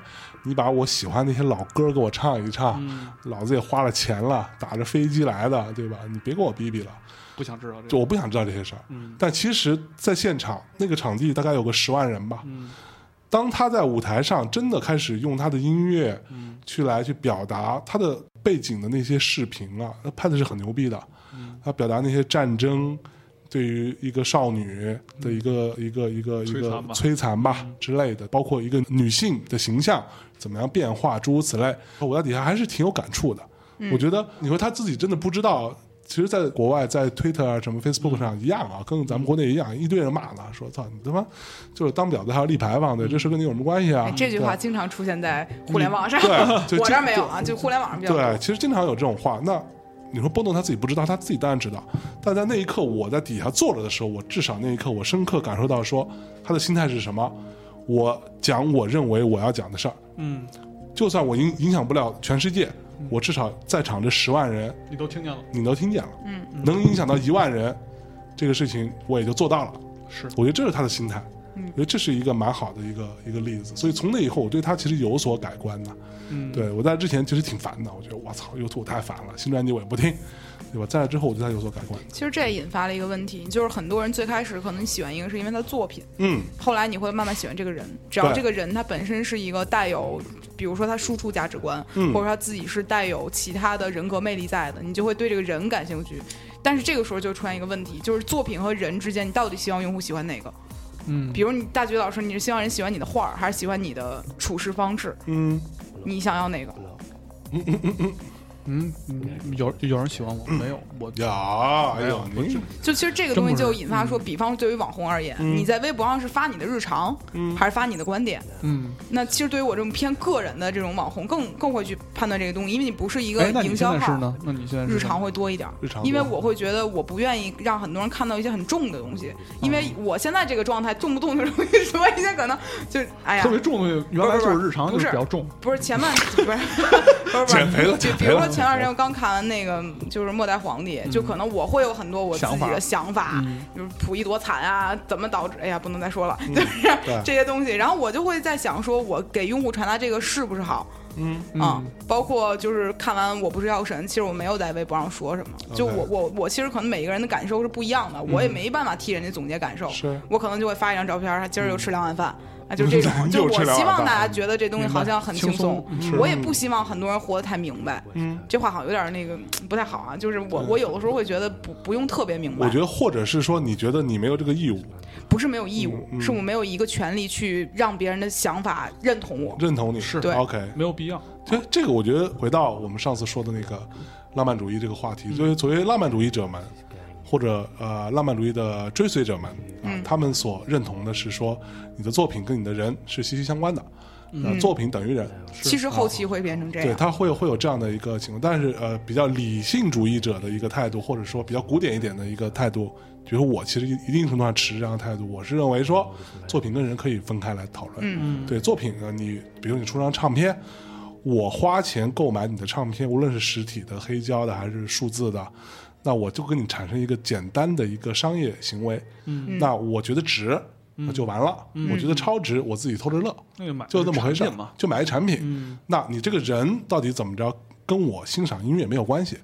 Speaker 1: 你把我喜欢那些老歌给我唱一唱，
Speaker 3: 嗯
Speaker 1: 老子也花了钱了，打着飞机来的，对吧？你别跟我逼逼了。
Speaker 3: 不想知道这
Speaker 1: 就
Speaker 3: 个。
Speaker 1: 我不想知道这些事儿。
Speaker 3: 嗯
Speaker 1: 但其实，在现场那个场地大概有个十万人吧。当他在舞台上真的开始用他的音乐
Speaker 3: 嗯
Speaker 1: 去来去表达他的背景的那些视频啊，他拍的是很牛逼的。
Speaker 3: 嗯
Speaker 1: 他表达那些战争对于一个少女的一个、一个一个一
Speaker 3: 嗯摧
Speaker 1: 个
Speaker 3: 残吧嗯
Speaker 1: 摧残吧之类的，包括一个女性的形象怎么样变化，诸如此类。我在底下还是挺有感触的。我觉得你说他自己真的不知道，其实，在国外，在 Twitter 啊、什么
Speaker 2: 嗯
Speaker 1: Facebook 上一样啊，跟咱们国内一样，一堆人骂他，说操你他妈就是当婊子还要立牌坊，对，这事跟你有什么关系啊
Speaker 2: 嗯哎？这句
Speaker 1: 对
Speaker 2: 话经常出现在互联网上，
Speaker 1: *laughs*
Speaker 2: *laughs*
Speaker 1: 对就
Speaker 2: 我这
Speaker 1: 这
Speaker 2: 儿没有啊，就互联网上比较多。
Speaker 1: 对，其实经常有这种话。那你说波动他自己不知道，他自己当然知道。但在那一刻，我在底下坐着的时候，我至少那一刻，我深刻感受到说他的心态是什么。我讲我认为我要讲的事儿，
Speaker 3: 嗯，
Speaker 1: 就算我影影响不了全世界，我至少在场这十万人
Speaker 3: 你都听见了，
Speaker 1: 你都听见了，嗯，能影响到一万人，这个事情我也就做到了。
Speaker 3: 是
Speaker 1: 我觉得这是他的心态，
Speaker 2: 嗯
Speaker 1: 我觉得这是一个蛮好的一个一个例子。所以从那以后，我对他其实有所改观的。
Speaker 3: 嗯，
Speaker 1: 对我在之前其实挺烦的，我觉得我操，YouTube 太烦了，新专辑我也不听， *laughs* 对吧？在那之后，我对他有所改观。
Speaker 2: 其实这也引发了一个问题，就是很多人最开始可能喜欢一个是因为他的作品，
Speaker 1: 嗯，
Speaker 2: 后来你会慢慢喜欢这个人。只要
Speaker 1: 对
Speaker 2: 这个人他本身是一个带有，比如说他输出价值观，
Speaker 1: 嗯
Speaker 2: 或者他自己是带有其他的人格魅力在的，你就会对这个人感兴趣。但是这个时候就出现一个问题，就是作品和人之间，你到底希望用户喜欢哪个？
Speaker 3: 嗯，
Speaker 2: 比如你大觉老师，你是希望人喜欢你的画儿，还是喜欢你的处事方式？
Speaker 1: 嗯，
Speaker 2: 你想要哪个？
Speaker 3: 嗯，嗯有有人喜欢我没有？我
Speaker 1: 呀，哎呦，
Speaker 3: 不是
Speaker 1: 您
Speaker 2: 就其实这个东西就引发
Speaker 1: 嗯
Speaker 2: 说，比方对于网红而言，你在微博上是发你的日常，还是发你的观点？
Speaker 3: 嗯，
Speaker 2: 那其实对于我这种偏个人的这种网红，更更会去判断这个东西，因为你不是一个
Speaker 3: 哎，那你
Speaker 2: 营
Speaker 3: 现
Speaker 2: 销
Speaker 3: 在是
Speaker 2: 号，
Speaker 3: 呢？那你现在是
Speaker 2: 日常会多一点儿
Speaker 1: 日常。多
Speaker 2: 因为我会觉得我不愿意让很多人看到一些很重的东西，因为
Speaker 3: 嗯
Speaker 2: 我现在这个状态动不动就容易说一些可能就是哎呀
Speaker 3: 特，别重的东西，原来就是日常就
Speaker 2: 不是
Speaker 3: 比较重，
Speaker 2: 不是前半
Speaker 3: *laughs*
Speaker 2: 不是不
Speaker 1: *laughs*
Speaker 2: 是不
Speaker 1: 减
Speaker 2: 是。
Speaker 1: 肥
Speaker 2: *laughs*
Speaker 1: 了，
Speaker 2: 就
Speaker 1: 减
Speaker 2: 比
Speaker 1: 肥
Speaker 2: 如说
Speaker 1: 了。
Speaker 2: 前段时间我刚看完那个就是《末代皇帝》，就可能我会有很多我自己的想法，
Speaker 3: 嗯
Speaker 2: 就是溥仪多惨啊，怎么导致？哎呀，不能再说了，
Speaker 1: 嗯
Speaker 2: 就是
Speaker 1: 对
Speaker 2: 这些东西。然后我就会在想，说我给用户传达这个是不是好？
Speaker 1: 嗯，
Speaker 2: 啊，包括就是看完《我不是药神》，其实我没有在微博上说什么，就
Speaker 1: OK 嗯
Speaker 2: 我我我其实可能每一个人的感受是不一样的，我也没办法替人家总结感受，
Speaker 1: 是，
Speaker 2: 我可能就会发一张照片，他今儿又吃两碗饭。啊，就这种就
Speaker 1: *laughs* 又吃
Speaker 2: 我
Speaker 1: 两碗
Speaker 2: 希望
Speaker 1: 饭
Speaker 2: 大家觉得这东西好像很
Speaker 3: 明白
Speaker 2: 轻松
Speaker 3: 轻，
Speaker 1: 松嗯
Speaker 2: 我
Speaker 1: 是
Speaker 2: 也不希望很多人活得太明白。
Speaker 1: 嗯，
Speaker 2: 这话好像有点那个不太好啊。就是我，我有的时候会觉得不不用特别明白。
Speaker 1: 我觉得，或者是说，你觉得你没有这个义务
Speaker 2: 不是没有义务，
Speaker 1: 嗯嗯嗯
Speaker 2: 是我没有一个权利去让别人的想法认同我。
Speaker 1: 认同你
Speaker 3: 是
Speaker 2: 对
Speaker 1: OK，
Speaker 3: 没有必要。
Speaker 1: 这这个我觉得回到我们上次说的那个浪漫主义这个话题，就是作为浪漫主义者们，或者呃浪漫主义的追随者们啊、他们所认同的是说，你的作品跟你的人是息息相关的，啊，作品等于人，
Speaker 2: 其实后期会变成这
Speaker 1: 啊对，
Speaker 2: 样，
Speaker 1: 他会有会有这样的一个情况，但是呃，比较理性主义者的一个态度，或者说比较古典一点的一个态度，比如说我其实一定程度上持这样的态度，我是认为说作品跟人可以分开来讨论。嗯，对，作品呢，你比如你出张唱片，我花钱购买你的唱片，无论是实体的、黑胶的还是数字的。那我就跟你产生一个简单的一个商业行为，嗯，那我觉得值，那就完了。我觉得超值，我自己偷着乐，
Speaker 3: 那就买，
Speaker 1: 就这么回事
Speaker 3: 产
Speaker 1: 儿
Speaker 3: 品嘛。嗯
Speaker 1: 就买一产品。那你这个人到底怎么着，跟我欣赏音乐没有关系。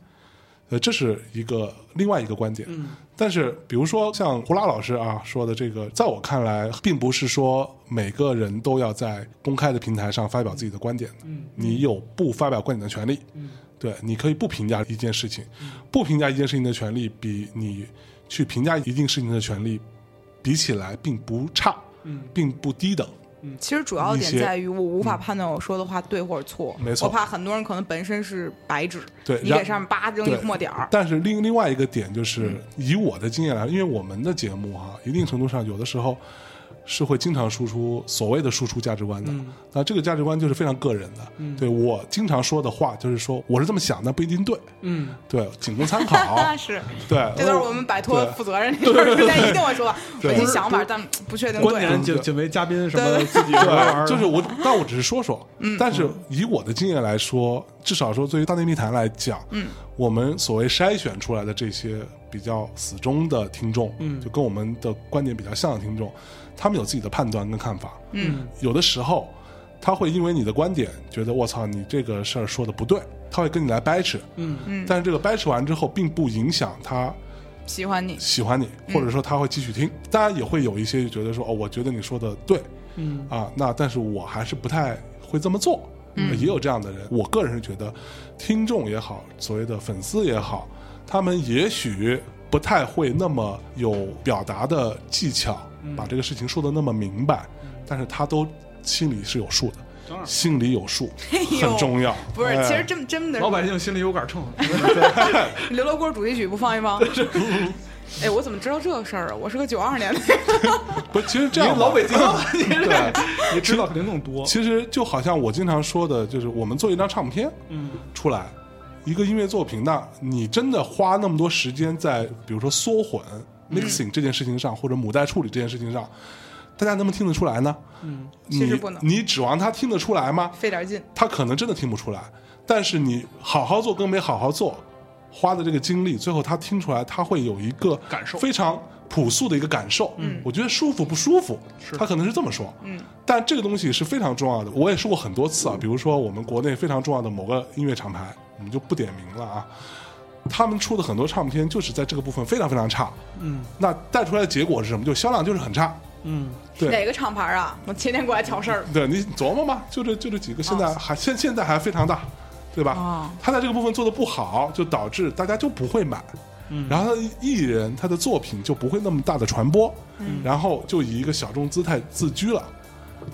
Speaker 1: 呃，这是一个另外一个观点。
Speaker 3: 嗯
Speaker 1: 但是，比如说像胡拉老师啊说的这个，在我看来，并不是说每个人都要在公开的平台上发表自己的观点的。
Speaker 3: 嗯
Speaker 1: 你有不发表观点的权利。
Speaker 3: 嗯
Speaker 1: 对，你可以不评价一件事情，不评价一件事情的权利，比你去评价一件事情的权利比起来，并不差，
Speaker 3: 嗯
Speaker 1: 并不低等。
Speaker 2: 其实主要
Speaker 1: 一
Speaker 2: 点
Speaker 1: 些嗯
Speaker 2: 在于我无法判断我说的话对或者错，
Speaker 1: 没错
Speaker 2: 我怕很多人可能本身是白纸，
Speaker 1: 对
Speaker 2: 你
Speaker 1: 然
Speaker 2: 给上面叭扔一
Speaker 1: 对哦
Speaker 2: 墨点儿，嗯
Speaker 1: 但是另另外一个点就是，以我的经验来，因为我们的节目哈、一定程度上有的时候是会经常输出所谓的输出价值观的。
Speaker 3: 嗯
Speaker 1: 那这个价值观就是非常个人的。
Speaker 2: 嗯
Speaker 1: 对我经常说的话就是说，我是这么想，但不一定对。
Speaker 3: 嗯，
Speaker 1: 对，仅供参
Speaker 2: *laughs*
Speaker 1: 考。
Speaker 2: 是，
Speaker 1: 对，
Speaker 2: 这都是我们摆脱
Speaker 1: 哦对
Speaker 2: 负
Speaker 1: *laughs*
Speaker 2: 责任这事儿之前一定会说，
Speaker 1: 对
Speaker 2: 我这想法，但不确定
Speaker 3: 观
Speaker 2: 对。
Speaker 3: 点
Speaker 1: 对
Speaker 3: 仅仅为嘉宾什么
Speaker 2: 对
Speaker 3: *laughs* 自己玩
Speaker 1: 对，
Speaker 3: 儿
Speaker 1: 就是我，但我只是说说。但是以我的经验来说，至少说对于《大内密谈》来讲，嗯，我们所谓筛选出来的这些比较死忠的听众，
Speaker 3: 嗯
Speaker 1: 就跟我们的观点比较像的听众，他们有自己的判断跟看法。
Speaker 2: 嗯，
Speaker 1: 有的时候他会因为你的观点，觉得我操，你这个事儿说的不对，他会跟你来掰扯。
Speaker 3: 嗯
Speaker 2: 嗯
Speaker 1: 但是这个掰扯完之后，并不影响他
Speaker 2: 喜欢你，
Speaker 1: 喜欢你，或者说他会继续听。当然也会有一些觉得说，哦，我觉得你说的对，
Speaker 3: 嗯
Speaker 1: 啊，那但是我还是不太会这么做，
Speaker 2: 嗯
Speaker 1: 也有这样的人。我个人是觉得，听众也好，所谓的粉丝也好，他们也许不太会那么有表达的技巧，
Speaker 2: 嗯
Speaker 1: 把这个事情说的那么明白，但是他都心里是有数
Speaker 3: 当
Speaker 1: 的，
Speaker 3: 然
Speaker 1: 心里有
Speaker 2: *laughs*
Speaker 1: 数
Speaker 2: 嗯哎呦
Speaker 1: 很重要。
Speaker 2: 不是，
Speaker 1: 哎
Speaker 2: 其实真真的是
Speaker 3: 老百姓心里有杆秤，
Speaker 2: 刘罗锅主题曲不放一放？哎，我怎么知道这个事儿啊？我是个九二年的，
Speaker 1: 不是，其实这
Speaker 3: 你
Speaker 1: 样吧
Speaker 3: 老北京，你
Speaker 1: 对
Speaker 3: 这你知道肯定更多。
Speaker 1: 其实就好像我经常说的，就是我们做一张唱片，
Speaker 3: 嗯
Speaker 1: 出来一个音乐作品，那你真的花那么多时间在比如说缩混、mixing
Speaker 2: 嗯
Speaker 1: 这件事情上，或者母带处理这件事情上，大家能不能听得出来呢？
Speaker 3: 嗯，
Speaker 2: 其
Speaker 1: 你
Speaker 2: 实不能
Speaker 1: 你指望他听得出来吗？
Speaker 2: 费点劲。
Speaker 1: 他可能真的听不出来，但是你好好做跟没好好做，花的这个精力，最后他听出来，他会有一个
Speaker 3: 感受
Speaker 1: 非常朴素的一个感受。
Speaker 2: 嗯
Speaker 1: 我觉得舒服不舒服，
Speaker 3: 是
Speaker 1: 他可能是这么说。
Speaker 2: 嗯，
Speaker 1: 但这个东西是非常重要的，我也说过很多次啊，比如说我们国内非常重要的某个音乐厂牌，我们就不点名了啊，他们出的很多唱片就是在这个部分非常非常差，
Speaker 3: 嗯
Speaker 1: 那带出来的结果是什么？就销量就是很差。
Speaker 3: 嗯，
Speaker 1: 对
Speaker 2: 哪个厂牌啊？我天天过来挑事儿。
Speaker 1: 对你琢磨嘛，就这就这几个，现
Speaker 3: 哦
Speaker 1: 在还现、现在还非常大，对吧？
Speaker 2: 哦
Speaker 1: 他在这个部分做的不好，就导致大家就不会买，
Speaker 3: 嗯
Speaker 1: 然后他的艺人他的作品就不会那么大的传播，
Speaker 3: 嗯
Speaker 1: 然后就以一个小众姿态自居了。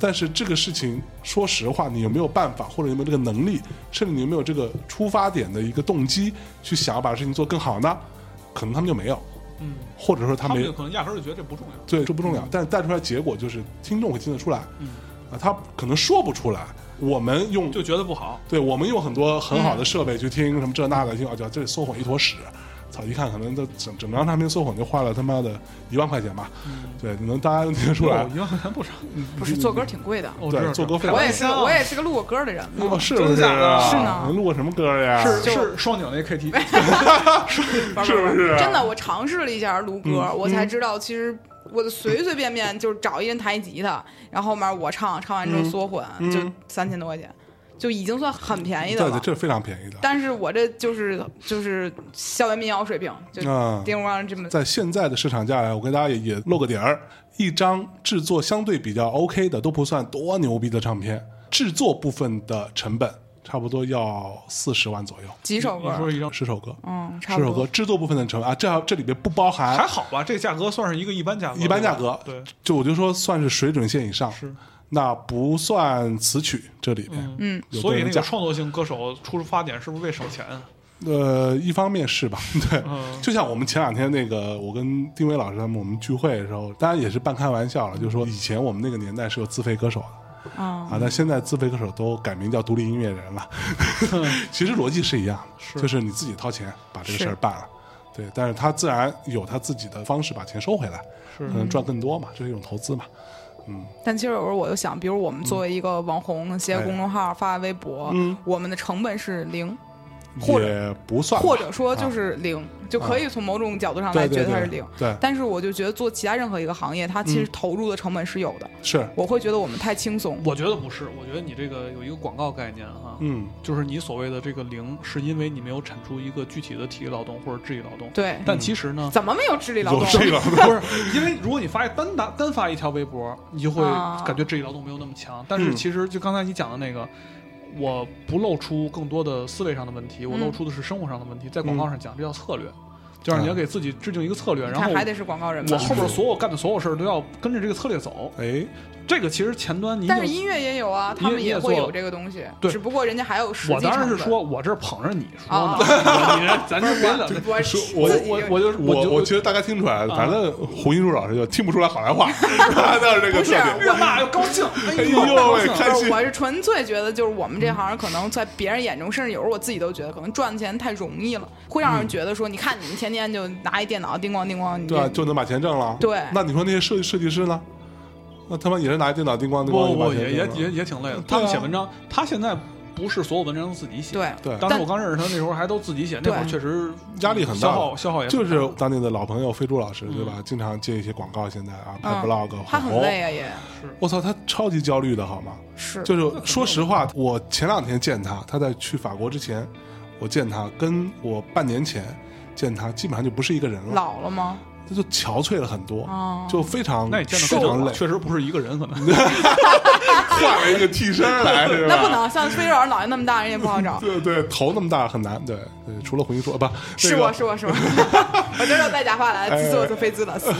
Speaker 1: 但是这个事情，说实话，你有没有办法，或者有没有这个能力，甚至你有没有这个出发点的一个动机，去想要把事情做更好呢？可能他们就没有，
Speaker 3: 嗯，
Speaker 1: 或者说他
Speaker 3: 他
Speaker 1: 没
Speaker 3: 们
Speaker 1: 有。
Speaker 3: 可能压根儿就觉得这不重要。
Speaker 1: 对，这不重要，但是带出来结果就是听众会听得出来，
Speaker 3: 嗯
Speaker 1: 啊，他可能说不出来，我们用
Speaker 3: 就嗯觉得不好，
Speaker 1: 对我们用很多很好的设备去听什么这那的，听啊，叫这缩混一坨屎，操，一看可能这整整张唱片缩混就花了他妈的一万块钱吧，
Speaker 3: 嗯
Speaker 1: 对，能大家能听得出来
Speaker 3: 一，万块钱不少。
Speaker 2: 不是做歌挺贵的，
Speaker 3: 哦
Speaker 1: 对，做歌非常
Speaker 2: 我也是，我也是个录过歌的人。
Speaker 1: 哦，是
Speaker 3: 真
Speaker 1: 不是
Speaker 3: 假的
Speaker 1: 啊？哎
Speaker 2: 是呢
Speaker 1: 能录过什么歌呀？
Speaker 3: 是
Speaker 2: 就是
Speaker 3: 双井那 KT，
Speaker 2: 不
Speaker 1: *laughs* 是不是啊嗯
Speaker 2: 真的，我尝试了一下录歌，我才知道其实。我随随便便就是找一人弹一吉他，然后后面我唱，唱完之后缩混，
Speaker 1: 嗯
Speaker 2: 就三千多块钱，就已经算很便宜
Speaker 1: 对
Speaker 2: 的
Speaker 1: 对，
Speaker 2: 了。
Speaker 1: 这非常便宜的，
Speaker 2: 但是我这就是就是校园民谣水平，就
Speaker 1: 啊
Speaker 2: 叮咣这么
Speaker 1: 在现在的市场价来，我跟大家也也露个底儿，一张制作相对比较 OK 的，都不算多牛逼的唱片，制作部分的成本差不多要四十万左右，
Speaker 2: 几首
Speaker 3: 你说
Speaker 2: 歌，
Speaker 3: 一张
Speaker 1: 十首歌，
Speaker 2: 嗯，差
Speaker 1: 十
Speaker 2: 不
Speaker 1: 首
Speaker 2: 多
Speaker 1: 歌，。制作部分的成本啊，这这里边不包含
Speaker 3: 还好吧？这价格算是一个一般价格，
Speaker 1: 一般价格，
Speaker 3: 对，
Speaker 1: 就我就说算是水准线以上，
Speaker 3: 是。
Speaker 1: 那不算词曲这里边，
Speaker 2: 嗯，
Speaker 1: 有
Speaker 3: 所以那
Speaker 1: 人
Speaker 3: 个
Speaker 1: 讲
Speaker 3: 创作性歌手出发点是不是为省钱？啊
Speaker 1: 呃，一方面是吧？ *laughs* 对，
Speaker 3: 嗯
Speaker 1: 就像我们前两天那个，我跟丁薇老师他们我们聚会的时候，当然也是半开玩笑了，就说以前我们那个年代是有自费歌手的
Speaker 2: 啊，
Speaker 1: 啊，但现在自费歌手都改名叫独立音乐人
Speaker 2: *laughs*
Speaker 1: 了。其实逻辑是一样的，
Speaker 3: 是
Speaker 1: 就是你自己掏钱把这个
Speaker 2: 是
Speaker 1: 事儿办了，对，但是他自然有他自己的方式把钱收回来，
Speaker 3: 是
Speaker 1: 嗯，赚更多嘛，这是一种投资嘛。嗯
Speaker 2: 但其实有时候我就想，比如
Speaker 1: 哎嗯
Speaker 2: 我们作为一个网红，写公众号、发微博，我们的成本是零，哦或者
Speaker 1: 也不算吧，啊
Speaker 2: 或者说就是零，就可以从某种角度上来
Speaker 1: 对
Speaker 2: 觉
Speaker 1: 对
Speaker 2: 得它是
Speaker 1: 对
Speaker 2: 零。
Speaker 1: 对
Speaker 2: 但是我就觉得做其他任何一个行业，它其实投入的成本是有的。
Speaker 1: 是，
Speaker 2: 我会觉得我们太轻松。
Speaker 3: 我觉得不是，我觉得你这个有一个广告概念哈，
Speaker 1: 嗯，
Speaker 3: 就是你所谓的这个零，是因为你没有产出一个具体的体力劳动或者智力劳动。
Speaker 2: 对，
Speaker 3: 但其
Speaker 1: *laughs*
Speaker 3: 实呢，
Speaker 2: 怎么没有智力劳
Speaker 1: 有
Speaker 2: 动？
Speaker 1: 这个
Speaker 2: *laughs*
Speaker 3: 不是因为如果你发单打单发一条微博，你就会
Speaker 2: 啊
Speaker 3: 感觉智力劳动没有那么强。但是
Speaker 1: 嗯
Speaker 3: 其实就刚才你讲的那个。我不露出更多的思维上的问
Speaker 2: 嗯
Speaker 3: 题，我露出的是生活上的问题。在
Speaker 1: 嗯
Speaker 3: 广告上讲，这叫策略，就是你要给自己制定一个策略，然后
Speaker 2: 看还得是广告人吧
Speaker 3: 我。后
Speaker 1: 嗯
Speaker 3: 边所有干的所有事儿都要跟着这个策略走。
Speaker 1: 哎，
Speaker 3: 这个其实前端你已
Speaker 2: 但是
Speaker 3: 经，
Speaker 2: 音乐也有啊，
Speaker 3: 你
Speaker 2: 他们
Speaker 3: 你也
Speaker 2: 会
Speaker 3: 做
Speaker 2: 有这个东西，
Speaker 3: 对
Speaker 2: 只不过人家还有实际
Speaker 3: 我当然是
Speaker 2: 成本
Speaker 3: 说，我这捧着你说
Speaker 2: 啊
Speaker 3: 呢，你这咱这别冷。
Speaker 2: *laughs* 我
Speaker 1: 说
Speaker 3: 我
Speaker 1: 我
Speaker 2: 自己
Speaker 3: 我
Speaker 2: 就
Speaker 3: 我就
Speaker 1: 我
Speaker 3: 我
Speaker 1: 我
Speaker 3: 就
Speaker 1: 其实大概听出来，
Speaker 3: 啊
Speaker 1: 咱的胡英树老师就听不出来好莱
Speaker 2: *laughs*
Speaker 1: 坞话，他的这个
Speaker 2: 不是啊
Speaker 1: 特点，
Speaker 3: 哎越骂越高兴，哎
Speaker 1: 哎
Speaker 3: 呦
Speaker 1: 呦喂，
Speaker 3: 高兴
Speaker 1: 开心，
Speaker 2: 我是纯粹觉得，就是我们这行可能在别人眼中，甚至有时候我自己都觉得，可能赚钱太容易了，会让人觉得说，你看你们天天就拿一电脑叮咣叮咣，你
Speaker 1: 对啊吧？
Speaker 2: 这
Speaker 1: 就能把钱挣了。
Speaker 2: 对
Speaker 1: 那你说那些设计设计师呢？那他妈也是拿电脑叮咣叮咣
Speaker 3: 不
Speaker 1: 就把
Speaker 3: 不
Speaker 1: 钱
Speaker 3: 也也
Speaker 1: 挣
Speaker 3: 也
Speaker 1: 了。
Speaker 3: 也挺累的。他
Speaker 1: 对
Speaker 3: 们
Speaker 1: 啊
Speaker 3: 写文章，他现在不是所有文章都自己写。
Speaker 2: 对，
Speaker 1: 对，
Speaker 3: 当时我刚认识他那时候还都自己写，那
Speaker 2: 对
Speaker 3: 会儿确实
Speaker 1: 压力很大
Speaker 3: 消耗消耗也很
Speaker 1: 就
Speaker 3: 大
Speaker 1: 是当年的老朋友飞猪老师，对吧？经常接一些广告，现在啊拍
Speaker 2: 嗯
Speaker 1: vlog
Speaker 2: 他
Speaker 1: 很
Speaker 2: 很
Speaker 1: 红
Speaker 2: 累啊，也
Speaker 1: 我操，他超级焦虑的好吗？
Speaker 2: 是
Speaker 1: 就是说实话，我前两天见他，他在去法国之前，我见他，跟我半年前见他，基本上就不是一个人了，
Speaker 2: 老了吗？
Speaker 1: 他就憔悴了很多，
Speaker 2: 哦
Speaker 1: 就非常
Speaker 3: 那你见的
Speaker 1: 非常累，
Speaker 3: 确实不是一个人，可能
Speaker 1: *laughs* 换了一个替身来，是吧？。
Speaker 2: *laughs* 那不能像飞老师脑袋那么大，人也不好
Speaker 3: *laughs*
Speaker 2: 找
Speaker 1: 对对，头那么大很难，对对，除了胡英硕，不
Speaker 2: 是
Speaker 1: 那个
Speaker 2: 我是我
Speaker 3: *laughs*
Speaker 2: 是我，我这要戴假发
Speaker 3: 哎
Speaker 2: 来，自作自费自了死。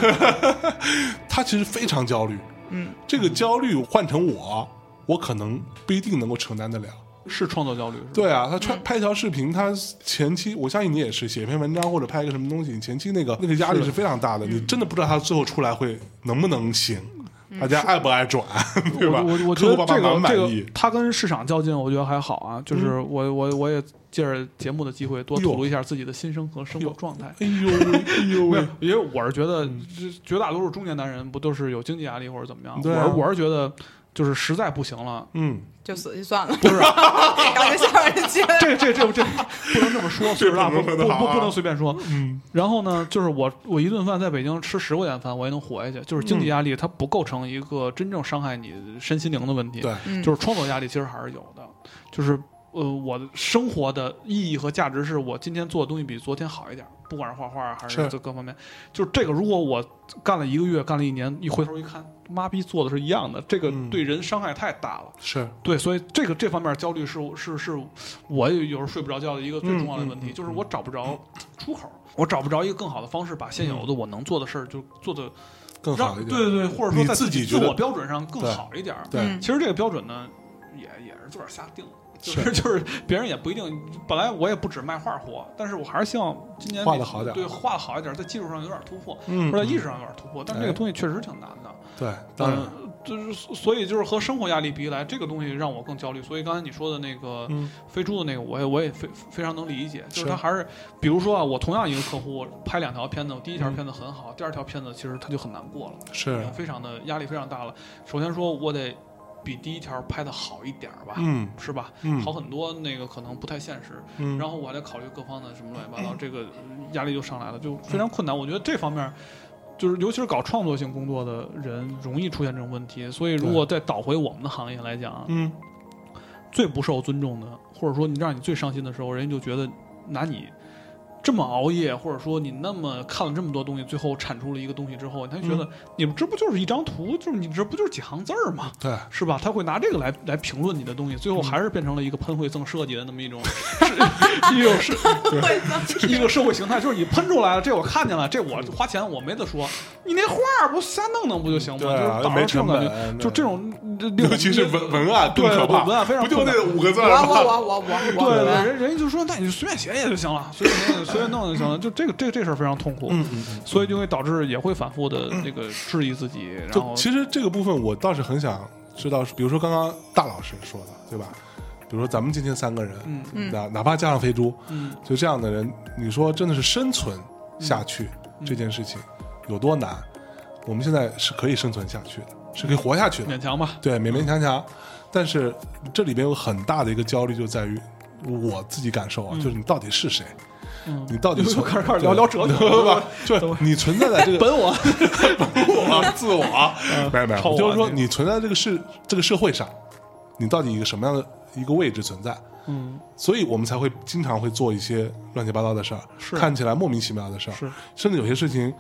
Speaker 1: 他其实非常焦虑，
Speaker 2: 嗯，
Speaker 1: 这个焦虑换成我，我可能不一定能够承担得了。
Speaker 3: 是创作焦虑。是吧，
Speaker 1: 对啊，他
Speaker 3: 嗯
Speaker 1: 拍拍一条视频，他前期我相信你也是写一篇文章或者拍一个什么东西，你前期那个那个压力是非常
Speaker 3: 嗯
Speaker 1: 大的，你真的不知道他最后出来会能不能行，大家爱不爱
Speaker 3: *laughs*
Speaker 1: 转，对吧？
Speaker 3: 嗯我我我觉
Speaker 1: 客户
Speaker 3: 得
Speaker 1: 爸爸满
Speaker 3: 这个
Speaker 1: 不满
Speaker 3: 这
Speaker 1: 意嗯
Speaker 3: 个，他跟市场较劲，我觉得还好啊。就是我我我也借着节目的机会多
Speaker 1: 哟
Speaker 3: 吐露一下自己的心声和生活状态。
Speaker 1: 哎呦喂，哎呦喂
Speaker 3: 没
Speaker 1: 嗯
Speaker 3: 有，，因为我是觉得这绝大多数中年男人不都是有经济压力或者怎么样？
Speaker 1: 对啊
Speaker 3: 我是我是觉得就是实在不行了，
Speaker 1: 嗯，
Speaker 2: 就死去算了，不是， *laughs* 感觉下边人接
Speaker 3: 啊 *laughs* 这这这这不能这么说，岁数大
Speaker 1: 不
Speaker 3: 不
Speaker 1: 能
Speaker 3: 不
Speaker 1: 说得好
Speaker 3: 不
Speaker 1: 啊
Speaker 3: 不能随便说。
Speaker 1: 嗯，
Speaker 3: 然后呢，就是我我一顿饭在北京吃十块钱饭，我也能活下去。就是
Speaker 1: 嗯
Speaker 3: 经济压力，它不构成一个真正伤害你身心灵的问题。
Speaker 1: 对，
Speaker 2: 嗯
Speaker 3: 就是创作压力其实还是有的，就是。呃，我的生活的意义和价值是我今天做的东西比昨天好一点，不管是画画还
Speaker 1: 是
Speaker 3: 是这各方面，就是这个。如果我干了一个月，干了一年，一回头一看，妈逼做的是一样的，这个
Speaker 1: 嗯
Speaker 3: 对人伤害太大了。
Speaker 1: 是
Speaker 3: 对，所以这个这方面焦虑是是是我有时候睡不着觉的一个最重要的问题，
Speaker 1: 嗯嗯嗯
Speaker 3: 就是我找不着出口，我找不着一个更好的方式把现有的我能做的事儿就做的
Speaker 1: 嗯更
Speaker 3: 让
Speaker 1: 好一点，
Speaker 3: 对对对，或者说
Speaker 1: 你
Speaker 3: 在
Speaker 1: 自己
Speaker 3: 自
Speaker 1: 觉得
Speaker 3: 我标准上更好一点儿。
Speaker 1: 对
Speaker 2: 嗯
Speaker 3: 其实这个标准呢，也也是自个儿瞎定的。就是是 *laughs* 就是别人也不一定，本来我也不只卖画火，但是我还是希望今年
Speaker 1: 画得好点儿
Speaker 3: 对画的好一点儿，在技术上有点突破，
Speaker 1: 嗯，
Speaker 3: 或者
Speaker 1: 嗯
Speaker 3: 在意识上有点突破，但是这个东西确实挺难的。
Speaker 1: 对，当然，
Speaker 3: 嗯，就是所以就是和生活压力比起来，这个东西让我更焦虑。所以刚才你说的那个
Speaker 1: 嗯
Speaker 3: 飞猪的那个，我也我也非非常能理解，就是
Speaker 1: 是
Speaker 3: 他还是，比如说啊，我同样一个客户拍两条片子，我第
Speaker 1: 嗯
Speaker 3: 一条片子很好，第二条片子其实他就很难过了，已
Speaker 1: 是
Speaker 3: 经，非常的压力非常大了。首先说我得比第一条拍的好一点儿吧，
Speaker 1: 嗯
Speaker 3: 是吧？
Speaker 1: 嗯，
Speaker 3: 好很多，那个可能不太现实。
Speaker 1: 嗯，
Speaker 3: 然后我还得考虑各方的什么乱七八糟，这个嗯压力就上来了，
Speaker 1: 嗯
Speaker 3: 就非常困难。我觉得这方面，就是尤其是搞创作性工作的人，容易出现这种问题。所以，如果再倒回我们的行业来讲啊，
Speaker 1: 嗯，
Speaker 3: 最不受尊重的，或者说你让你最伤心的时候，人家就觉得拿你这么熬夜，或者说你那么看了这么多东西，最后产出了一个东西之后，他就觉
Speaker 1: 嗯
Speaker 3: 得你们这不就是一张图，就是你这不就是几行字儿吗？
Speaker 1: 对，嗯
Speaker 3: 是吧？他会拿这个来来评论你的东西，最后还是变成了一个喷会赠设计的那么一种，是一 *laughs* 种
Speaker 2: *laughs*
Speaker 3: 是 *laughs* 一个社会形态，就是你喷出来了，这我看见了，这我花钱我没得说，你那画儿不瞎弄弄不就行吗？
Speaker 1: 对
Speaker 3: 就是
Speaker 1: 啊
Speaker 3: 导致
Speaker 1: 没
Speaker 3: 这种
Speaker 1: 成
Speaker 3: 感
Speaker 1: 本
Speaker 3: 觉，就这种，
Speaker 1: *laughs* 尤其是文文案更
Speaker 3: 对
Speaker 1: 可怕，
Speaker 3: 文案非常
Speaker 1: 不就
Speaker 3: 困难
Speaker 1: 那五个字
Speaker 2: 我
Speaker 1: 儿吗？
Speaker 2: 我我我我我我。
Speaker 3: 对，人人家就说，那你就随便写写就行了，随便弄就随便弄就行了。就这个这这事儿非常痛苦，
Speaker 1: 嗯
Speaker 3: 所以就会导致也会反复的那个质疑自己，然
Speaker 1: 就
Speaker 3: 后
Speaker 1: 其实这个部分，我倒是很想知道，比如说刚刚大老师说的，对吧？比如说咱们今天三个人，
Speaker 3: 嗯
Speaker 2: 嗯
Speaker 1: 哪哪怕加上飞猪，
Speaker 3: 嗯，
Speaker 1: 就这样的人，你说真的是生存下去、
Speaker 3: 嗯
Speaker 1: 这件事情有多难？我们现在是可以生存下去的，是可以活下去的，
Speaker 3: 勉强吧。
Speaker 1: 对，勉勉强强。但是这里边有很大的一个焦虑，就在于我自己感受啊，就是你到底是谁，
Speaker 3: 嗯
Speaker 1: 你到
Speaker 3: *laughs*
Speaker 1: 底
Speaker 3: 又
Speaker 1: 存
Speaker 3: 开始开始聊聊哲学了
Speaker 1: 对吧？就是你存在在
Speaker 3: *laughs*
Speaker 1: 这个
Speaker 3: 本我，啊
Speaker 1: 我自我， *laughs* 没有没
Speaker 3: 超
Speaker 1: 有，就
Speaker 3: 我啊
Speaker 1: 是说
Speaker 3: 那个
Speaker 1: 你存在这个世这个社会上，你到底一个什么样的一个位置存在？
Speaker 3: 嗯，
Speaker 1: 所以我们才会经常会做一些乱七八糟的事儿，
Speaker 3: 是
Speaker 1: 看起来莫名其妙的事儿，
Speaker 3: 是
Speaker 1: 甚至有些事情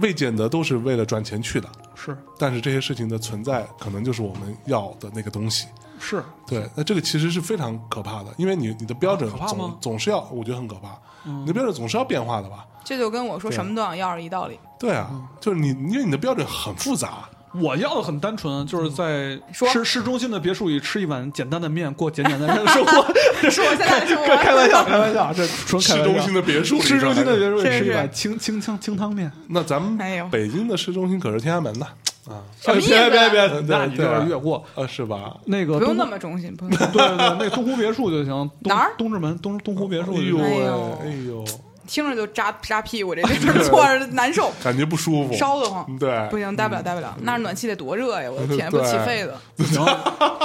Speaker 1: 未见得都是为了赚钱去的，
Speaker 3: 是
Speaker 1: 但是这些事情的存在可能就是我们要的那个东西。
Speaker 3: 是，
Speaker 1: 对，那这个其实是非常可怕的，因为你你的标准
Speaker 3: 啊可怕
Speaker 1: 总、
Speaker 3: 吗嗯
Speaker 1: 总是要，我觉得很可怕，你的标准总是要变化的吧？
Speaker 2: 这就跟我说什么都想要是一道理。
Speaker 1: 对啊，就是你因为你的标准很复杂，
Speaker 3: 我要的很单纯，就是在
Speaker 2: 说
Speaker 3: 市市中心的别墅里吃一碗简单的面，过简简单单的生活。 *laughs*
Speaker 2: 是我现在的生活。
Speaker 3: 开开玩笑，开玩笑，这纯开
Speaker 1: 市
Speaker 3: 玩笑
Speaker 1: 中心的别墅里
Speaker 3: 市中心的别墅里
Speaker 2: 是
Speaker 3: 吃一碗
Speaker 2: 是
Speaker 3: 清清清清汤面，
Speaker 1: 那咱
Speaker 2: 哎呦
Speaker 1: 们北京的市中心可是天安门呐，
Speaker 3: 哎
Speaker 1: 啊，
Speaker 2: 什么意思
Speaker 3: 别别别
Speaker 1: 对，
Speaker 3: 那你
Speaker 1: 对
Speaker 3: 有
Speaker 1: 啊
Speaker 3: 点越过。
Speaker 1: 呃，是吧？
Speaker 3: 那个
Speaker 2: 不用
Speaker 3: 东
Speaker 2: 那么忠心，不用那么。
Speaker 3: 对对，对，那东湖别墅就行。东
Speaker 2: 哪儿
Speaker 3: 东直门东东湖别墅
Speaker 1: 哎
Speaker 3: 就行。
Speaker 1: 呦
Speaker 2: 哎
Speaker 1: 喂
Speaker 2: 呦，
Speaker 1: 哎呦，
Speaker 2: 听着就扎扎屁股，这这事儿坐着难受，
Speaker 1: 感觉不舒
Speaker 3: 嗯
Speaker 1: 服，
Speaker 2: 烧得慌。
Speaker 1: 对，
Speaker 2: 不行，待不了，待不了，那儿暖气得多热呀！我
Speaker 3: 嗯
Speaker 2: 的天，
Speaker 1: 对
Speaker 2: 不起痱子。
Speaker 3: 不行，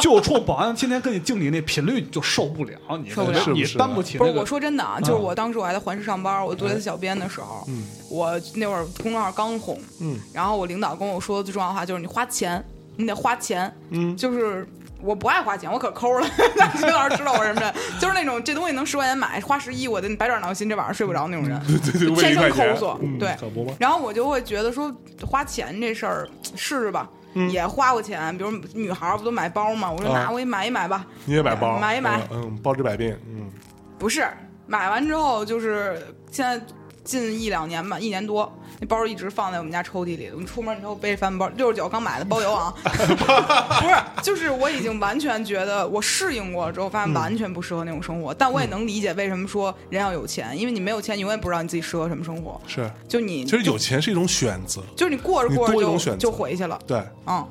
Speaker 3: 就冲保安天天跟你敬礼那频率就受不了，你
Speaker 2: 受不了
Speaker 3: 你
Speaker 1: 是不是
Speaker 3: 担不起
Speaker 2: 不是
Speaker 3: 那
Speaker 2: 我
Speaker 3: 个。
Speaker 2: 说真的啊，就是我当时我还在环市上班，我做
Speaker 1: 哎
Speaker 2: 一次小编的时候，我那会儿公众号刚红，
Speaker 1: 嗯
Speaker 2: 然后我领导跟我说的最重要的话就是你花钱，你得花钱，
Speaker 1: 嗯，
Speaker 2: 就是我不爱花钱，我可抠了。 *laughs* 徐老师知道我什么人，就是那种这东西能十块钱买，花十一我的百爪挠心，这晚上睡不着那种人。
Speaker 1: *laughs* 对对对，嗯为
Speaker 2: 天
Speaker 1: 一块
Speaker 2: 生抠
Speaker 1: 钱
Speaker 2: 索，
Speaker 1: 嗯
Speaker 2: 对
Speaker 1: 可不吗？
Speaker 2: 然后我就会觉得说，花钱这事儿试试吧。也花过钱，比如女孩儿不都买包吗？我说
Speaker 1: 嗯啊
Speaker 2: 那我也买一买吧。
Speaker 1: 你也买包，
Speaker 2: 买一买
Speaker 1: 嗯，嗯，包治百病，嗯，
Speaker 2: 不是，买完之后就是现在近一两年吧，一年多，那包一直放在我们家抽屉里。你出门你就背着帆包，六十九刚买的包
Speaker 1: *laughs*
Speaker 2: 邮啊，不是，就是我已经完全觉得我适应过了之
Speaker 1: 嗯
Speaker 2: 后，发现完全不适合那种生活。但我也能理解为什么说人要有钱，因为你没有钱，你永远不知道你自己适合什么生活。
Speaker 1: 是。
Speaker 2: 就你
Speaker 1: 嗯其实有钱是一种选择，
Speaker 2: 就是你过着过
Speaker 1: 你多一
Speaker 2: 着
Speaker 1: 种
Speaker 2: 就
Speaker 1: 选择
Speaker 2: 就回去了，
Speaker 1: 对，
Speaker 2: 嗯。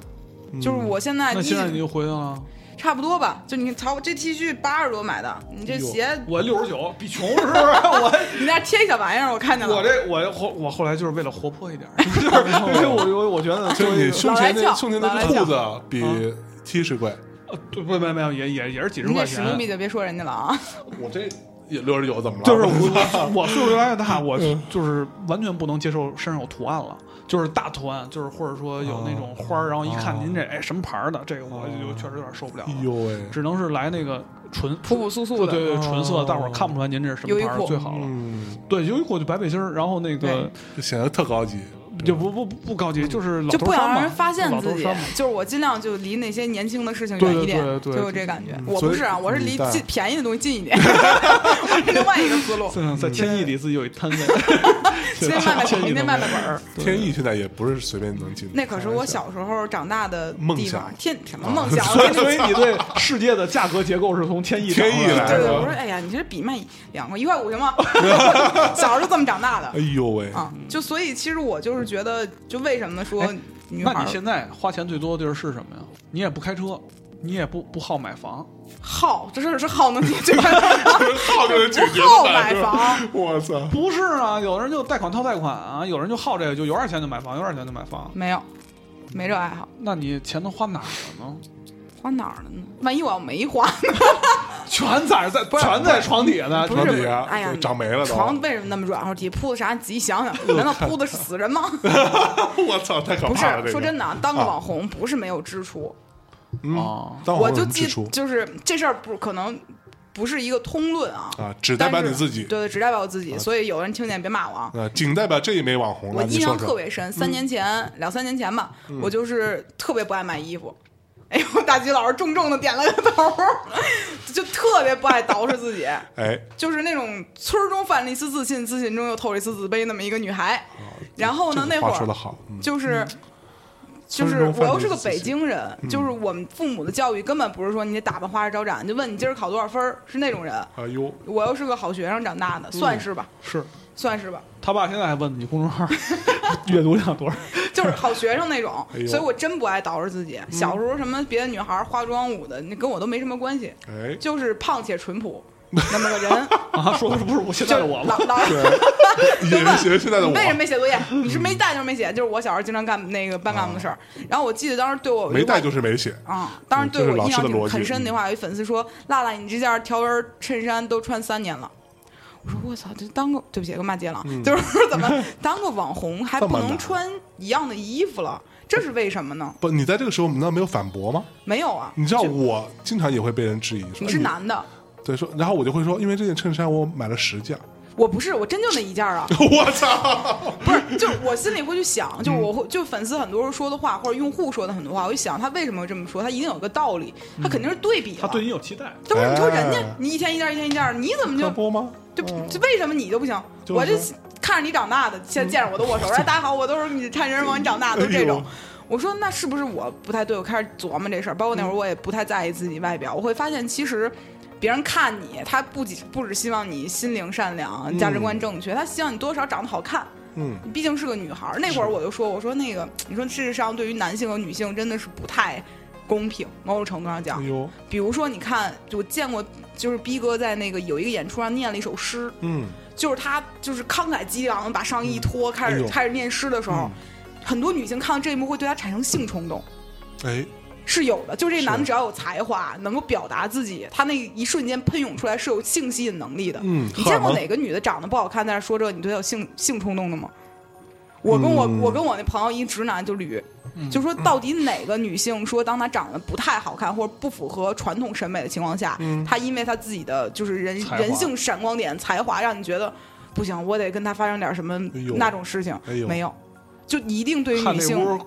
Speaker 2: 就是我现在
Speaker 3: 那
Speaker 2: 一
Speaker 3: 现在你就回去了，
Speaker 2: 差不多吧，就你瞧，这 T 恤八十多买的，你这
Speaker 1: 哎呦
Speaker 2: 鞋，
Speaker 3: 我六十九，比穷是不是？
Speaker 2: *laughs*
Speaker 3: *laughs* 我
Speaker 2: 你那贴一小玩意儿，我看见了。
Speaker 3: 我这我后我后来就是为了活泼一点，就是因为我我我觉得
Speaker 1: 就
Speaker 3: 作
Speaker 1: 是
Speaker 3: 为一
Speaker 1: 你
Speaker 3: 个
Speaker 1: 胸前那胸前
Speaker 2: 老来俏
Speaker 1: 那
Speaker 2: 老嗯
Speaker 1: 个
Speaker 2: 来
Speaker 1: 裤
Speaker 2: 俏
Speaker 1: 子啊比 T 恤贵，
Speaker 3: *laughs* 呃对不没没有也也也是几十
Speaker 2: 你
Speaker 3: 块
Speaker 2: 这史
Speaker 3: 钱，
Speaker 2: 努比就别说人家了啊！
Speaker 1: 我这也六十九怎么了？嗯
Speaker 3: 就是我我岁数越来越大，我
Speaker 2: 嗯
Speaker 3: 就是完全不能接受身上有图案了，就是大图案，就是或者说有那种花儿，然后一看您这哎什么牌儿的，这个我就确实有点受不了了
Speaker 1: 哎呦喂，
Speaker 3: 只能是来那个纯
Speaker 2: 朴朴素素的
Speaker 3: 对对，纯色，
Speaker 1: 哦
Speaker 3: 大伙儿看不出来您这是什么
Speaker 2: 优
Speaker 3: 牌
Speaker 2: 衣
Speaker 3: 儿
Speaker 2: 库
Speaker 3: 最好了。
Speaker 1: 嗯，
Speaker 3: 对，优衣库就白背心儿，然后那个
Speaker 1: 就显得特高级，
Speaker 3: 就不不不高级，就是
Speaker 2: *laughs*
Speaker 3: 老
Speaker 2: 就
Speaker 3: 头
Speaker 2: 不
Speaker 3: 儿
Speaker 2: 想让
Speaker 3: 衫嘛，
Speaker 2: 人发现
Speaker 3: 老头
Speaker 2: 自
Speaker 3: 儿
Speaker 2: 己 *laughs*
Speaker 3: 衫嘛，
Speaker 2: 就是我尽量就离那些年轻的事情
Speaker 3: 对
Speaker 2: 远一点，
Speaker 3: 对对对
Speaker 2: 就有这感觉。
Speaker 1: 嗯
Speaker 2: 我
Speaker 1: 所以
Speaker 2: 不是啊，我是离
Speaker 1: 你带
Speaker 2: 近便宜的东西近
Speaker 3: *laughs*
Speaker 2: 一点， *laughs* 我是另外一个思路。
Speaker 3: 在在天意里自己有一
Speaker 2: *laughs*
Speaker 3: 摊位，
Speaker 2: 先卖卖本儿，先卖
Speaker 3: 天意
Speaker 2: 卖本儿，
Speaker 1: 天意现在也不是随便能进的，
Speaker 2: 那可是我小时候长大的
Speaker 1: 梦
Speaker 2: 地方
Speaker 1: 想。
Speaker 2: 天什么梦
Speaker 3: *laughs*
Speaker 2: 想？
Speaker 3: 啊所以所以你对世界的价格结构是从天意
Speaker 1: 天意
Speaker 3: 掌握
Speaker 1: 来的
Speaker 2: 对对，
Speaker 1: 是吧
Speaker 2: 我说哎呀，你这笔卖两块一块五行
Speaker 3: *laughs*
Speaker 2: 吗？ *laughs* 小时候就这么长大的
Speaker 1: 哎呦喂，
Speaker 2: 啊，就所以其实我就是觉得，就为什么说
Speaker 3: 哎
Speaker 2: 女
Speaker 3: 那
Speaker 2: 孩
Speaker 3: 你现在花钱最多的地儿是什么呀？你也不开车，你也不不好买房，
Speaker 2: 好，这事儿是好能解
Speaker 3: *laughs*
Speaker 2: 决吗，
Speaker 1: 好就能解决
Speaker 2: 好
Speaker 1: 了
Speaker 2: 买房。
Speaker 1: 我操！
Speaker 3: 不是啊？有人就贷款套贷款啊，有人就好这个，就有点钱就买房，有点钱就买房。
Speaker 2: 没有，没这爱好。
Speaker 3: 那你钱都花哪儿了呢？
Speaker 2: 花哪儿了呢？万一我要没花呢？
Speaker 3: 全在在
Speaker 2: 是
Speaker 3: 全在床底下呢，
Speaker 2: 不
Speaker 1: 床
Speaker 2: 是，
Speaker 1: 底下
Speaker 2: 哎呀，
Speaker 1: 长霉了都
Speaker 2: *laughs* 床为什么那么软和底铺的啥？你自己想想，难道铺的是死人吗？
Speaker 1: *laughs* 我操，太嗯 *laughs* 可
Speaker 2: 不
Speaker 1: 怕了！
Speaker 2: 是，说真
Speaker 1: 的，
Speaker 2: 的啊，当个网红不是没有支出，
Speaker 3: 啊
Speaker 1: 嗯，当
Speaker 2: 我
Speaker 1: 红
Speaker 2: 就
Speaker 1: 人
Speaker 2: 记
Speaker 1: 支出
Speaker 2: 就是这事儿不可能不是一个通论啊，
Speaker 1: 啊，只代
Speaker 2: 但
Speaker 1: 表
Speaker 2: 是
Speaker 1: 你自己，
Speaker 2: 对对，只代表我自己，所以有人听见别骂我啊。
Speaker 1: 啊，仅代表这一枚网红
Speaker 2: 我
Speaker 1: 了。你
Speaker 2: 印
Speaker 1: 说
Speaker 2: 象特
Speaker 1: 说，嗯
Speaker 2: 别深，三年前、两三年前吧，我就是特别不爱买衣服。 *laughs* 哎呦，大吉老师重重的点了个头儿， *laughs* 就特别不爱捯饬自己。
Speaker 1: 哎，
Speaker 2: 就是那种村儿中泛了一丝自信，自信中又透了一丝自卑那么一个女孩。
Speaker 1: 哦
Speaker 2: 然后呢，
Speaker 1: 这
Speaker 2: 那
Speaker 1: 个
Speaker 2: 会
Speaker 1: 话说的
Speaker 2: 儿
Speaker 1: 好，嗯
Speaker 2: 就是。就
Speaker 1: 村
Speaker 2: 是
Speaker 1: 儿中
Speaker 2: 我
Speaker 1: 泛
Speaker 2: 又
Speaker 1: 了一
Speaker 2: 是
Speaker 1: 丝
Speaker 2: 个
Speaker 1: 自
Speaker 2: 北
Speaker 1: 信嗯
Speaker 2: 京人，就是我们父母的教育根本不是说你得打扮花枝招展，就问你今儿考多少分儿，是那种人。
Speaker 1: 哎呦，
Speaker 2: 我又是个好学生长大的，
Speaker 1: 嗯
Speaker 2: 算是吧，
Speaker 3: 是
Speaker 2: 算是吧，
Speaker 3: 他爸现在还问你公众 *laughs* 号阅读量多少？
Speaker 2: 就是好学生那种
Speaker 1: 哎。呦嗯
Speaker 2: 所以我真不爱捯饬自己。 *laughs* 小时候什么别的女孩儿化妆舞的，那跟我都没什么关系，
Speaker 1: 哎，
Speaker 2: 就是胖且淳朴。那么个
Speaker 1: *laughs*
Speaker 2: 人，
Speaker 3: 啊，说的是不是我现在
Speaker 2: 就是
Speaker 3: 的我
Speaker 2: 老
Speaker 3: 吗？
Speaker 2: 老
Speaker 1: 对，隐形现在的
Speaker 2: 你为什么
Speaker 1: 我，
Speaker 2: 没
Speaker 1: *laughs*
Speaker 2: 写作业？你是没带就是没写，就是我小时候经常干那个班干部的事儿。然后我记得当时对我
Speaker 1: 啊没带就是没写，
Speaker 2: 啊、当时对
Speaker 1: 这是
Speaker 2: 我
Speaker 1: 老
Speaker 2: 印
Speaker 1: 师
Speaker 2: 象
Speaker 1: 的
Speaker 2: 挺
Speaker 1: 逻辑嗯
Speaker 2: 很深的话，有一粉丝说：“辣辣，你这件条纹衬衫都穿三年了。”我说：“我操，这当个对不起，跟骂街了，
Speaker 1: 嗯
Speaker 2: *laughs* 就是说怎么当个网红还
Speaker 1: 这
Speaker 2: 不
Speaker 1: 么
Speaker 2: 能
Speaker 1: 难
Speaker 2: 穿一样的衣服了？这是为什么呢？
Speaker 1: 不，你在这个时候难道没有反驳吗？
Speaker 2: 没有啊，
Speaker 1: 你知道我经常也会被人质疑，说
Speaker 2: 你是
Speaker 1: 哎
Speaker 2: 男的，
Speaker 1: 对说，然后我就会说，因为这件衬衫我买了十件， *laughs*
Speaker 2: 我不是，我真就那一件儿啊。”
Speaker 1: 我操，
Speaker 2: 不是， *laughs* 就是我心里会去想，
Speaker 1: 嗯
Speaker 2: 就是我会，就粉丝很多人说的话，或者用户说的很多话，我就想他为什么会这么说，他一定有个道理，他肯定是对比了。
Speaker 3: 他对你有期待，
Speaker 2: 但是你说人家
Speaker 1: 哎
Speaker 2: 你一天一件儿一天一件儿，你怎么就
Speaker 1: 可不吗？
Speaker 2: 就就为什么你就不行？
Speaker 1: 就是嗯
Speaker 2: 我这看着你长大的，现在见着我都
Speaker 1: *laughs*
Speaker 2: 握手，说哎大家好，我都是你看人王你长大的都这
Speaker 1: 哎
Speaker 2: 种
Speaker 1: 呦。
Speaker 2: 我说那是不是我不太对？我开始琢磨这事儿，包括
Speaker 1: 嗯
Speaker 2: 那会儿我也不太在意自己外表，我会发现其实别人看你，他不仅不只希望你心灵善良、价值观正确，他希望你多少长得好看。
Speaker 1: 嗯，
Speaker 2: 毕竟是个女孩儿。那会儿我就说，我说那个，你说事实上对于男性和女性真的是不太公平，某种程度上
Speaker 1: 哎
Speaker 2: 讲。
Speaker 1: 呦，
Speaker 2: 比如说，你看，我见过，就是逼哥在那个有一个演出上念了一首诗，
Speaker 1: 嗯，
Speaker 2: 就是他就是慷慨激昂地把上衣一脱，开
Speaker 1: 哎
Speaker 2: 始
Speaker 1: 呦嗯
Speaker 2: 开始念诗的时候，很多女性看到这一幕会对他产生性冲动，
Speaker 1: 哎，
Speaker 2: 是有的。就这
Speaker 1: 是
Speaker 2: 男的只要有才华，能够表达自己，他那一瞬间喷涌出来是有性吸引能力的。
Speaker 1: 嗯
Speaker 2: 你
Speaker 1: 荷尔
Speaker 2: 见过
Speaker 1: 蒙
Speaker 2: 哪个女的长得不好看，但是说这你对她有性性冲动的吗？我跟我、
Speaker 1: 嗯
Speaker 2: 我跟我那朋友一直男就捋，就说到底哪个女性说当她长得不太好看或者不符合传统审美的情况下，
Speaker 1: 嗯
Speaker 2: 她因为她自己的就是人
Speaker 3: 才华
Speaker 2: 人性闪光点才华，让你觉得不行，我得跟她发生点什么
Speaker 1: 哎呦
Speaker 2: 那种事情，
Speaker 1: 哎呦
Speaker 2: 没有，就一定对于
Speaker 3: 看
Speaker 2: 女
Speaker 3: 这
Speaker 2: 性
Speaker 3: 屋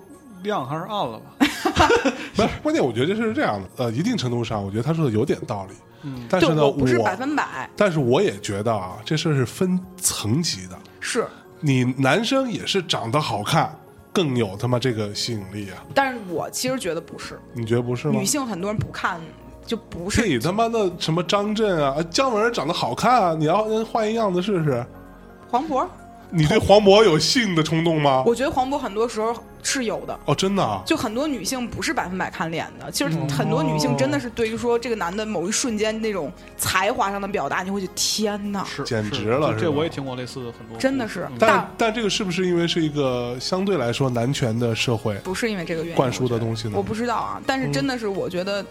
Speaker 3: 亮还是暗了 *laughs* 吧？
Speaker 1: 不是，关键我觉得这是这样的，呃，一定程度上，我觉得他说的有点道理，嗯，但
Speaker 2: 对
Speaker 1: 是呢，
Speaker 2: 我
Speaker 1: 我
Speaker 2: 不是百分百
Speaker 1: 但是我也觉得啊，这事儿是分层级的，
Speaker 2: 是，
Speaker 1: 你男生也是长得好看，更有他妈这个吸引力啊，
Speaker 2: 但是我其实觉得不是，
Speaker 1: 你觉得不是吗
Speaker 2: 女？性很多人不看就不是
Speaker 1: 这他妈的什么张震啊，呃姜文长得好看啊，你要换一样子试试。
Speaker 2: 黄渤，
Speaker 1: 你对黄渤有性的冲动吗？
Speaker 2: 我觉得黄渤很多时候是有的。
Speaker 1: 哦，真的啊，
Speaker 2: 就很多女性不是百分百看脸的，其
Speaker 1: 嗯
Speaker 2: 实很多女性真的是对于说这个男的某一瞬间那种才华上的表达，你会觉得天哪，
Speaker 3: 是，
Speaker 1: 简直
Speaker 3: 是
Speaker 1: 了
Speaker 3: 这
Speaker 1: 是
Speaker 3: 这
Speaker 1: 吧
Speaker 3: 我也听过类似的很多故事，
Speaker 2: 真的是
Speaker 3: 嗯
Speaker 1: 但
Speaker 2: 大
Speaker 1: 但这个是不是因为是一个相对来说男权的社会
Speaker 2: 不是因为这个原因
Speaker 1: 灌输的东西呢？
Speaker 2: 我不知道啊，但是真的是我觉得，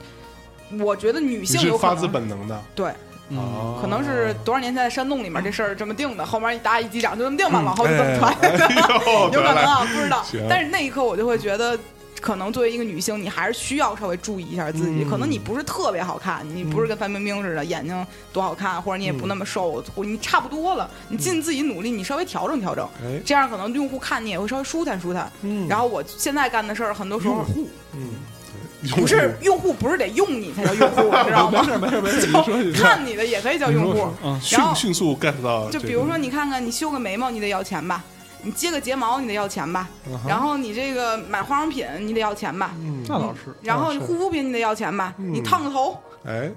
Speaker 2: 我觉得女
Speaker 1: 你
Speaker 2: 性
Speaker 1: 是
Speaker 2: 有可
Speaker 1: 发
Speaker 2: 能
Speaker 1: 自本能的，哦
Speaker 2: 对，
Speaker 3: 嗯，
Speaker 2: 可能是多少年前在山洞里面这事儿这么定的，后面大家一击掌就这么定吧，往后就这么传，
Speaker 1: *laughs* 嗯哎呦，
Speaker 2: *laughs* 有
Speaker 1: 得
Speaker 2: 可能
Speaker 1: 了，
Speaker 2: 啊，不知道
Speaker 1: 行。
Speaker 2: 但是那一刻我就会觉得。可能作为一个女性，你还是需要稍微注意一下自己。
Speaker 1: 嗯
Speaker 2: 可能你不是特别好看，你不是跟范冰冰似的眼睛多好看，或者你也不那么瘦，你差不多了。你尽自己努力，你稍微调整调整，
Speaker 1: 哎，
Speaker 2: 这样可能用户看你也会稍微舒坦舒坦。
Speaker 1: 嗯
Speaker 2: 然后我现在干的事儿，很多时候
Speaker 1: 户，嗯，用户
Speaker 2: 不是用户，不是得用你才叫 *laughs* 用户，你知道
Speaker 3: 没
Speaker 2: 吗？
Speaker 3: 事没事没事，你说
Speaker 2: 就
Speaker 3: 你说，
Speaker 2: 看你的也可以叫用
Speaker 1: 你
Speaker 2: 户
Speaker 1: 说。
Speaker 3: 嗯，
Speaker 2: 然后
Speaker 1: 迅迅速 get 到这
Speaker 2: 就
Speaker 1: 个，
Speaker 2: 比如说，你看看，你修个眉毛，你得要钱吧；你接个睫毛，你得要钱吧；
Speaker 1: 嗯哼
Speaker 2: 然后你这个买化妆品，你得要钱吧；
Speaker 1: 嗯，
Speaker 3: 那倒 *laughs* 是，
Speaker 2: 然后
Speaker 1: 是
Speaker 2: 你护肤品，你得要钱吧；
Speaker 1: 嗯
Speaker 2: 你烫个头，
Speaker 1: 哎，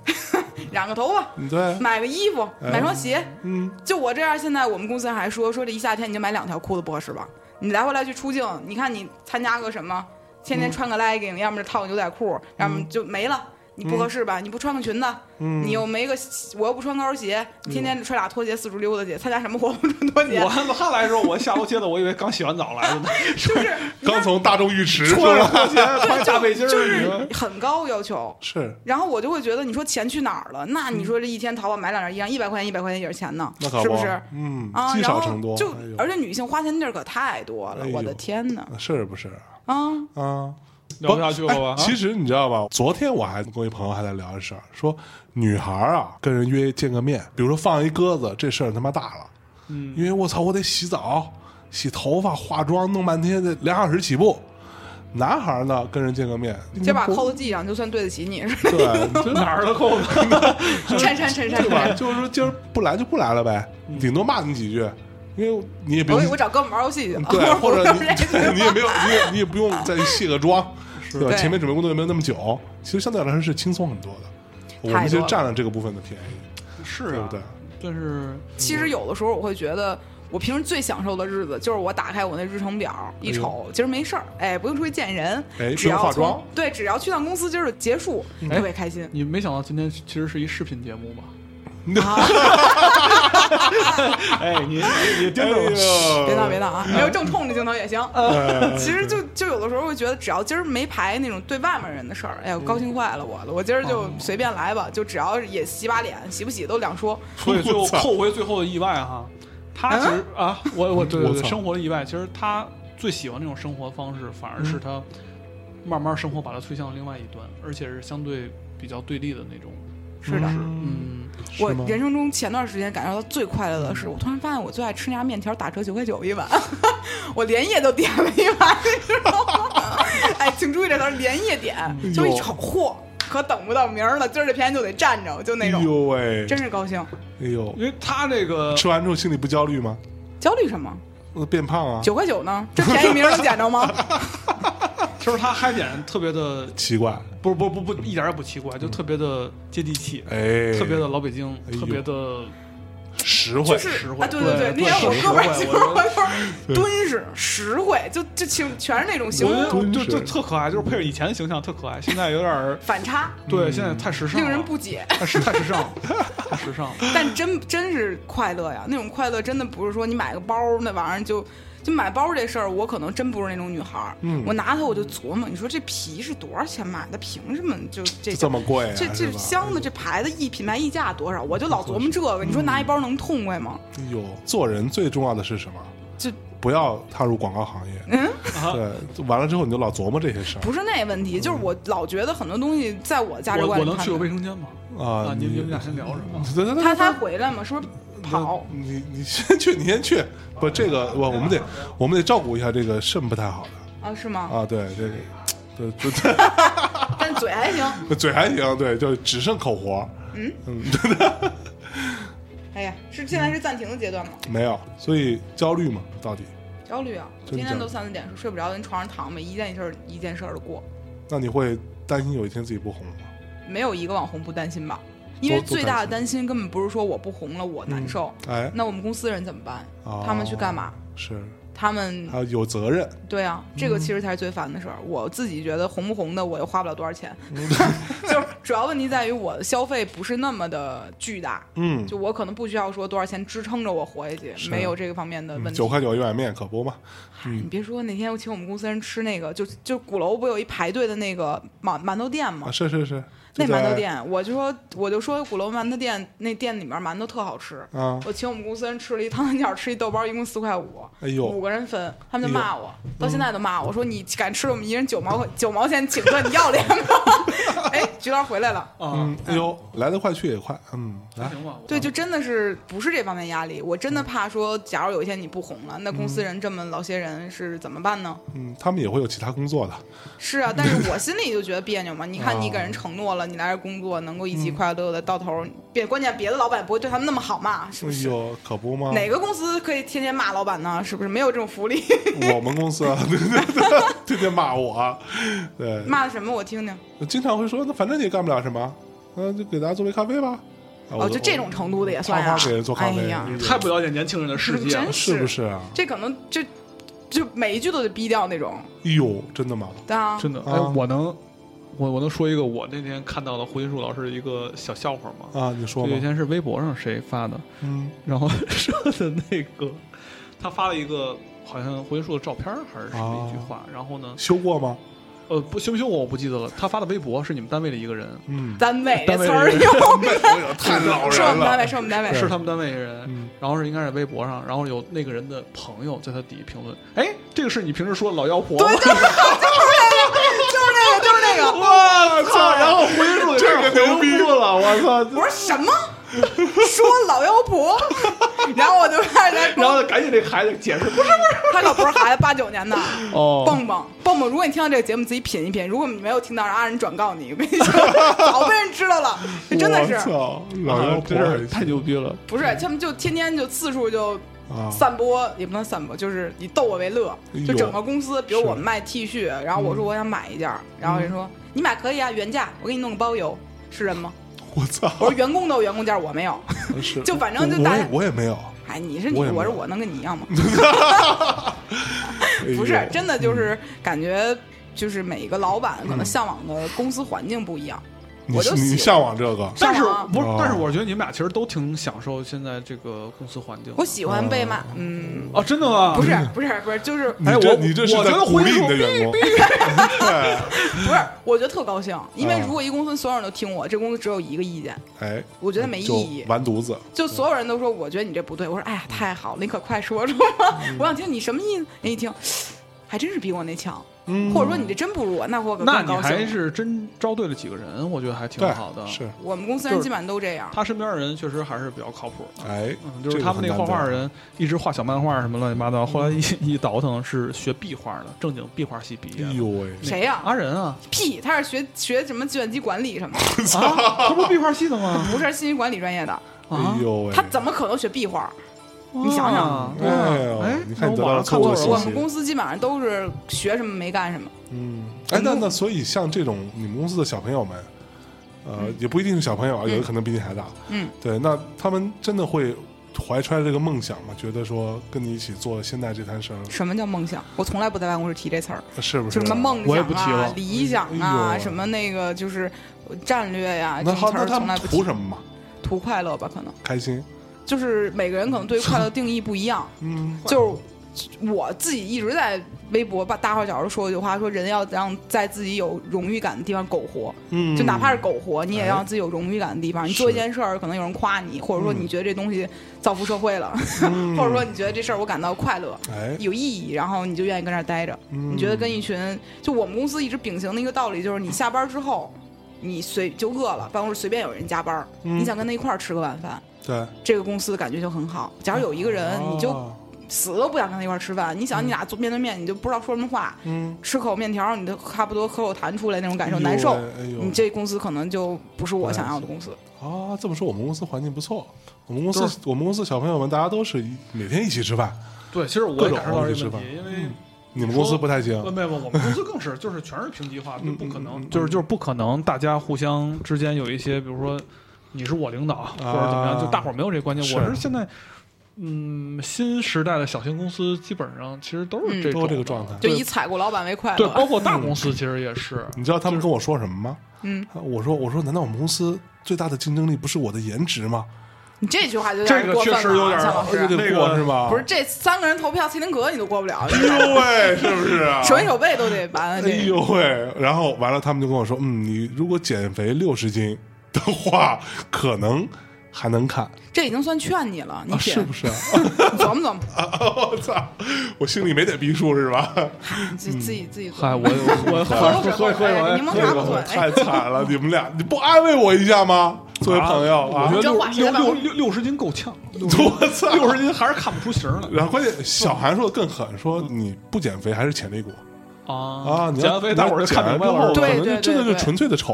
Speaker 2: 染个头发，
Speaker 1: 你对，
Speaker 2: 买个衣服，
Speaker 1: 哎
Speaker 2: 买双鞋。
Speaker 1: 嗯，
Speaker 2: 就我这样，现在我们公司还说说这一夏天你就买两条裤子不合适吧？你来回来去出镜，你看你参加个什么，天
Speaker 1: 嗯
Speaker 2: 天穿个 legging，、要么就套个牛仔裤，要么就没了。你不合适吧？你不穿个裙子，
Speaker 1: 嗯
Speaker 2: 你又没个，我又不穿高跟鞋，天天穿俩拖鞋四处溜达去，参加什么活动不穿拖鞋？
Speaker 3: 我他来的时候，我下楼接的，我以为刚洗完澡来的呢，
Speaker 2: 就是
Speaker 1: 刚从大众浴池出
Speaker 3: 穿着
Speaker 1: 来，
Speaker 3: 拖鞋，穿着大背心
Speaker 2: 就
Speaker 3: 儿，你说
Speaker 2: 是很高要求。
Speaker 1: 是
Speaker 2: 然后我就会觉得，你说钱去哪儿了？那你说这一天淘宝买两件衣裳，一百块钱一百块钱也是钱呢，
Speaker 1: 嗯那可
Speaker 2: 是不是？
Speaker 1: 嗯，
Speaker 2: 啊，
Speaker 1: 积
Speaker 2: 然
Speaker 1: 少
Speaker 2: 后
Speaker 1: 成多，
Speaker 2: 就
Speaker 1: 哎呦
Speaker 2: 而且女性花钱地儿可太多了
Speaker 1: 哎，呦
Speaker 2: 我的天哪！
Speaker 1: 是不是
Speaker 2: 啊，
Speaker 1: 啊？
Speaker 3: 聊不下去了
Speaker 1: 哎
Speaker 3: 吧？啊
Speaker 1: 其
Speaker 3: 实
Speaker 1: 实你知道吧？昨天我还跟一朋友还在聊这事儿，说女孩儿啊跟人约见个面，比如说放一鸽子，这事儿他妈大了，嗯，因为我操，我得洗澡、洗头发、化妆，弄半天得两小时起步。男孩儿呢跟人见个面，
Speaker 2: 就把扣子系上，就算对得起你，是吧？
Speaker 1: 对，就
Speaker 3: 哪儿的扣子？
Speaker 2: *laughs* 衬衫衬衫
Speaker 1: *laughs* 对
Speaker 2: 衬
Speaker 1: 吧？
Speaker 2: 衫。
Speaker 1: 就是说今儿不来就不来了呗，
Speaker 3: 嗯
Speaker 1: 顶多骂你几句，因为你也不
Speaker 2: 我
Speaker 1: 用
Speaker 2: 我找哥们玩游戏去了， *laughs*
Speaker 1: 对，或者你你也
Speaker 2: 你
Speaker 1: 没有，你也你也不用再卸个
Speaker 2: *laughs*
Speaker 1: 妆，对吧？
Speaker 2: 对
Speaker 1: 前面准备工作也没有那么久，其实相对来说是轻松很多的。我们
Speaker 2: 太
Speaker 1: 其
Speaker 2: 多
Speaker 1: 实
Speaker 2: 了
Speaker 1: 占了这个部分的便宜，
Speaker 3: 是
Speaker 1: 对不
Speaker 3: 啊
Speaker 1: 对？？
Speaker 3: 但是
Speaker 2: 其实有的时候我会觉得。我平时最享受的日子就是我打开我那日程表一瞅，今儿没事儿，哎，不用出去见人，
Speaker 1: 哎
Speaker 2: 只要
Speaker 1: 不用化
Speaker 2: 从
Speaker 1: 妆嗯
Speaker 2: 对，只要去趟公司，今儿就结束，
Speaker 3: 哎
Speaker 2: 特别开心。
Speaker 3: 你没想到今天其实是一视频节目吧？
Speaker 4: 哎，你你盯着
Speaker 1: 哎
Speaker 3: *laughs*
Speaker 4: 我，
Speaker 1: 呦哎
Speaker 2: *laughs* 别闹别闹啊！
Speaker 1: 嗯
Speaker 2: 没有正冲着镜头也行。 *laughs* 其实就就有的时候会觉得，只要今儿没排那种对外面人的事儿，
Speaker 1: 嗯
Speaker 2: 哎呦，高兴坏了我了。我今儿
Speaker 1: 哦
Speaker 2: 就随便来吧，就只要也洗把脸，洗不洗都两说。
Speaker 3: 所以就扣回最后的意外哈，他其实啊，我我对对
Speaker 1: 我
Speaker 3: 对，
Speaker 1: 操
Speaker 3: 生活的意外，其实他最喜欢那种生活方式，反而是他慢慢生活把他推向另外一端，而且是相对比较对立的那种。
Speaker 2: 是的，
Speaker 3: 嗯，
Speaker 2: 我
Speaker 1: 是吗
Speaker 2: 人生中前段时间感受到最快乐的是，我突然发现我最爱吃那家面条打折九块九一碗， *laughs* 我连夜都点了一碗，你知道吗？ *laughs* 哎，请注意这词儿，连夜点，
Speaker 1: 哎
Speaker 2: 就一瞅，嚯，可等不到明儿了，今儿这便宜就得占着，就那
Speaker 1: 哎
Speaker 2: 种，
Speaker 1: 呦喂，
Speaker 2: 真是高兴。
Speaker 1: 哎呦，
Speaker 3: 因为他这个
Speaker 1: 吃完之后心里不焦虑吗？
Speaker 2: 焦虑什么？
Speaker 1: 呃变胖啊，
Speaker 2: 九块九呢？这
Speaker 1: *laughs*
Speaker 2: 便宜明儿能捡着吗？
Speaker 3: 就是他嗨点特别的，
Speaker 1: 奇怪，
Speaker 3: 不不不不，一点儿也不奇怪，就特别的接地气，
Speaker 1: 嗯哎，
Speaker 3: 特别的老北京，
Speaker 1: 呦
Speaker 3: 特别的
Speaker 1: 实惠
Speaker 2: 就，是
Speaker 3: 实惠
Speaker 2: 啊，对对
Speaker 3: 对
Speaker 2: 那天我
Speaker 3: 实惠
Speaker 2: 哥们儿
Speaker 3: 我
Speaker 2: 就是
Speaker 3: 觉得
Speaker 2: 我就是敦实实惠，就就全全是那种形
Speaker 3: 我
Speaker 2: 容
Speaker 3: 就
Speaker 1: 真
Speaker 3: 就是特可爱，就是配着以前的形象特可爱，现在有
Speaker 1: *laughs*
Speaker 3: 点儿
Speaker 2: 反差，
Speaker 1: 嗯
Speaker 3: 对，现在太时尚了，
Speaker 2: 令人不解。
Speaker 3: 太时太时尚了，太
Speaker 2: *laughs*
Speaker 3: 时尚了。
Speaker 2: 但真真是快乐呀，那种快乐真的不是说你买个包那玩意儿就。就买包这事儿，我可能真不是那种女孩儿。
Speaker 1: 嗯
Speaker 2: 我拿它我就琢磨，你说这皮是多少钱买的？凭什么就这
Speaker 1: 就这么贵啊，
Speaker 2: 这这
Speaker 1: 是吧
Speaker 3: 哎
Speaker 2: 箱子这牌子一品牌溢价多少？我就老琢磨这个。你说
Speaker 3: 嗯
Speaker 2: 拿一包能痛快吗？
Speaker 1: 哎呦，做人最重要的是什么？
Speaker 2: 就
Speaker 1: 不要踏入广告行业。
Speaker 2: 嗯，
Speaker 1: 对，完了之后你就老琢磨这些事
Speaker 2: 不是那问题，就是我老觉得很多东西在我价值
Speaker 3: 我
Speaker 2: 观
Speaker 3: 我
Speaker 2: 里
Speaker 3: 能
Speaker 2: 看
Speaker 3: 去
Speaker 2: 不到。
Speaker 3: 个卫生间吗？
Speaker 1: 儿啊
Speaker 3: 啊，。你你们俩先聊着啊。
Speaker 1: 等等等
Speaker 2: 他他回来嘛，是不是跑？
Speaker 1: 你你先去，你先去。不，这个我我们得我们得照顾一下这个肾不太好的
Speaker 2: 啊？是吗？
Speaker 1: 啊。对，这个对，就
Speaker 2: 啊但嘴还行。
Speaker 1: 就嘴还行，对，就只剩口活儿。嗯
Speaker 2: 哎呀，是现在是暂停的阶段吗？
Speaker 1: 没有，所以焦虑嘛，到底？
Speaker 2: 焦虑啊！
Speaker 1: 真
Speaker 2: 今天
Speaker 1: 焦
Speaker 2: 都
Speaker 1: 虑
Speaker 2: 三四点睡睡不着，人床上躺呗，一件事儿一件事儿的过，
Speaker 1: 那你会担心有一天自己不红吗？
Speaker 2: 没有一个网红不担心吧？因为
Speaker 1: 都都
Speaker 2: 最大的担心根嗯本不是说我不红了我难受，
Speaker 1: 哎，
Speaker 2: 那我们公司人怎么办？
Speaker 1: 哦
Speaker 2: 他们去干嘛？
Speaker 1: 是，
Speaker 2: 他们
Speaker 1: 还有有责任，
Speaker 2: 对啊，这个其实才是最烦的事儿。我自己觉得红不红的，我又花不了多少钱， *laughs* 就是主要问题在于我的消费不是那么的巨大，
Speaker 1: 嗯，啊
Speaker 2: 就我可能不需要说多少钱支撑着我活下去，没有这个方面的问题。
Speaker 1: 嗯
Speaker 2: 啊
Speaker 1: 九块九一碗面可不嘛？嗯
Speaker 2: 你别说，那天我请我们公司人吃那个，就就鼓楼不有一排队的那个馒馒头店吗
Speaker 1: 啊，？是是是，
Speaker 2: 那
Speaker 1: 就在
Speaker 2: 馒头店，我就说我就说鼓楼馒头店那店里面馒头特好吃。
Speaker 1: 啊，
Speaker 2: 我请我们公司人吃了一汤三角，吃一豆包，一共四块五，
Speaker 1: 哎呦
Speaker 2: 五个人分，他
Speaker 1: 哎
Speaker 2: 们就骂我，到现在都
Speaker 1: 嗯
Speaker 2: 骂我说你敢吃我们一人九毛九毛钱请客，你要脸吗？ *laughs* 哎，菊老师回来了，
Speaker 3: 啊，
Speaker 1: 嗯，哎呦，来得快去也快，嗯，来，
Speaker 3: 行吧。我
Speaker 2: 对，就真的是不是这方面压力，我
Speaker 1: 嗯
Speaker 2: 真的怕说，假如有一天你不红了，那公司人这么老些人是怎么办呢？
Speaker 1: 嗯，他们也会有其他工作的，
Speaker 2: 是啊，但是我心里就觉得别扭嘛。你看，
Speaker 1: 哦
Speaker 2: 你给人承诺了，你来这工作能够一
Speaker 1: 嗯
Speaker 2: 起快乐乐的到头，别关键别的老板也不会对他们那么好嘛，是
Speaker 1: 哎
Speaker 2: 不是？
Speaker 1: 呦，可不吗？
Speaker 2: 哪个公司可以天天骂老板呢？是不是没有这种福利？ *laughs*
Speaker 1: 我们公司啊，对对对，天天骂我，对，
Speaker 2: 骂的什么？我听听。
Speaker 1: 经常会说，那反正你也干不了什么，嗯，就给大家做杯咖啡吧。啊
Speaker 2: 哦，就这种程度的也算啊
Speaker 1: 啪啪给人做！咖
Speaker 2: 哎
Speaker 1: 啡
Speaker 2: 呀，
Speaker 1: 嗯
Speaker 3: 太不了解年轻人的世界了
Speaker 2: 真。
Speaker 1: 是不是啊？
Speaker 2: 这可能这就每一句都得逼掉那种，
Speaker 1: 哎呦，真的吗？
Speaker 2: 对啊，
Speaker 3: 真的，
Speaker 1: 啊
Speaker 3: 哎，我能，我我能说一个我那天看到的胡金树老师的一个小笑话吗？
Speaker 1: 啊，你说
Speaker 3: 就有一
Speaker 1: 吧，
Speaker 3: 天是微博上谁发的，
Speaker 1: 嗯，
Speaker 3: 然后 *laughs* 说的那个，他发了一个好像胡金树的照片儿还是什么一
Speaker 1: 哦
Speaker 3: 句话，然后呢，
Speaker 1: 修过吗？
Speaker 3: 呃，不修不修我我不记得了，他发的微博是你们单位的一个人，
Speaker 1: 嗯，
Speaker 2: 单位这
Speaker 3: 单位
Speaker 2: 词儿
Speaker 3: 人
Speaker 2: 用
Speaker 1: 哎 *laughs* 呦太老
Speaker 2: 是我
Speaker 1: 人
Speaker 2: 们单位，
Speaker 1: 了，
Speaker 2: 是我们单位，
Speaker 3: 是他们单位人，
Speaker 1: 嗯
Speaker 3: 然后是应该是微博上，然后有那个人的朋友在他底下评论，哎，这个是你平时说的老妖婆吗？
Speaker 2: 就是那个，就是那个，
Speaker 3: *laughs* 我操！然后回复
Speaker 1: 这个牛逼
Speaker 3: 回复了，我
Speaker 1: *laughs*
Speaker 3: 操！
Speaker 2: 我说什么？说老妖婆，然后我就看人家
Speaker 3: 然后赶紧这孩子解释，不是
Speaker 2: 他可不是孩子，八九年的。
Speaker 3: 哦
Speaker 2: 蹦蹦蹦蹦，如果你听到这个节目，自己品一品。如果你没有听到，让阿人转告你，我跟你说，早被人知道了。这真的
Speaker 1: 我
Speaker 2: 是，
Speaker 1: 操老妖婆
Speaker 3: 啊真是太牛逼了！
Speaker 2: 不是他们就天天就次数就
Speaker 1: 啊，
Speaker 2: 散播，也不能散播，就是以逗我为乐
Speaker 1: 哎呦。
Speaker 2: 就整个公司，比如
Speaker 1: 是嗯
Speaker 2: 我们卖 T 恤，然后我说我想买一件儿，然后人说你买可以啊，原价，我给你弄个包邮，是人吗？
Speaker 1: 我操，
Speaker 2: 我说员工都有员工价，我没有。
Speaker 1: 是，
Speaker 2: 就反正就
Speaker 1: 我
Speaker 2: 大
Speaker 1: 我
Speaker 2: 家
Speaker 1: 也我也没有，
Speaker 2: 哎，你是你，
Speaker 1: 我也没
Speaker 2: 我是
Speaker 1: 有
Speaker 2: 我，能跟你一样吗？
Speaker 1: 哎呦
Speaker 2: 不是，真的就是感觉，就是每一个老板可能向往的公司环境不一样。
Speaker 1: 嗯你
Speaker 2: 我就喜
Speaker 1: 你向往这个？
Speaker 3: 但是
Speaker 2: 上网
Speaker 3: 不是
Speaker 1: 哦？
Speaker 3: 但是我觉得你们俩其实都挺享受现在这个公司环境的。
Speaker 2: 我喜欢被骂，嗯，
Speaker 3: 哦，真的吗？
Speaker 2: 不是不是不是，就是
Speaker 1: 你
Speaker 3: 哎
Speaker 1: 这
Speaker 3: 我
Speaker 1: 你这是
Speaker 3: 我
Speaker 1: 在
Speaker 3: 觉得
Speaker 1: 鼓
Speaker 3: 婚
Speaker 1: 励
Speaker 3: 姻
Speaker 1: 你的
Speaker 3: 中
Speaker 1: 员工，对，
Speaker 2: 不是，我觉得特
Speaker 1: *laughs*
Speaker 2: 高兴，因为
Speaker 1: 啊
Speaker 2: 如果一公司所有人都听我，这公司只有一个意见，
Speaker 1: 哎，
Speaker 2: 我觉得没意
Speaker 1: 就
Speaker 2: 义。
Speaker 1: 完犊子，
Speaker 2: 就所有人都说，我觉得你这不对。我说，哎呀，太好了，你可快说说吧，
Speaker 1: 嗯
Speaker 2: 我想听你什么意思。人一听，还真是比我那强，
Speaker 1: 嗯
Speaker 2: 或者说你这真不如我，那我可
Speaker 3: 嗯那
Speaker 2: 更
Speaker 3: 你
Speaker 2: 高
Speaker 3: 还
Speaker 2: 兴。
Speaker 3: 是真招对了几个人，我觉得还挺
Speaker 1: 对，
Speaker 3: 好的。
Speaker 1: 是，
Speaker 2: 我们公司人基本上都这样，
Speaker 3: 他身边的人确实还是比较靠谱的。
Speaker 1: 哎，
Speaker 3: 嗯，就是他们
Speaker 1: 这
Speaker 3: 那个
Speaker 1: 很
Speaker 3: 画画
Speaker 1: 难得，嗯
Speaker 3: 人一直画小漫画什么乱七八糟，后来一一倒腾是学壁画的，正经壁画系毕业
Speaker 1: 哎
Speaker 3: 的。
Speaker 1: 呦喂，
Speaker 2: 谁呀、
Speaker 3: 阿仁
Speaker 1: *laughs*
Speaker 3: 啊，
Speaker 2: 屁，他是学学什么计算机管理什么的，
Speaker 3: 啊，他不是壁画系的吗？
Speaker 2: 不是信息管理专业的，
Speaker 3: 啊
Speaker 1: *laughs* 哎，呦喂，
Speaker 2: 他怎么可能学壁画？
Speaker 3: 你
Speaker 2: 想想
Speaker 3: 对
Speaker 1: 哎呦
Speaker 3: 啊，哎，
Speaker 1: 你看你
Speaker 3: 那
Speaker 1: 得到
Speaker 3: 我网
Speaker 1: 了错
Speaker 3: 上看
Speaker 1: 误的
Speaker 3: 作文
Speaker 1: 信
Speaker 2: 我
Speaker 3: 了，
Speaker 2: 们公司基本上都是学什么没干什么，
Speaker 1: 嗯，哎，那那所以像这种你们公司的小朋友们，呃，也不一定是小朋友啊，有的可能比你还大，
Speaker 2: 嗯，
Speaker 1: 对，那他们真的会怀揣着这个梦想吗？觉得说跟你一起做现在这摊事儿，呃
Speaker 2: 什么叫梦想？我从来不在办公室提这词儿。
Speaker 1: 是不是？
Speaker 2: 就什么？梦
Speaker 3: 我也
Speaker 2: 想
Speaker 3: 不提
Speaker 2: 啊
Speaker 3: 了、
Speaker 2: 理想
Speaker 1: 哎
Speaker 2: 啊、
Speaker 1: 呦
Speaker 2: 什么那个就是战略呀、
Speaker 1: 那
Speaker 2: 这
Speaker 1: 好
Speaker 2: 种，词
Speaker 1: 那
Speaker 2: 儿
Speaker 1: 他
Speaker 2: 从
Speaker 1: 们
Speaker 2: 来不提
Speaker 1: 图。什么嘛？
Speaker 2: 图快乐吧，可能
Speaker 1: 开心，
Speaker 2: 就是每个人可能对快乐定义不一样。
Speaker 1: 嗯，
Speaker 2: 就是我自己一直在微博吧大号小说说过一句话，说人要让在自己有荣誉感的地方苟活，
Speaker 1: 嗯，
Speaker 2: 就哪怕是苟活，你也
Speaker 1: 哎
Speaker 2: 要自己有荣誉感的地方。你
Speaker 1: 是
Speaker 2: 做一件事儿，可能有人夸你，或者说你觉得这东西造福社会了，
Speaker 1: 嗯
Speaker 2: 或者说你觉得这事儿我感到快乐。
Speaker 1: 哎，
Speaker 2: 有意义，然后你就愿意跟那儿待着。
Speaker 1: 嗯
Speaker 2: 你觉得跟一群就我们公司一直秉行的一个道理，就是你下班之后，你随就饿了，办公室随便有人加班儿，
Speaker 1: 嗯
Speaker 2: 你想跟他一块儿吃个晚饭，
Speaker 1: 对，
Speaker 2: 这个公司感觉就很好。假如有一个人，你就
Speaker 1: 哦
Speaker 2: 死都不想跟他一块儿吃饭，你想你俩坐面对面，你就不知道说什么话，
Speaker 1: 嗯，
Speaker 2: 吃口面条，你都差不多喝口痰出来那种感受，
Speaker 1: 哎呦
Speaker 2: 难受
Speaker 1: 喂。哎呦，
Speaker 2: 你这公司可能就不是我想要的公司。
Speaker 1: 啊，这么说我们公司环境不错，我们公
Speaker 3: 都
Speaker 1: 司我们公司小朋友们大家都是一每天一起吃饭，
Speaker 3: 对，其实我
Speaker 1: 各
Speaker 3: 也
Speaker 1: 种
Speaker 3: 感受到这
Speaker 1: 吃
Speaker 3: 个问
Speaker 1: 饭
Speaker 3: 题，因为。
Speaker 1: 你们公司不太行
Speaker 3: 呃，，没有，我们公司更是，就是全是平级化，就不可
Speaker 1: 嗯嗯嗯
Speaker 3: 能
Speaker 1: 嗯，
Speaker 3: 就是就是不可能，大家互相之间有一些，比如说你是我领导或者怎么样，
Speaker 1: 啊
Speaker 3: 就大伙儿没有这观念。
Speaker 1: 是
Speaker 3: 我是现在，嗯，新时代的小型公司基本上其实都是
Speaker 2: 嗯
Speaker 3: 这
Speaker 1: 都
Speaker 3: 种
Speaker 1: 这个
Speaker 3: 的
Speaker 1: 状态。嗯
Speaker 2: 就以采购老板为快
Speaker 3: 对，包
Speaker 2: 乐，
Speaker 3: 括大公司其实也是，
Speaker 1: 你知道他们跟我说什么吗？啊
Speaker 2: 嗯，
Speaker 1: 我说我说，难道我们公司最大的竞争力不是我的颜值吗？
Speaker 2: 你这句话就有
Speaker 3: 这
Speaker 2: 点
Speaker 3: 个
Speaker 2: 过分
Speaker 3: 确
Speaker 2: 了啊，
Speaker 3: 实有点
Speaker 2: 向老
Speaker 1: 有
Speaker 2: 师。
Speaker 1: 点
Speaker 3: 那
Speaker 1: 过
Speaker 3: 个
Speaker 1: 是吧？
Speaker 2: 不是，这三个人投票，蔡丁格你都过不了，
Speaker 1: 哎呦喂，是不是啊？
Speaker 2: 手心手背都得完了
Speaker 1: 哎
Speaker 2: 这个。
Speaker 1: 呦喂！然后完了，他们就跟我说，嗯，你如果减肥六十斤的话，可能还能看，
Speaker 2: 这已经算劝你了，你
Speaker 1: 啊、
Speaker 2: 品
Speaker 1: 是不是啊？
Speaker 2: 琢磨琢磨，
Speaker 1: *laughs* 我操！我心里没点逼数是吧？
Speaker 2: 你自自己自己。
Speaker 3: 嗯
Speaker 2: *laughs*
Speaker 3: 嗨，我我
Speaker 1: *laughs*
Speaker 3: 啊
Speaker 2: 喝口水，
Speaker 3: 喝
Speaker 2: 喝口水
Speaker 3: 哎一喝一口，
Speaker 2: 柠檬
Speaker 1: 这
Speaker 2: 茶
Speaker 1: 个
Speaker 2: 不
Speaker 1: 我
Speaker 2: 错。
Speaker 3: 哎
Speaker 1: 太惨了，你们俩，你不安慰我一下吗？作为朋友啊，
Speaker 3: 我觉
Speaker 2: 真话谁
Speaker 3: 得
Speaker 2: 在办
Speaker 3: 六六
Speaker 2: 公
Speaker 3: 六六十斤够呛，
Speaker 1: *laughs* 我操！
Speaker 3: *laughs* 六十斤还是看不出形儿来
Speaker 1: 然后关键小韩说的更狠，说你不减肥还是潜力股
Speaker 3: 啊
Speaker 1: 啊！你
Speaker 3: 减
Speaker 1: 要
Speaker 3: 完肥大伙儿就看明白了，
Speaker 2: 对
Speaker 1: 可能就真的就
Speaker 2: 对对
Speaker 1: 纯粹的丑，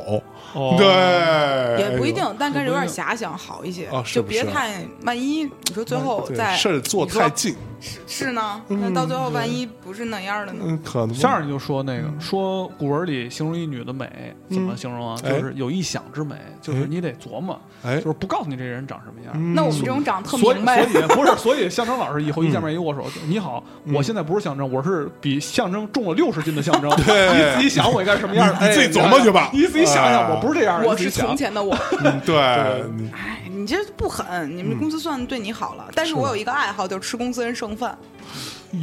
Speaker 3: 哦
Speaker 1: 对，哎
Speaker 2: 也
Speaker 3: 哎
Speaker 2: 不一定，但是有点遐想好一些
Speaker 3: 啊
Speaker 1: 哦，是
Speaker 2: 就
Speaker 1: 不是
Speaker 2: 别太万一。你说最
Speaker 3: 嗯
Speaker 2: 后
Speaker 1: 对
Speaker 2: 再
Speaker 1: 事儿做
Speaker 2: 你说
Speaker 1: 太近，
Speaker 2: 是是呢，那
Speaker 3: 嗯
Speaker 2: 到最后万一不是那样的呢？
Speaker 1: 嗯，可能
Speaker 3: 相声就说那
Speaker 2: 嗯
Speaker 3: 个说古文里形容一女的美怎么形容啊？
Speaker 1: 哎嗯
Speaker 3: 就是有意想之美，就是你得琢磨，
Speaker 1: 哎嗯
Speaker 3: 就是不告诉你这人长什么样。
Speaker 2: 那我们这种长得特
Speaker 3: 嗯所以
Speaker 2: 明白，
Speaker 3: 所以不是，所以象征老师以后一见面一握手，
Speaker 1: 嗯
Speaker 3: 你好，我现在不是象征，我是比象征重了六十斤的象征。
Speaker 1: *laughs* 对
Speaker 3: 你自己想我应该什么样？
Speaker 1: *laughs* 你你自己琢磨去吧
Speaker 3: 哎你自己想
Speaker 1: 哎
Speaker 3: 想，我不是这样。
Speaker 2: 我
Speaker 3: 你
Speaker 2: 是
Speaker 3: 自己想
Speaker 2: 从前的我。
Speaker 1: 嗯对，你
Speaker 2: 哎，你这不狠，你
Speaker 1: 嗯
Speaker 2: 们公司算对你好了。但是我有一个爱好，就是吃公司人剩饭。
Speaker 1: 哎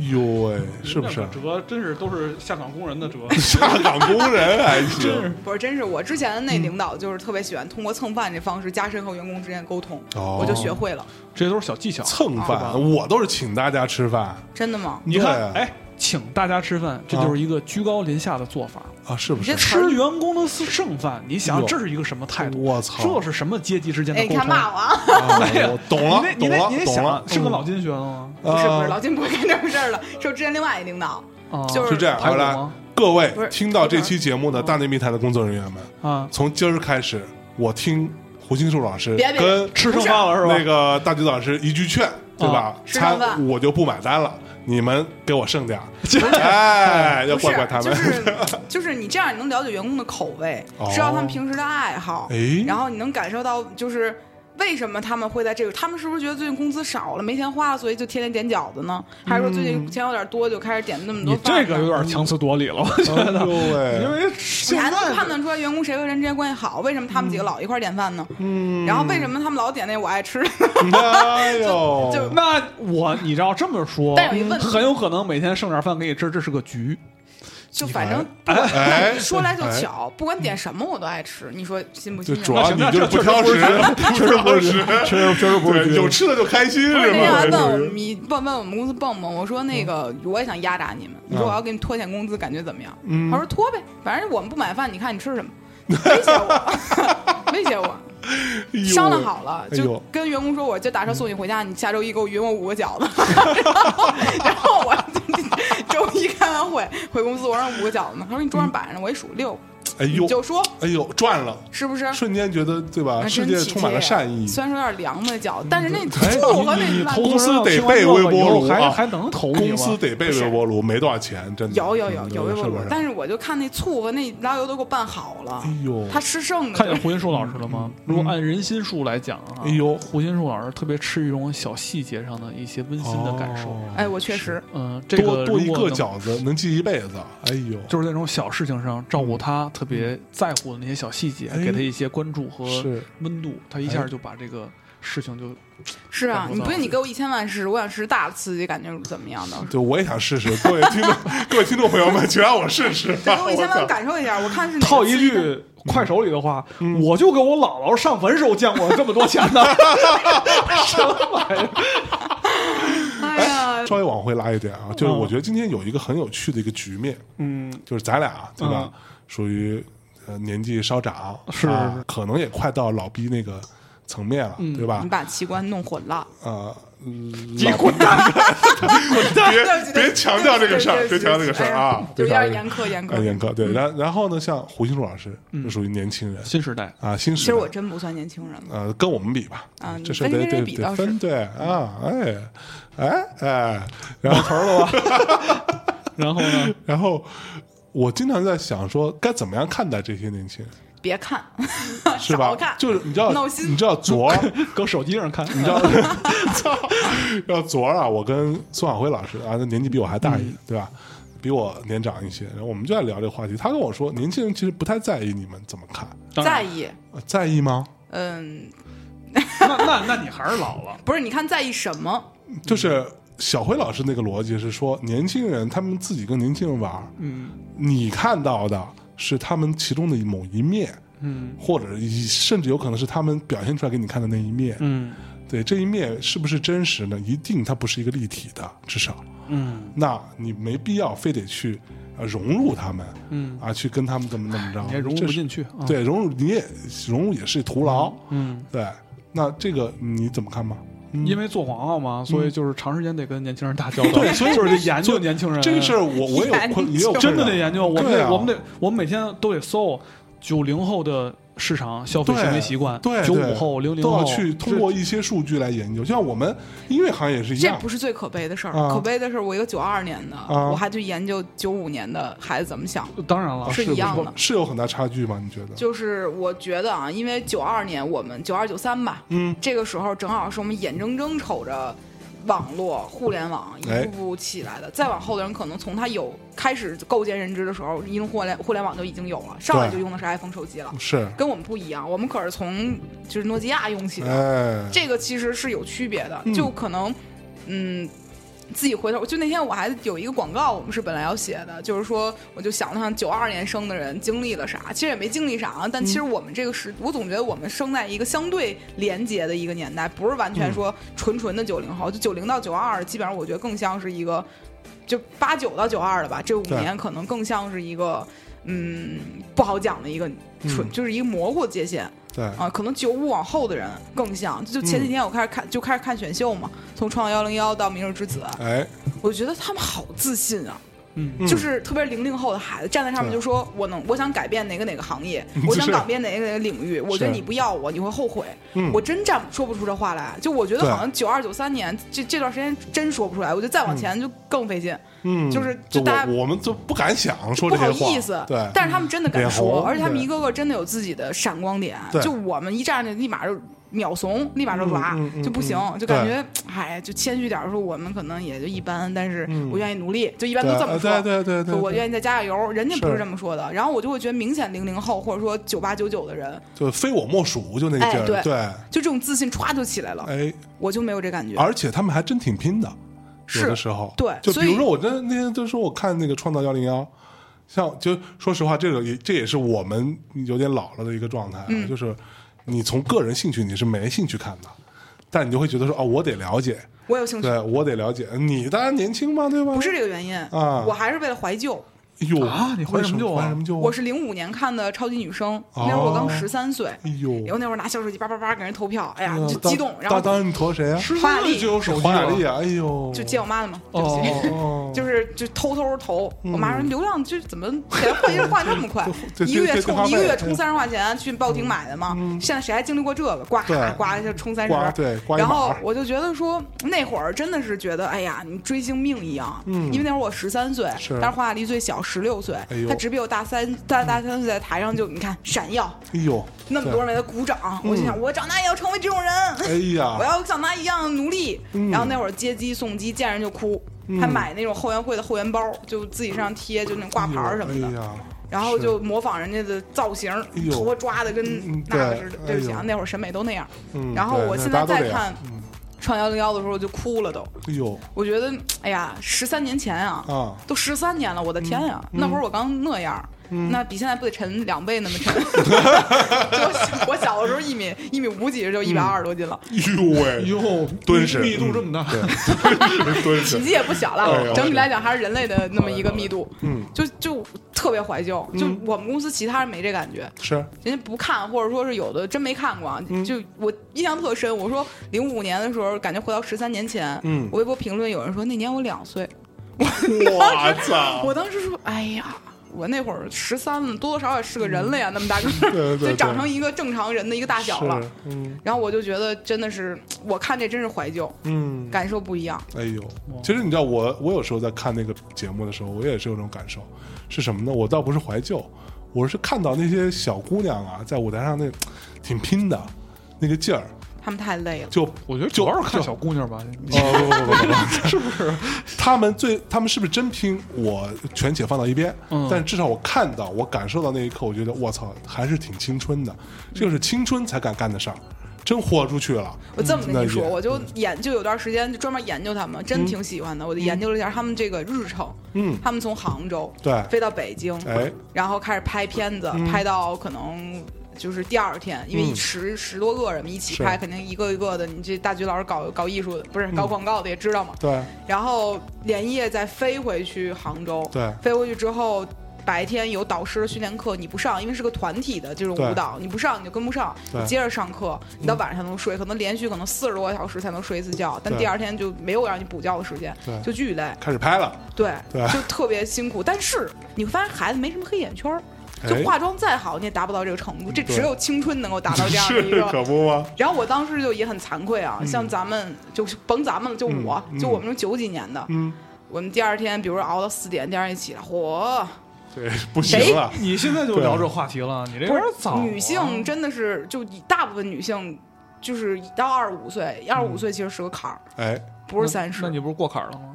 Speaker 1: 呦喂，是不是啊
Speaker 3: 那个折真是都是下岗工
Speaker 1: *laughs*
Speaker 3: 人的折？
Speaker 1: 下岗工人
Speaker 3: *laughs*
Speaker 1: 还行？
Speaker 2: 不是，真是我之前
Speaker 1: 嗯
Speaker 2: 那领导就是特别喜欢通过蹭饭这方式加深和员工之间的沟通，
Speaker 1: 哦
Speaker 2: 我就学会了。
Speaker 3: 这些都是
Speaker 1: *laughs*
Speaker 3: 小技巧。
Speaker 1: 蹭饭，我都是请大家吃饭
Speaker 2: 真的吗？
Speaker 3: 你看，
Speaker 1: 对啊
Speaker 3: 哎，请大家吃饭，这就是一个居高临下的做法。
Speaker 1: 啊，是不
Speaker 2: 你
Speaker 1: 是
Speaker 2: 这？词
Speaker 3: 吃
Speaker 2: 儿，
Speaker 3: 员工的剩饭，你想
Speaker 1: 哟
Speaker 3: 想这是一个什么态度？
Speaker 1: 我操
Speaker 3: 这是什么阶级之间的
Speaker 2: 哎，
Speaker 3: 沟
Speaker 2: 你看
Speaker 3: 通？
Speaker 2: 骂我啊！
Speaker 1: 啊
Speaker 3: 哎呀
Speaker 1: 我懂了
Speaker 3: 你，得
Speaker 1: 懂了
Speaker 3: 你得你，得
Speaker 1: 懂
Speaker 3: 想
Speaker 1: 了，
Speaker 3: 是跟老金学的吗？
Speaker 2: 不是不
Speaker 1: 啊
Speaker 2: 是，老金不会干这种事儿了，是我之前另外一领导，
Speaker 3: 啊，
Speaker 2: 就是
Speaker 1: 这样，
Speaker 3: 排
Speaker 1: 好
Speaker 3: 骨
Speaker 1: 嗯来
Speaker 3: 吗，
Speaker 1: 各位
Speaker 2: 不是嗯
Speaker 1: 听到这期节目的大内密谈的工作人员们，
Speaker 3: 啊，
Speaker 1: 从今儿开始，我听胡心树老师
Speaker 2: 别别
Speaker 1: 跟
Speaker 3: 吃剩饭了是吧？
Speaker 1: 那个大橘子老师一句劝，对吧？
Speaker 2: 吃剩
Speaker 1: 餐
Speaker 2: 饭
Speaker 1: 我就不买单了，你们给我剩点
Speaker 2: *laughs*
Speaker 1: 儿，哎，要
Speaker 2: 不
Speaker 1: 怪怪
Speaker 2: 是
Speaker 1: 他
Speaker 2: 就
Speaker 1: 们。
Speaker 2: 是就是你这样你能了解员工的口味
Speaker 1: 哦，
Speaker 2: 知道他们平时的爱好
Speaker 1: 哎，
Speaker 2: 然后你能感受到就是为什么他们会在这个？他们是不是觉得最近工资少了，没钱花了，所以就天天点饺子呢？还是说最近钱有点多，就开始点那么多
Speaker 3: 你
Speaker 2: 饭呢？
Speaker 3: 这个有点强词夺理了，我觉得，
Speaker 1: 哎呦喂
Speaker 3: *laughs* 因为
Speaker 2: *laughs* 你
Speaker 3: 现
Speaker 2: 还能
Speaker 3: 在
Speaker 2: 判断出来员工谁和人之间关系好？为什么他们几个老一块儿点饭呢？嗯，然后为什么他们老点那我爱吃？ *laughs*
Speaker 1: 哎呦，
Speaker 2: 就
Speaker 3: 那我你知道这么说
Speaker 2: 但有一问，题
Speaker 3: 很有可能每天剩点饭给你吃，这是个
Speaker 2: *laughs*
Speaker 3: 局。
Speaker 2: 就反正 *laughs*
Speaker 1: 哎，
Speaker 2: 说来就巧，不管点什么我都爱吃。你说信不啊
Speaker 1: 就
Speaker 2: 信任？
Speaker 1: 主要你就是不挑食，不挑食， *laughs* 确实确实不是有吃的就开心，
Speaker 2: 不是
Speaker 1: 是
Speaker 2: 那天还
Speaker 1: 吧？
Speaker 2: 啊问我们一问问我们公司蹦蹦，我说那个我也想压榨你们，你说我要给你拖欠工资，感觉怎么样？
Speaker 1: 嗯
Speaker 2: 他说拖呗，反正我们不买饭，你看你吃
Speaker 1: *laughs*
Speaker 2: 什么？威胁我，威胁我，商量好了，
Speaker 1: 哎呦
Speaker 2: 就跟员工说，我就打车送你回家，你下周一给我匀我五
Speaker 1: *laughs*
Speaker 2: 个饺子，然后然后我周一开完会回公司，我让五个饺子呢，他说你桌上
Speaker 1: 嗯
Speaker 2: 摆着，我一数六，
Speaker 1: 哎呦
Speaker 2: 你，就说
Speaker 1: 哎呦，赚了，
Speaker 2: 是不是？
Speaker 1: 瞬间觉得对吧？
Speaker 2: 还
Speaker 1: 啊世
Speaker 2: 真
Speaker 1: 界
Speaker 2: 起
Speaker 1: 充满
Speaker 2: 劲
Speaker 1: 了
Speaker 2: 呀
Speaker 1: 善意。嗯
Speaker 2: 虽然说有点凉的饺子，但是那
Speaker 3: 哎
Speaker 2: 醋和
Speaker 3: 你你
Speaker 2: 那辣
Speaker 3: 投
Speaker 1: 公司得
Speaker 3: 听完
Speaker 1: 备
Speaker 3: 这个
Speaker 1: 微波炉
Speaker 3: 以后还
Speaker 1: 啊
Speaker 3: 还能投你
Speaker 1: 公
Speaker 3: 吗
Speaker 1: 司得备微波炉，没多少钱，真的。
Speaker 2: 有有有有微
Speaker 1: 嗯
Speaker 2: 波
Speaker 1: 是不
Speaker 2: 炉
Speaker 1: 是，
Speaker 2: 但是我就看那醋和那辣油都给我拌好了，
Speaker 1: 哎呦，
Speaker 2: 他吃剩的
Speaker 3: 看
Speaker 2: 就
Speaker 3: 见
Speaker 2: 是。
Speaker 3: 胡心树老师了吗？如果按人心树来讲啊，
Speaker 1: 哎呦
Speaker 3: 胡心树老师特别吃这种小细节上的一些温馨的感受。
Speaker 1: 哦
Speaker 2: 哎，我确实，
Speaker 3: 嗯，这
Speaker 1: 多
Speaker 3: 个
Speaker 1: 多
Speaker 3: 如
Speaker 1: 一
Speaker 3: 果
Speaker 1: 个
Speaker 3: 能
Speaker 1: 饺子能记一辈子。哎呦，
Speaker 3: 就是那种小事情上照顾他特别在乎的那些小细节，
Speaker 1: 哎
Speaker 3: 给他一些关注和
Speaker 1: 是
Speaker 3: 温度，他一下就把这个事情就。
Speaker 2: 是啊，
Speaker 3: 感受
Speaker 2: 你
Speaker 3: 到
Speaker 2: 不信
Speaker 3: 了
Speaker 2: 你给我一千万试试，我想试试大的刺激，感觉怎么样的？
Speaker 1: 就我也想试试，各位听众，各位听众朋友们，请让我试试。
Speaker 2: 对，给我一千
Speaker 1: *laughs*
Speaker 2: 万
Speaker 1: 我操
Speaker 2: 感受一下，我看是哪个
Speaker 3: 套一
Speaker 2: 刺激的。
Speaker 3: 句嗯快手里的话，我就跟我姥姥上坟时候见过这么多钱的。
Speaker 2: 哎呀，
Speaker 1: 稍微往回拉一点啊，就是我觉得今天有一个很有趣的一个局面，
Speaker 3: *laughs* *laughs* 嗯，
Speaker 1: 就是咱俩啊对吧，属于呃年纪稍长，
Speaker 3: 是
Speaker 1: 啊
Speaker 3: 是嗯是
Speaker 1: 可能也快到老逼那个层面了，对吧
Speaker 2: 你？把器官弄混
Speaker 1: *laughs*
Speaker 2: 了， *laughs*
Speaker 1: 啊，
Speaker 3: 你滚蛋！
Speaker 1: 别
Speaker 2: 对不起对不起
Speaker 1: 别强调这个事儿，
Speaker 2: 对
Speaker 1: 别
Speaker 2: 不
Speaker 1: 强调这
Speaker 2: 起
Speaker 1: 个事儿啊，
Speaker 2: 对不起哎
Speaker 1: 别强调
Speaker 2: 呀有嗯点严苛严苛
Speaker 1: 呃严苛。对，然然后呢，像胡心树老师
Speaker 3: 嗯
Speaker 1: 就属于年轻人
Speaker 3: 新时代，
Speaker 1: 啊，新
Speaker 2: 其
Speaker 1: 时
Speaker 2: 实
Speaker 1: 代
Speaker 2: 我真不算年轻人了。
Speaker 1: 呃，跟我们比吧，
Speaker 2: 啊
Speaker 1: 这事
Speaker 2: 你
Speaker 1: 得
Speaker 2: 跟
Speaker 1: 得
Speaker 2: 人比
Speaker 1: 得
Speaker 2: 倒
Speaker 1: 分
Speaker 2: 是
Speaker 1: 对啊，哎哎哎，然后头了
Speaker 3: 然后呢？
Speaker 1: 然后我经常在想说，该怎么样看待这些年轻人，
Speaker 2: 别看，
Speaker 1: 是
Speaker 2: 呃
Speaker 1: 吧？
Speaker 2: 少看，
Speaker 1: 就是你知道
Speaker 2: 闹，心
Speaker 1: 你
Speaker 2: *laughs*
Speaker 1: 知道昨儿，
Speaker 3: 搁手机上看，
Speaker 1: 你知道，操，然后昨儿啊，我跟孙晓辉老师啊，他年纪比我还大一点，对吧？比我年长一些，然后我们就在聊这个话题。他跟我说，年轻人其实不太在意你们怎么看，
Speaker 3: 当
Speaker 2: 在
Speaker 3: 然
Speaker 2: 意，
Speaker 1: 呃在意吗？
Speaker 2: 嗯，
Speaker 3: 那那那你还是老了。
Speaker 2: 不是，你看在意什么？
Speaker 1: 嗯就是小辉老师那个逻辑是说，年轻人他们自己跟年轻人玩，
Speaker 3: 嗯
Speaker 1: 你看到的是他们其中的某一面，
Speaker 3: 嗯
Speaker 1: 或者一甚至有可能是他们表现出来给你看的那一面。
Speaker 3: 嗯
Speaker 1: 对这一面是不是真实呢？一定它不是一个立体的，至少，
Speaker 3: 嗯
Speaker 1: 那你没必要非得去呃融入他们
Speaker 3: 嗯，
Speaker 1: 啊，去跟他们怎么怎么着，
Speaker 3: 你也融入
Speaker 1: 这
Speaker 3: 不
Speaker 1: 是
Speaker 3: 进去。啊，
Speaker 1: 对，融入你也融入也是徒劳。
Speaker 3: 嗯，
Speaker 1: 对，那这个你怎么看吗？
Speaker 3: 因为做广告嘛，所以就是长时间得跟年轻人打交道。嗯对，所以就是得研究年轻人嗯
Speaker 1: 这个事儿我我有
Speaker 2: 嗯 *laughs*
Speaker 1: 困，也有困
Speaker 3: 真的
Speaker 1: 扰
Speaker 3: 得研究，我们
Speaker 1: 对
Speaker 3: 得、
Speaker 1: 啊
Speaker 3: 我们得我们每天都得搜九零后的市场消费行为习惯，
Speaker 1: 对
Speaker 3: 九
Speaker 1: 对
Speaker 3: 五后、零零
Speaker 1: 都
Speaker 3: 后
Speaker 1: 要去通过一些数据来研究，就像我们音乐行业也是一
Speaker 2: 这
Speaker 1: 样
Speaker 2: 不。是最可悲的事儿，
Speaker 1: 啊
Speaker 2: 可悲的是我一个九二年的，
Speaker 1: 啊
Speaker 2: 我还去研究九五年的孩子怎么想。
Speaker 3: 这当然了
Speaker 1: 啊，
Speaker 2: 是
Speaker 1: 不
Speaker 2: 一样的
Speaker 1: 是有很大差距吗？你觉得？
Speaker 2: 就是我觉得啊，因为九二年我们九二九三吧，
Speaker 1: 嗯，
Speaker 2: 这个时候正好是我们眼睁睁瞅着网络、互联网
Speaker 1: 哎
Speaker 2: 一步步起来的。再往后的人，可能从他有开始构建认知的时候，移动互联互联网就已经有了，上来
Speaker 1: 对
Speaker 2: 就用的是 iPhone 手机了，
Speaker 1: 是，
Speaker 2: 跟我们不一样。我们可是从就是诺基亚用起的，
Speaker 1: 哎，
Speaker 2: 这个其实是有区别的，就可能，嗯。自己回头，就那天我还有一个广告，我们是本来要写的，就是说，我就想了想，九二年生的人经历了啥，其实也没经历啥啊，但其实我们这个时，我总觉得我们生在一个相对廉洁的一个年代，不是完全说纯纯的九零后，就九零到九二，基本上我觉得更像是一个，就八九到九二的吧，这五
Speaker 1: 对
Speaker 2: 年可能更像是一个，嗯，不好讲的一个纯，就是一个模糊界限。
Speaker 1: 对，
Speaker 2: 啊，可能九五往后的人更像。就
Speaker 1: 嗯
Speaker 2: 前几天我开始看，就开始看选秀嘛，从《创幺零幺》到《明日之子》，
Speaker 1: 哎，
Speaker 2: 我觉得他们好自信啊，
Speaker 3: 嗯，
Speaker 2: 就是特别零零后的孩子站在上面
Speaker 1: 对
Speaker 2: 就说：“我能，我想改变哪个哪个行
Speaker 1: *laughs*
Speaker 2: 业，我想
Speaker 1: 是
Speaker 2: 改变哪个哪个领域。我觉
Speaker 1: 是
Speaker 2: 得你不要我，你会后悔。
Speaker 1: 嗯
Speaker 2: 我真站说不出这话来。就我觉得
Speaker 1: 对
Speaker 2: 好像九二九三年这这段时间真说不出来，我觉得再往前就更费劲。
Speaker 1: 嗯，
Speaker 2: 就是
Speaker 1: 就
Speaker 2: 就大家
Speaker 1: 我我们就不敢想说
Speaker 2: 不
Speaker 1: 这些
Speaker 2: 好
Speaker 1: 话，
Speaker 2: 意思，
Speaker 1: 对，
Speaker 2: 但是他们真的敢
Speaker 1: 脸
Speaker 2: 说，
Speaker 1: 红
Speaker 2: 而且他们
Speaker 1: 对
Speaker 2: 一个个真的有自己的闪光点
Speaker 1: 嗯对。
Speaker 2: 就我们一站着，立马就秒怂，立马就拉
Speaker 1: 嗯嗯，嗯
Speaker 2: 就不行
Speaker 1: 嗯，
Speaker 2: 就感觉哎，就谦虚点儿说我们可能也就一般，但是我愿意努力，就一般都这么说。
Speaker 1: 呃对对对对
Speaker 2: 说我
Speaker 1: 对，
Speaker 2: 愿意再加加油，人家不
Speaker 1: 是
Speaker 2: 是这么说的。然后我就会觉得，明显零零后或者说九八九九的人，
Speaker 1: 就非我莫属，就那个
Speaker 2: 哎
Speaker 1: 劲儿，
Speaker 2: 对
Speaker 1: 对，
Speaker 2: 就这种自信歘就起来了。
Speaker 1: 哎，
Speaker 2: 我就没有这感觉。
Speaker 1: 而且他们还真挺拼的，有的
Speaker 2: 是
Speaker 1: 时候，
Speaker 2: 对
Speaker 1: 就
Speaker 2: 所
Speaker 1: 比如
Speaker 2: 以
Speaker 1: 说我那那天就说我看那个《创造幺零幺》，像就说实话，这个也这也是我们有点老了的一个状态、啊，
Speaker 2: 嗯
Speaker 1: 就是你从个人兴趣你是没兴趣看的，但你就会觉得说哦，我得了解，
Speaker 2: 我有兴趣，
Speaker 1: 对我得了解，你当然年轻嘛，对吧？
Speaker 2: 嗯不是这个原因
Speaker 1: 啊
Speaker 2: 我还是为了怀旧。
Speaker 1: 哟
Speaker 3: 啊你怀
Speaker 1: 为
Speaker 3: 什
Speaker 1: 什
Speaker 3: 么旧啊
Speaker 1: 怀什么旧、啊？
Speaker 2: 我是零五年看的《超级女声》，那会儿我刚十三岁，
Speaker 1: 哎呦，
Speaker 2: 然后那会儿拿小手机叭叭叭给人投票，哎呀
Speaker 1: 嗯
Speaker 2: 就
Speaker 1: 当
Speaker 2: 激动，然
Speaker 1: 当当
Speaker 2: 后
Speaker 1: 时你投谁啊？
Speaker 3: 十
Speaker 2: 华
Speaker 3: 三
Speaker 2: 丽
Speaker 3: 岁就有手机
Speaker 1: 黄雅
Speaker 3: 了，
Speaker 1: 莉啊！哎呦，
Speaker 2: 就接我妈的嘛，对不
Speaker 3: 哦
Speaker 2: 起，
Speaker 1: 哦，，
Speaker 2: *laughs* 就是就偷偷偷。我妈说流量这怎么钱换人换这么快
Speaker 1: 嗯对对
Speaker 2: *laughs* 一个
Speaker 1: 对
Speaker 2: 月
Speaker 1: 对花呗
Speaker 2: 充一个月充三十块钱去报亭买的嘛，现在谁还经历过这个？刮
Speaker 1: 对
Speaker 2: 卡刮一下充三十
Speaker 1: 刮，对刮一
Speaker 2: 然
Speaker 1: 码
Speaker 2: 后
Speaker 1: 儿
Speaker 2: 我就觉得说，那会儿真的是觉得，哎呀，你追星命一样。因为那会儿我十三岁，
Speaker 1: 嗯是
Speaker 2: 但是黄雅莉最小，十六岁
Speaker 1: 哎呦，
Speaker 2: 她只比我大三，大大三岁，在台上就你看闪耀，
Speaker 1: 哎呦，
Speaker 2: 那么多人为她鼓掌，
Speaker 1: 嗯
Speaker 2: 我就想，我长大也要成为这种人，
Speaker 1: 哎
Speaker 2: *laughs*
Speaker 1: 呀，
Speaker 2: 我要像她一样努力。
Speaker 1: 嗯
Speaker 2: 然后那会儿接机送机，见人就哭，还买那种后援会的后援包，就自己身上贴就那种挂牌儿什么的。
Speaker 1: 哎呀，
Speaker 2: 然后就模仿人家的造型，
Speaker 1: 呦
Speaker 2: 头发抓的
Speaker 1: 嗯
Speaker 2: 跟那个
Speaker 1: 对
Speaker 2: 似的。对不起
Speaker 1: 哎
Speaker 2: 啊
Speaker 1: 呦，
Speaker 2: 那会儿审美都那样。
Speaker 1: 嗯
Speaker 2: 然后
Speaker 1: 对
Speaker 2: 我
Speaker 1: 那
Speaker 2: 现
Speaker 1: 大
Speaker 2: 在
Speaker 1: 家都
Speaker 2: 再
Speaker 1: 得
Speaker 2: 看《创幺零幺》的时候，就哭了都。
Speaker 1: 哎呦
Speaker 2: 我觉得，哎呀，十三年前啊，
Speaker 1: 啊，嗯
Speaker 2: 都十三年了，我的天呀、那会儿我刚那样儿。那比现在不得沉两倍那么
Speaker 1: *laughs*
Speaker 2: 沉？ *laughs* 就我小的时候一米一米五几就一百二十多斤了，
Speaker 1: *laughs* 哎呦喂，
Speaker 3: 哟，
Speaker 1: 敦实
Speaker 3: 密密度这么大，
Speaker 1: 对，蹲
Speaker 2: *laughs* 体
Speaker 1: 是，
Speaker 2: 积也不小
Speaker 1: 哎
Speaker 2: 了
Speaker 1: 呦，
Speaker 2: 整体来讲还是人类的那么一个密度，
Speaker 1: 嗯，
Speaker 2: 就就特别怀旧。就我们公司其他人没这感觉，
Speaker 1: 是
Speaker 2: 人家不看，或者说是有的真没看过啊。
Speaker 1: 嗯
Speaker 2: 就我印象特深，我说零五年的时候，感觉回到十三年前，
Speaker 1: 嗯
Speaker 2: 我微博评论有人说那年我两岁，
Speaker 1: 我操，
Speaker 2: 我当时说，哎呀。我那会儿十三了，多多少少也是个人了啊呀，那么大
Speaker 1: *laughs*
Speaker 2: 个
Speaker 1: 嗯对对
Speaker 2: 儿，
Speaker 1: 对
Speaker 2: *laughs* 就长成一个正常人的一个大小了
Speaker 1: 是。，嗯
Speaker 2: 然后我就觉得真的是，我看这真是怀旧，
Speaker 1: 嗯，
Speaker 2: 感受不一样。
Speaker 1: 哎呦，其实你知道我，我有时候在看那个节目的时候，我也是有这种感受，是什么呢？我倒不是怀旧，我是看到那些小姑娘啊，在舞台上那挺拼的那个劲儿，
Speaker 2: 他们太累了，
Speaker 1: 就
Speaker 3: 我觉得
Speaker 1: 就
Speaker 3: 主要是看
Speaker 1: 就
Speaker 3: 小姑娘吧，你
Speaker 1: 哦不不不不
Speaker 2: *laughs*
Speaker 1: 不，是不是？他们最他们是不是真拼？我全且放到一边，
Speaker 3: 嗯
Speaker 1: 但至少我看到，我感受到那一刻，我觉得我操，还是挺青春的，这个是青春才敢干的事儿，真豁出去了。
Speaker 2: 我这么
Speaker 1: 嗯
Speaker 2: 跟
Speaker 1: 那
Speaker 2: 你说，
Speaker 1: 也
Speaker 2: 我就研就有段时间就专门研究他们，真挺喜欢的。我就研究了一下他们这个日程，
Speaker 1: 嗯
Speaker 2: 他们从杭州
Speaker 1: 对
Speaker 2: 飞到北京，
Speaker 1: 哎嗯
Speaker 2: 然后开始拍片子，拍到可能。就是第二天，因为十、十多个人一起
Speaker 1: 是
Speaker 2: 拍，肯定一个一个的。你这大菊老师搞搞艺术的，不是
Speaker 1: 嗯
Speaker 2: 搞广告的也知道嘛。
Speaker 1: 对，
Speaker 2: 然后连夜再飞回去杭州，
Speaker 1: 对
Speaker 2: 飞回去之后。白天有导师的训练课，你不上，因为是个团体的这种
Speaker 1: 对
Speaker 2: 舞蹈，你不上你就跟不上，
Speaker 1: 对嗯
Speaker 2: 你接着上课，你到晚上才能睡，可能连续可能四十多个小时才能睡一次觉，但
Speaker 1: 对
Speaker 2: 第二天就没有让你补觉的时间
Speaker 1: 对，
Speaker 2: 就巨累，
Speaker 1: 开始拍了，
Speaker 2: 对，
Speaker 1: 对
Speaker 2: 就特别辛苦。但是你会发现孩子没什么黑眼圈儿，就
Speaker 1: 哎
Speaker 2: 化妆再好你也达不到这个程度，这
Speaker 1: 对
Speaker 2: 只有青春能够达到这样的一
Speaker 1: *laughs* 是
Speaker 2: 个
Speaker 1: 可不吗？
Speaker 2: 然后我当时就也很惭愧啊，像咱们就是甭咱们了，就我、
Speaker 1: 嗯嗯
Speaker 2: 就我们这种九几年的，
Speaker 1: 嗯
Speaker 2: 我们第二天比如说熬到四点，第二天起来，嚯，
Speaker 1: 对，不行了，
Speaker 3: 你现在就聊这话题了，你这有
Speaker 2: 不
Speaker 3: 点
Speaker 2: 是
Speaker 3: 早啊。
Speaker 2: 女性真的是就以大部分女性就是一到二十五岁，二十五岁其实是个坎儿，
Speaker 1: 哎，
Speaker 2: 不是三十
Speaker 3: 嗯那你不是过坎儿了吗？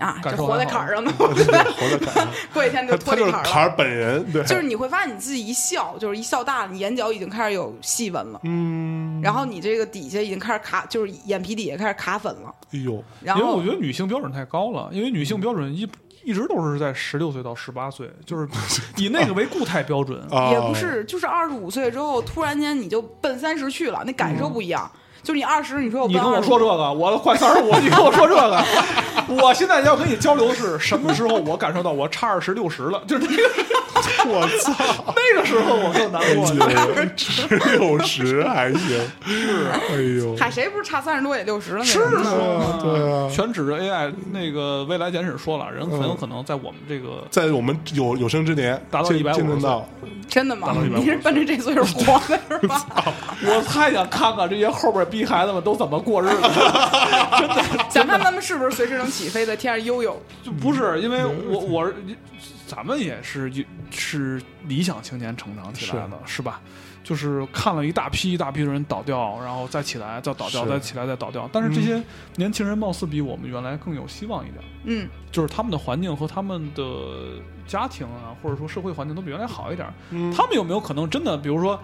Speaker 2: 啊，
Speaker 3: 感
Speaker 2: 就
Speaker 3: 受
Speaker 2: 活在
Speaker 3: 还好
Speaker 2: 坎儿上
Speaker 3: *laughs*
Speaker 2: 了，
Speaker 1: 活
Speaker 2: *laughs*
Speaker 1: 得坎儿，
Speaker 2: 过几天
Speaker 1: 他
Speaker 2: 就
Speaker 1: 他
Speaker 2: 脱
Speaker 1: 就
Speaker 2: 离
Speaker 1: 是
Speaker 2: 坎儿
Speaker 1: 坎
Speaker 2: 了。
Speaker 1: 儿本人，对，
Speaker 2: 就是你会发现你自己一笑，就是一笑大了，你眼角已经开始有细纹了，
Speaker 1: 嗯，
Speaker 2: 然后你这个底下已经开始卡，就是眼皮底下开始卡粉了，
Speaker 1: 哎呦，
Speaker 2: 然
Speaker 3: 因为
Speaker 2: 后嗯
Speaker 3: 我觉得女性标准太高了，因为女性标准一一直都是在十六岁到十八岁，就是 *laughs* 以那个为固态标准。
Speaker 1: 啊，
Speaker 2: 也不是，就是二十五岁之后，突然间你就奔三十去了，那感受不一样。就是你二十，你说我
Speaker 3: 嗯你
Speaker 2: 奔
Speaker 3: 跟我
Speaker 2: 25
Speaker 3: 说这，个，我快三十五，你跟我说这个， *laughs* 我现在要跟你交流的是什么时候我感受到我差二十六十了，就是那 *laughs* 个
Speaker 1: 我
Speaker 2: *laughs*
Speaker 1: 操，
Speaker 3: 那个时候我更难过了。
Speaker 1: 只有十还行，是，哎呦，
Speaker 2: 嗨，谁不是差三十多也六十了？
Speaker 3: 是啊，
Speaker 1: 对啊
Speaker 3: *laughs* 全指着 AI 那个未来简史说了，人很有可能在我们这个
Speaker 1: 在我们有有生之年
Speaker 3: 达到
Speaker 1: 见
Speaker 3: 150
Speaker 1: 见证到，
Speaker 2: 真的吗
Speaker 3: 到？150
Speaker 2: 你是奔着这岁数活的是吧？
Speaker 3: 我太想看看这些后边逼孩子们都怎么过日子，
Speaker 2: 想看他们是不是随时能起飞的天上悠悠，
Speaker 3: 就不是因为我我咱们也是是理想青年成长起来的，是吧？就是看了一大批一大批人倒掉，然后再起来，再倒掉，
Speaker 1: 是
Speaker 3: 再起来，再倒掉。但是这些年轻人貌似比我们原来更有希望一点，
Speaker 2: 嗯，
Speaker 3: 就是他们的环境和他们的家庭啊，或者说社会环境都比原来好一点。他们有没有可能真的，比如说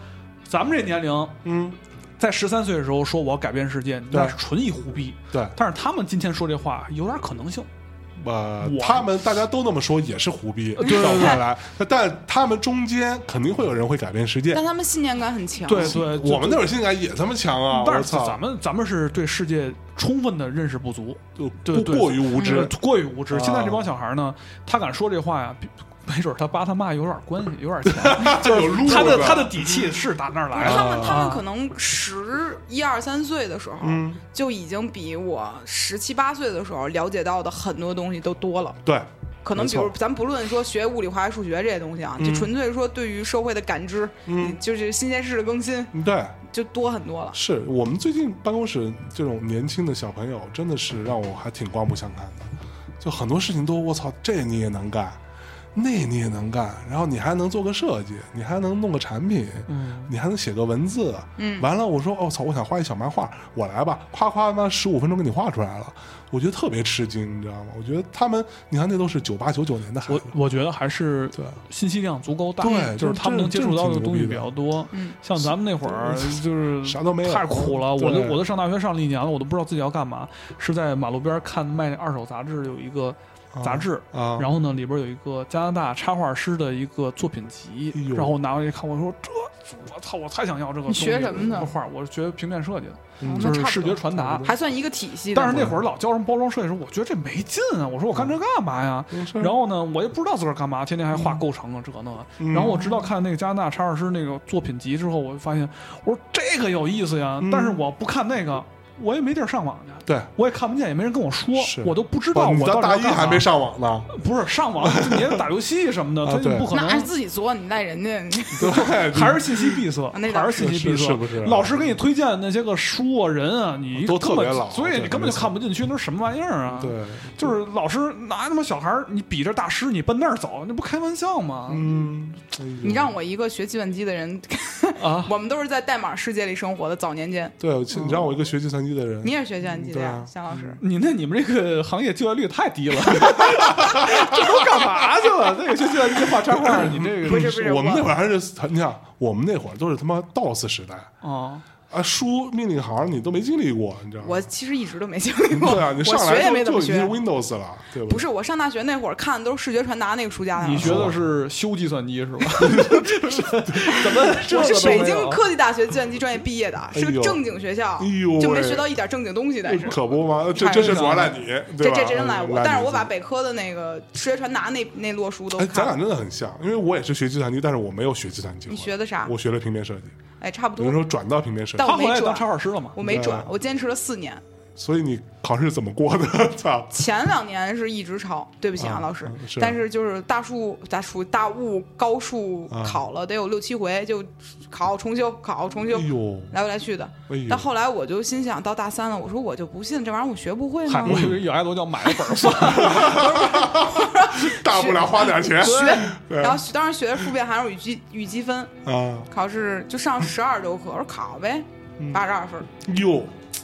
Speaker 3: 咱们这年龄，
Speaker 1: 嗯，
Speaker 3: 在十三岁的时候说我要改变世界，那
Speaker 1: 对
Speaker 3: 是纯一胡逼。
Speaker 1: 对，
Speaker 3: 但是他们今天说这话有点可能性，
Speaker 1: 呃
Speaker 3: 我，
Speaker 1: 他们大家都那么说也是胡逼，
Speaker 3: 对
Speaker 1: 在我看来，但他们中间肯定会有人会改变世界
Speaker 2: 但。他们信念感很强，
Speaker 3: 对对，呃就
Speaker 1: 我们那会儿性感也他妈强啊！
Speaker 3: 但
Speaker 1: 我
Speaker 3: 是
Speaker 1: 操，
Speaker 3: 咱们咱们是对世界充分的认识不足，
Speaker 1: 就
Speaker 3: 对
Speaker 1: 过
Speaker 3: 对
Speaker 1: 过于无
Speaker 3: 这
Speaker 1: 知，
Speaker 3: 过于无知。
Speaker 1: 啊
Speaker 3: 现在这帮小孩呢，他敢说这话呀，比没准他爸他妈有点关系，有点
Speaker 1: *laughs*
Speaker 3: 钱，
Speaker 1: 有路
Speaker 3: 嗯他的
Speaker 1: 子
Speaker 3: 他的底气是打那儿来
Speaker 2: 不是他
Speaker 3: 的。
Speaker 2: 们，他们可能十一二三岁的时候，
Speaker 3: 嗯
Speaker 1: 嗯
Speaker 2: 就已经比我十七八岁的时候了解到的很多东西都多了。
Speaker 1: 对，
Speaker 2: 可能
Speaker 1: 没
Speaker 2: 比
Speaker 1: 错
Speaker 2: 如咱不论说学物理、化学、数学这些东西啊，
Speaker 3: 嗯
Speaker 2: 就纯粹说对于社会的感知，
Speaker 1: 嗯，
Speaker 2: 就是新鲜事的更新
Speaker 1: 对，
Speaker 2: 就多很多了。
Speaker 1: 是我们最近办公室这种年轻的小朋友，真的是让我还挺刮目相看的。就很多事情都我操，这你也能干，那你也能干，然后你还能做个设计，你还能弄个产品，
Speaker 3: 嗯，
Speaker 1: 你还能写个文字。嗯，完了，我说哦操，我想画一小漫画，我来吧，夸夸那十五分钟给你画出来了，我觉得特别吃惊，你知道吗？我觉得他们，你看那都是九八九九年的孩
Speaker 3: 我
Speaker 1: 子，
Speaker 3: 我觉得还是
Speaker 1: 对
Speaker 3: 信息量足够大，
Speaker 1: 对
Speaker 3: 就是他们能接触到的东西比较多。
Speaker 2: 嗯，
Speaker 3: 像咱们那会儿就是
Speaker 1: 啥都没有
Speaker 3: 太苦了。我都
Speaker 1: 对
Speaker 3: 我都上大学上了一年了，我都不知道自己要干嘛。是在马路边看卖二手杂志，有一个杂志，
Speaker 1: 啊，
Speaker 3: 然后呢，里边有一个加拿大插画师的一个作品集
Speaker 1: 哎，呦
Speaker 3: 然后我拿回去看，我说这，我操，我太想要这个东西
Speaker 2: 你学什么的
Speaker 3: 这个画我是学平面设计的，
Speaker 1: 嗯
Speaker 2: 那
Speaker 3: 就是
Speaker 2: 差不
Speaker 3: 视
Speaker 2: 多
Speaker 3: 觉传达。
Speaker 2: 还算一个体系的。
Speaker 3: 但是那会儿老教什么包装设计的时候，我觉得这没劲啊！我说我干这干嘛呀？
Speaker 1: 嗯是
Speaker 3: 然后呢，我也不知道自个儿干嘛，天天还画构成啊，这那。
Speaker 1: 嗯
Speaker 3: 然后我直到看那个加拿大插画师那个作品集之后，我就发现，我说这个有意思呀！
Speaker 1: 嗯
Speaker 3: 但是我不看那个，我也没地儿上网去，
Speaker 1: 对，
Speaker 3: 我也看不见，也没人跟我说
Speaker 1: 是，哦
Speaker 3: 我都不知道我
Speaker 1: 你到
Speaker 3: 到底
Speaker 1: 大
Speaker 3: 要
Speaker 1: 一
Speaker 3: 干
Speaker 1: 还
Speaker 3: 嘛
Speaker 1: 没上网呢，
Speaker 3: 不是上网，你也得打游戏什么的，
Speaker 1: 啊
Speaker 3: 他就
Speaker 1: 对
Speaker 3: 不可
Speaker 2: 那还是
Speaker 3: 能。嗯
Speaker 2: 自己做，你赖人家。
Speaker 1: *laughs* 对，
Speaker 3: 还是信息闭塞，
Speaker 2: 啊那倒
Speaker 3: 还是信息闭塞，
Speaker 1: 是是不是
Speaker 3: 老师给你推荐那些个书啊、人啊，你
Speaker 1: 都
Speaker 3: 根本
Speaker 1: 特别老
Speaker 3: 所以你根本就看不进去，那是什么玩意儿啊？，
Speaker 1: 对，
Speaker 3: 就是老师拿他妈小孩儿，你比着大师，你奔那儿走，那不开玩笑吗？ *laughs*
Speaker 1: 嗯，
Speaker 2: 你让我一个学计算机的人， *laughs*
Speaker 3: 啊，
Speaker 2: 我们都是在代码世界里生活的。早年间，
Speaker 1: 对，其实你让我一个学计算机的人，
Speaker 2: 你也是学计算机的呀
Speaker 1: 嗯，对
Speaker 2: 夏老师。
Speaker 3: 你那你们这个行业就业率太低了， *laughs* 这都干嘛去了？那个就就业画插画，你这
Speaker 2: 不
Speaker 3: 个
Speaker 2: 是不是
Speaker 1: 嗯我们
Speaker 2: 我
Speaker 1: 那会儿还是你想，我们那会儿都是他妈 DOS 时代
Speaker 3: 啊，
Speaker 1: 啊，输命令行你都没经历过，你知道吗？
Speaker 2: 我其实一直都没经历过，
Speaker 1: *laughs* 对啊，你
Speaker 2: 我
Speaker 1: 上
Speaker 2: 学也
Speaker 1: 来
Speaker 2: 没
Speaker 1: 就
Speaker 2: 怎
Speaker 1: 就
Speaker 2: 么
Speaker 1: 已经
Speaker 2: 学
Speaker 1: 是。Windows 了，对吧？
Speaker 2: 不是，我上大学那会儿看的都是视觉传达那个书架上
Speaker 3: 你
Speaker 2: 的。
Speaker 3: 学的是修计算机是吧？ *laughs* 怎么这
Speaker 2: 我是
Speaker 3: 个都没
Speaker 2: 北
Speaker 3: 有
Speaker 2: 京科技大学计算机专业毕业的，是
Speaker 1: 哎呦
Speaker 2: 个正经学校
Speaker 1: 哎呦，
Speaker 2: 就
Speaker 1: 喂
Speaker 2: 没学到一点正经东西。但是
Speaker 1: 可不吗？这这是主要赖你，对
Speaker 2: 这
Speaker 1: 吧？嗯
Speaker 2: 这真赖我，但是我把
Speaker 1: 你
Speaker 2: 北科的那个视觉传达那那摞书都
Speaker 1: 哎，咱俩
Speaker 2: 看了。
Speaker 1: 真的很像，因为我也是学计算机，但是我没有学计算机，
Speaker 2: 你学的啥
Speaker 1: 我学了平面设计，
Speaker 2: 哎，差不
Speaker 1: 有人
Speaker 2: 多，
Speaker 1: 说转到平面设计
Speaker 2: 但，
Speaker 3: 他
Speaker 2: 我
Speaker 3: 回
Speaker 2: 没
Speaker 3: 来当
Speaker 2: 转
Speaker 3: 插，画师了嘛？
Speaker 2: 我没转
Speaker 1: 对，啊
Speaker 2: 我坚持了四年。
Speaker 1: 所以你考试怎么过的？ *laughs* 操！
Speaker 2: 前两年是一直抄，对不起啊，
Speaker 1: 啊
Speaker 2: 老师
Speaker 1: 嗯。是
Speaker 2: 但是就是大数、大数、大物、高数
Speaker 1: 啊
Speaker 2: 考了得有六七回，就考重修、考重修
Speaker 1: 哎，呦，
Speaker 2: 来回来去的。
Speaker 1: 哎呦
Speaker 2: 但，后来我就心想，到大三了，我说我就不信这玩意儿我学不会
Speaker 3: 嗨
Speaker 2: 吗？
Speaker 3: 我以为有爱多叫买了本儿算了， *laughs*
Speaker 1: 大不了花点钱，
Speaker 2: *laughs* 学，
Speaker 1: 对
Speaker 2: 然后当时学的复变函数与积与积分，
Speaker 1: 啊，
Speaker 2: 考试就上十二周课，我说考呗，
Speaker 1: 嗯
Speaker 2: 八十二分，
Speaker 1: 哟，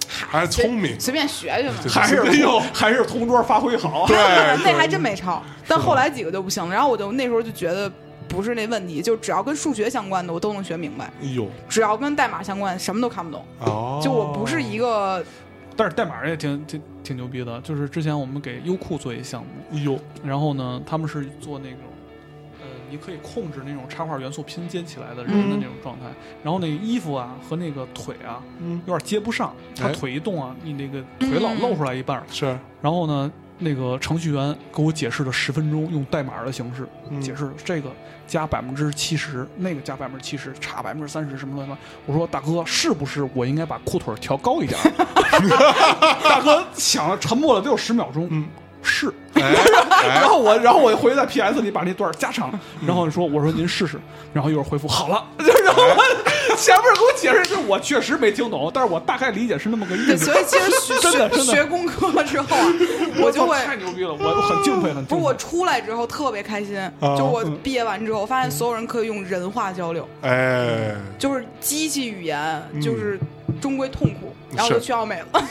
Speaker 2: 嗨，
Speaker 1: 还聪明，
Speaker 2: 随便学学嘛。
Speaker 1: 这
Speaker 3: 还是
Speaker 1: 哎呦
Speaker 3: 还是同桌发挥好。 *laughs*
Speaker 1: 对
Speaker 2: *laughs* 那还真没抄，但后来几个就不行了。然后我就那时候就觉得不是那问题，就只要跟数学相关的我都能学明白，
Speaker 1: 哎呦，
Speaker 2: 只要跟代码相关什么都看不懂。
Speaker 1: 哦，
Speaker 2: 就我不是一个
Speaker 3: 但是代码也挺挺挺牛逼的，就是之前我们给优酷做一项目，
Speaker 1: 哎呦，
Speaker 3: 然后呢，他们是做那种，呃，你可以控制那种插画元素拼接起来的人
Speaker 1: 嗯
Speaker 3: 的那种状态，然后那个衣服啊和那个腿啊
Speaker 1: 嗯，
Speaker 3: 有点接不上，他
Speaker 1: 哎
Speaker 3: 腿一动啊，你那个腿老露出来一半儿，
Speaker 1: 是
Speaker 3: 然后呢，那个程序员给我解释了十分钟，用代码的形式
Speaker 1: 嗯
Speaker 3: 解释这个加百分之七十，那个加百分之七十，差百分之三十，什么乱七八。我说大哥，是不是我应该把裤腿 *laughs* 调高一点儿？大哥想了，沉默了得有十秒钟。
Speaker 1: 嗯
Speaker 3: 是，
Speaker 1: 哎哎
Speaker 3: *laughs* 然后我，然后我回在 PS 里把那段加长，然后说我说您试试，然后一会儿回复好了， *laughs* 哎然后我 *laughs* 前面给我解释是我确实没听懂，但是我大概理解是那么个意
Speaker 2: 对，
Speaker 3: 思
Speaker 2: 所。以其
Speaker 3: *laughs*
Speaker 2: 实
Speaker 1: *laughs*
Speaker 2: 学
Speaker 3: 真的
Speaker 2: 学
Speaker 3: 真的
Speaker 2: 学工科了之后啊，我就会
Speaker 3: 太牛逼了，我很敬佩，很
Speaker 2: 不
Speaker 3: 敬
Speaker 2: 是我
Speaker 3: 佩。
Speaker 2: 出来之后特别开心，
Speaker 1: 啊
Speaker 2: 就我
Speaker 1: 嗯
Speaker 2: 毕业完之后，发现所有人可以用人话交流，
Speaker 1: 哎，
Speaker 2: 就是机器语言
Speaker 1: 嗯
Speaker 2: 就是终归痛苦，然后我就是去奥美
Speaker 1: *laughs*
Speaker 2: 了，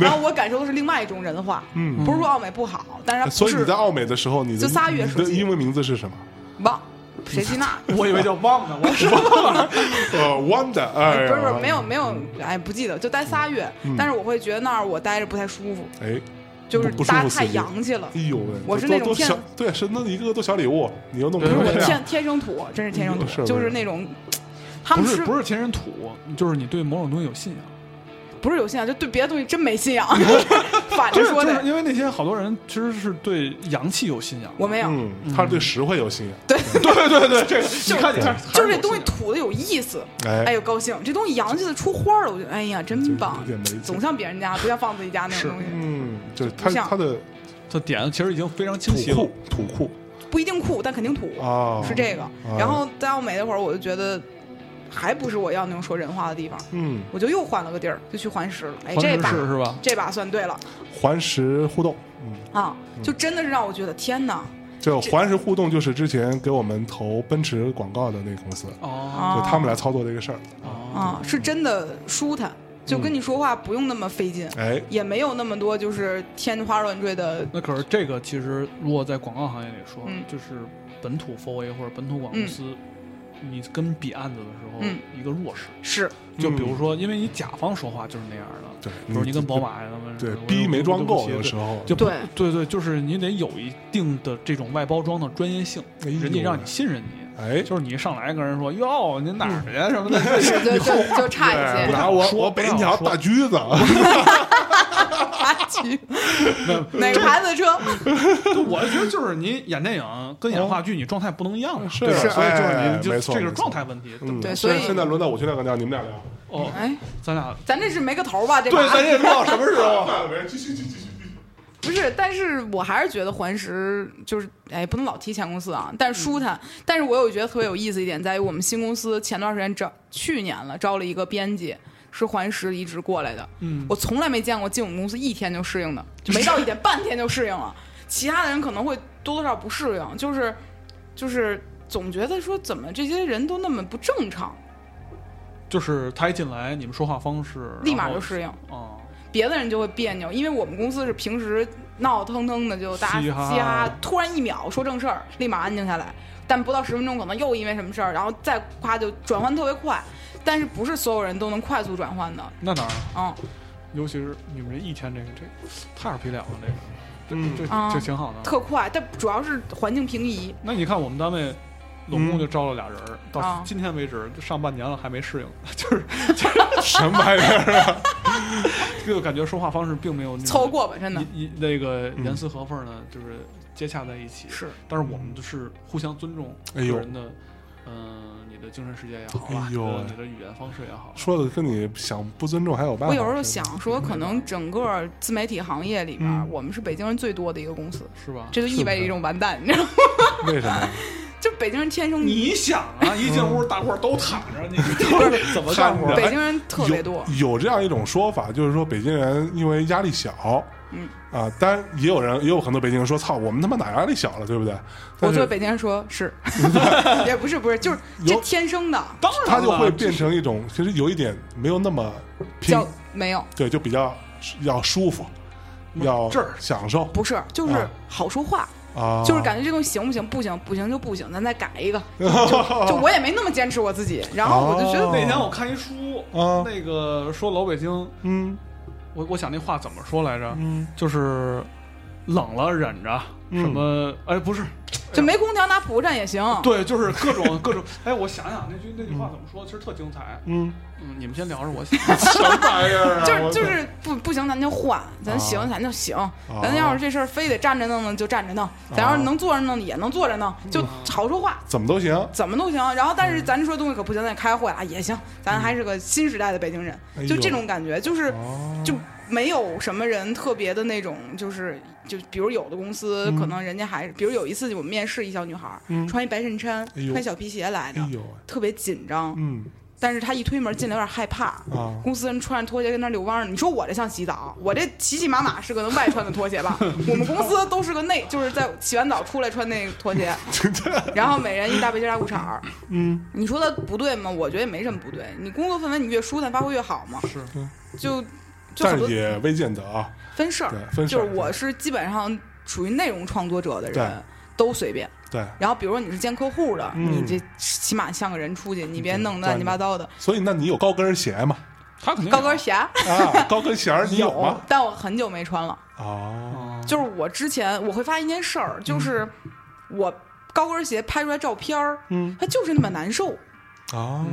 Speaker 2: 然后我感受的是另外一种人话，
Speaker 1: 嗯哎
Speaker 2: 不是说奥美不好，但是它
Speaker 1: 所
Speaker 2: 不
Speaker 1: 以你
Speaker 2: 是
Speaker 1: 在奥美的时候，你的
Speaker 2: 就仨
Speaker 1: 你
Speaker 2: 月手
Speaker 1: 的
Speaker 2: 机
Speaker 1: 英文名字是什么？
Speaker 2: 忘谁去那，
Speaker 3: 我以为叫忘呢，我是忘了。
Speaker 1: 呃，Wanda，哎呀，嗯
Speaker 2: 不是不是没有没有，哎不记得就待仨月，但是我会觉得那儿我待着不太舒服，
Speaker 1: 哎，
Speaker 2: 就是
Speaker 1: 不不舒服
Speaker 2: 大家太
Speaker 1: 死你
Speaker 2: 洋气了
Speaker 1: 哎，呦喂，
Speaker 2: 我是
Speaker 1: 都
Speaker 2: 那种
Speaker 1: 都
Speaker 2: 天
Speaker 1: 小，对，是那一个个都小礼物，你又弄不
Speaker 2: 不是
Speaker 1: 成
Speaker 2: 我
Speaker 1: 这样
Speaker 2: 天天生土，真是天生
Speaker 1: 是不
Speaker 2: 土，
Speaker 1: 啊是
Speaker 2: 就是那种他
Speaker 3: 不
Speaker 2: 们
Speaker 3: 是
Speaker 2: 是
Speaker 3: 不是前人土，就是你对某种东西有信仰。
Speaker 2: 不是有信仰，就对别的东西真没信仰， *laughs* 反着
Speaker 3: 就是
Speaker 2: 说
Speaker 3: 就是
Speaker 2: 的。
Speaker 3: 因为那些好多人其实是对阳气有信仰。
Speaker 2: 我没有，
Speaker 1: 嗯，他是对实惠有信仰，
Speaker 3: *laughs* 对对对，这你看你看，
Speaker 2: 就是这东西土的有意思，
Speaker 1: 哎
Speaker 2: 哎呦高兴，这东西洋气的出花了，我觉得哎呀真棒
Speaker 1: 有点没劲，
Speaker 2: 总像别人家，不像放自己家那种东西，
Speaker 1: 嗯，就是
Speaker 2: 不
Speaker 1: 他
Speaker 2: 像
Speaker 1: 他的
Speaker 3: 这点其实已经非常清晰
Speaker 1: 土
Speaker 3: 了
Speaker 1: 库。土库
Speaker 2: 不一定酷，但肯定土，
Speaker 1: 啊，
Speaker 2: 是，这个。然后在奥美那会儿，我就觉得还不是我要那种说人话的地方，
Speaker 1: 嗯，
Speaker 2: 我就又换了个地儿，就去环石了。哎，
Speaker 3: 黄
Speaker 2: 这
Speaker 3: 石
Speaker 2: 把
Speaker 3: 是是吧？
Speaker 2: 这把算对了
Speaker 1: 环石互动，嗯，
Speaker 2: 啊，就真的是让我觉得天哪
Speaker 1: 这环石互动就是之前给我们投奔驰广告的那个公司，
Speaker 3: 哦
Speaker 1: 就
Speaker 2: 啊！
Speaker 1: 他们来操作这个事儿，
Speaker 3: 哦，
Speaker 2: 啊，是真的舒坦，就跟你说话不用那么费劲，
Speaker 1: 哎，
Speaker 2: 也没有那么多就是天花乱坠的。
Speaker 3: 那可是这个其实如果在广告行业里说
Speaker 2: 嗯，
Speaker 3: 就是本土 4A 或者本土广告公司，你跟比案子的时候
Speaker 2: 嗯
Speaker 3: 一个弱势。
Speaker 2: 是，
Speaker 3: 就比如
Speaker 1: 嗯
Speaker 3: 说，因为你甲方说话就是那样的，
Speaker 1: 对，
Speaker 3: 比如你跟宝马他们
Speaker 1: 嗯对
Speaker 3: 我
Speaker 1: 逼没装够
Speaker 3: 对不
Speaker 1: 有
Speaker 3: 起
Speaker 1: 时候，
Speaker 3: 就
Speaker 2: 对
Speaker 3: 对对，就是你得有一定的这种外包装的专业性，
Speaker 1: 哎呦
Speaker 3: 人家让你信任你。
Speaker 1: 哎，
Speaker 3: *laughs* 就是你一上来跟人说哟，您哪儿去
Speaker 2: 嗯
Speaker 3: 啊什么的，
Speaker 2: 是就就就差一
Speaker 1: 对啊
Speaker 2: 些。
Speaker 1: 拿我
Speaker 3: 说
Speaker 1: 我
Speaker 3: 不
Speaker 1: 北
Speaker 3: 让
Speaker 1: 鸟
Speaker 3: 说
Speaker 1: 大橘子，啊
Speaker 2: 哪个牌子的车？
Speaker 3: 就我觉得就是你演电影跟演话剧，你状态不能一样啊，
Speaker 1: 哦是
Speaker 3: 对吧
Speaker 1: 是
Speaker 3: 所以就是
Speaker 1: 哎
Speaker 3: 你就
Speaker 1: 没错
Speaker 3: 这个
Speaker 1: 没错
Speaker 3: 状态问题。
Speaker 1: 嗯，现在
Speaker 2: 对所以
Speaker 1: 现在轮到我去聊个聊，你们俩聊，
Speaker 3: 哦，
Speaker 2: 哎，
Speaker 3: 咱俩
Speaker 2: 咱这是没个头吧？这
Speaker 3: *laughs*
Speaker 2: 把
Speaker 3: 也不知道什么时候。
Speaker 1: 继续继续继续，
Speaker 2: 不是，但是我还是觉得环石就是，哎，不能老提前公司啊，但是舒坦。但是我有觉得特别有意思一点，在于我们新公司前段时间招，去年了招了一个编辑，是环石离职过来的。
Speaker 3: 嗯
Speaker 2: 我从来没见过进我们公司一天就适应的，没到一点，半天就适应了。其他的人可能会多多少少不适应，就是就是总觉得说怎么这些人都那么不正常，
Speaker 3: 就是他一进来，你们说话方式
Speaker 2: 立马就适应。
Speaker 3: 应啊，
Speaker 2: 别的人就会别扭，因为我们公司是平时闹腾腾的，就大家
Speaker 3: 嘻
Speaker 2: 嘻
Speaker 3: 哈
Speaker 2: 哈，突然一秒说正事儿，立马安静下来。但不到十分钟，可能又因为什么事儿，然后再夸就转换特别快。但是不是所有人都能快速转换的，
Speaker 3: 那哪儿？
Speaker 2: 嗯，
Speaker 3: 尤其是你们这一天这个这个太二皮脸了，这个
Speaker 1: 嗯，
Speaker 3: 这
Speaker 2: 啊
Speaker 3: 这挺好的。
Speaker 2: 特快。但主要是环境平移，
Speaker 3: 那你看我们单位。总共就招了俩人儿，到
Speaker 2: 啊
Speaker 3: 今天为止就上半年了还没适应， *laughs*
Speaker 2: *laughs*
Speaker 3: 就是
Speaker 1: 什么玩意儿？
Speaker 3: *laughs* 这啊个感觉说话方式并没有那种
Speaker 2: 凑合过吧，真的。
Speaker 3: 一一那个
Speaker 1: 嗯
Speaker 3: 严丝合缝呢，就是接洽在一起。
Speaker 2: 是，
Speaker 3: 但是我们就是互相尊重
Speaker 1: 哎
Speaker 3: 个
Speaker 1: 呦
Speaker 3: 人的，嗯，你的精神世界也好啊，
Speaker 1: 哎呦
Speaker 3: 你的你的语言方式也好，啊
Speaker 1: 说的跟你想不尊重还有办
Speaker 2: 我
Speaker 1: 法。
Speaker 2: 有时候想说，可能整个自媒体行业里边，
Speaker 1: 嗯
Speaker 2: 我们是北京人最多的一个公司，
Speaker 3: 是吧？
Speaker 2: 这就意味着一种完蛋，你知道吗？
Speaker 1: 为什么
Speaker 2: *laughs*
Speaker 1: 呀？
Speaker 2: 就北京人天生
Speaker 3: 你想啊，一进屋大伙儿都躺着，
Speaker 1: *laughs*
Speaker 3: 你怎么干活？
Speaker 2: 北京人特别多，
Speaker 1: 哎有。有这样一种说法，就是说北京人因为压力小，
Speaker 2: 嗯
Speaker 1: 啊，当然也有人也有很多北京人说：“操，我们他妈哪压力小了，对不对？”但
Speaker 2: 我
Speaker 1: 是
Speaker 2: 作为北京人说，
Speaker 1: *laughs*
Speaker 2: 是，也不是不是，就是
Speaker 1: 有
Speaker 2: 这天生的，
Speaker 3: 当然
Speaker 1: 他
Speaker 3: 了
Speaker 1: 就会变成一种，其实有一点没有那么拼
Speaker 2: 叫，没有，
Speaker 1: 对，就比较要舒服，要
Speaker 3: 这儿
Speaker 1: 享受
Speaker 2: 不是，就是
Speaker 1: 啊
Speaker 2: 好说话，
Speaker 1: 啊，
Speaker 2: 就是感觉这东西行不行，不行不行就不行，咱再改
Speaker 1: *laughs*
Speaker 2: 一个，就就我也没那么坚持我自己，然后我就觉
Speaker 1: 哦
Speaker 2: 得
Speaker 3: 那天我看一书，
Speaker 1: 啊
Speaker 3: 那个说老北京，
Speaker 1: 嗯
Speaker 3: 我我想那话怎么说来着？
Speaker 1: 嗯
Speaker 3: 就是冷了忍着，什么
Speaker 1: *laughs*
Speaker 3: 哎不是，
Speaker 2: 就没空调拿蒲扇也行。
Speaker 3: 对，就是各种各种。哎，我想想那句那句话怎么说，其实特精彩。
Speaker 1: 嗯，
Speaker 3: 嗯，你们先聊着，
Speaker 1: *laughs*
Speaker 3: 我想。
Speaker 1: 什么玩意儿啊？
Speaker 2: 就是
Speaker 1: 我啊
Speaker 2: 就，是不不行，咱就换，咱行、咱就行，
Speaker 1: 哦
Speaker 2: 咱要是这事儿非得站着弄弄就站着弄，咱要是能坐着弄也能坐着弄，
Speaker 1: 嗯
Speaker 2: 就好说话，
Speaker 1: 怎么都行。
Speaker 2: 怎么都行。然后
Speaker 1: 嗯
Speaker 2: 但是咱说东西可不行，咱得开会啊也行，咱还是个新时代的北京人，
Speaker 1: 哎呦
Speaker 2: 就这种感觉，就是、
Speaker 1: 哦
Speaker 2: 就没有什么人特别的那种，就是就比如有的公司、
Speaker 1: 嗯
Speaker 2: 可能人家还是，比如有一次我们面试一小女孩，穿一白衬衫，
Speaker 1: 哎呦
Speaker 2: 穿小皮鞋来的，
Speaker 1: 哎呦，
Speaker 2: 特别紧张，
Speaker 1: 嗯
Speaker 2: 但是他一推门进来有点害怕，
Speaker 1: 啊，
Speaker 2: 公司人穿着拖鞋跟那儿遛弯儿，你说我这像洗澡？我这骑骑马马是个外穿的拖
Speaker 1: *laughs*
Speaker 2: 鞋吧？我们公司都是个内，就是在洗完澡出来穿那个拖鞋，然后每人一大背心儿大裤衩儿。
Speaker 1: 嗯，
Speaker 2: 你说他不对吗？我觉得也没什么不对。你工作氛围你越舒坦，发挥越好嘛。
Speaker 3: 是，
Speaker 2: 就就很
Speaker 1: 但
Speaker 2: 多
Speaker 1: 是也未见得啊。
Speaker 2: 分事儿
Speaker 1: 对，分事
Speaker 2: 就
Speaker 1: 儿
Speaker 2: 是我是基本上属于内容创作者的
Speaker 1: 对
Speaker 2: 人，都随便。
Speaker 1: 对，
Speaker 2: 然后比如说你是见客户的，
Speaker 1: 嗯
Speaker 2: 你这起码像个人出去，你别
Speaker 1: 对
Speaker 2: 弄乱七
Speaker 1: 对
Speaker 2: 八糟的
Speaker 1: 所以那你有高跟鞋吗？
Speaker 3: 他肯定
Speaker 2: 高跟鞋。
Speaker 1: 啊，高跟鞋儿你有吗？
Speaker 2: 但我很久没穿了。
Speaker 1: 哦，
Speaker 3: 嗯
Speaker 2: 就是我之前我会发现一件事儿，就是我高跟鞋拍出来照片儿，
Speaker 1: 嗯，
Speaker 2: 它就是那么难受，
Speaker 1: 哦，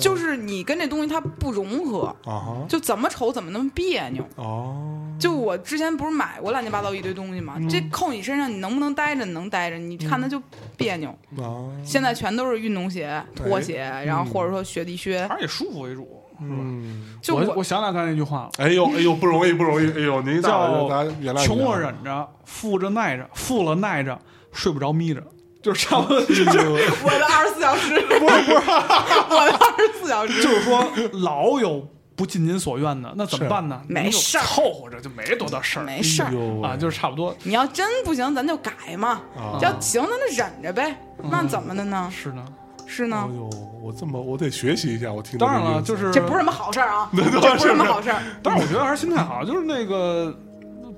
Speaker 2: 就是你跟这东西它不融合，
Speaker 1: 啊，
Speaker 2: 就怎么瞅怎么那么别扭。
Speaker 1: 哦，
Speaker 2: 就我之前不是买过乱七八糟一堆东西嘛，这扣你身上，你能不能待着？你能待着，你看它就别扭。
Speaker 1: 啊，
Speaker 2: 现在全都是运动鞋、拖鞋，然后或者说雪地靴。
Speaker 3: 还是以舒服为主。
Speaker 1: 嗯，
Speaker 2: 就
Speaker 3: 我
Speaker 2: 我
Speaker 3: 我想想刚才那句话了，
Speaker 1: 哎呦哎呦，不容易不容易，哎呦，您大
Speaker 3: 叫
Speaker 1: 了大家原谅啊
Speaker 3: 穷
Speaker 1: 我
Speaker 3: 我忍着，富着耐着，富了耐着，睡不着眯着，就是差不多。
Speaker 1: 哎
Speaker 3: 就是
Speaker 2: 我的二十四小时，不是不是， *laughs* 我的二十四小时
Speaker 3: 就是说老有不尽您所愿的，那怎么办呢？
Speaker 2: 是没事儿
Speaker 3: 你有凑合着就没多大事儿，
Speaker 2: 没事儿
Speaker 1: 哎。呦
Speaker 3: 啊，就是差不多。
Speaker 2: 你要真不行，咱就改嘛。
Speaker 1: 啊
Speaker 2: 要行，那就忍着呗。那怎么的呢？
Speaker 3: 是呢，
Speaker 2: 是
Speaker 1: 哎
Speaker 2: 呢，
Speaker 1: 呦，我这么我得学习一下，我听
Speaker 3: 当然了，就是
Speaker 2: 这不是什么好事儿啊，
Speaker 1: *laughs* 对
Speaker 2: 这不是什么好事儿。
Speaker 3: 但是我觉得还是心态好，就是那个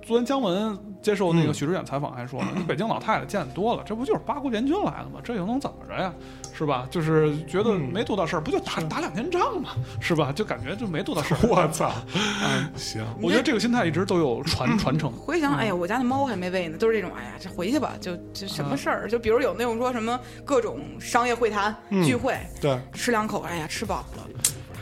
Speaker 3: 昨天姜文接受
Speaker 1: 嗯
Speaker 3: 那个许知远采访还说呢，你北京老太太见得多了，这不就是八国联军来了吗？这又能怎么着呀？是吧？就是觉得
Speaker 1: 嗯
Speaker 3: 没多大事儿，不就打打两天仗嘛，是吧？就感觉就没多大事儿。
Speaker 1: 我操，嗯行，
Speaker 3: *laughs* 我觉得这个心态一直都有传传承。
Speaker 2: 回想，哎呀，我家那猫还没喂呢，都是这种，哎呀，这回去吧，就就什么事儿，就比如有那种说什么各种商业会谈、聚会，
Speaker 1: 对，
Speaker 2: 吃两口，哎呀，吃饱了，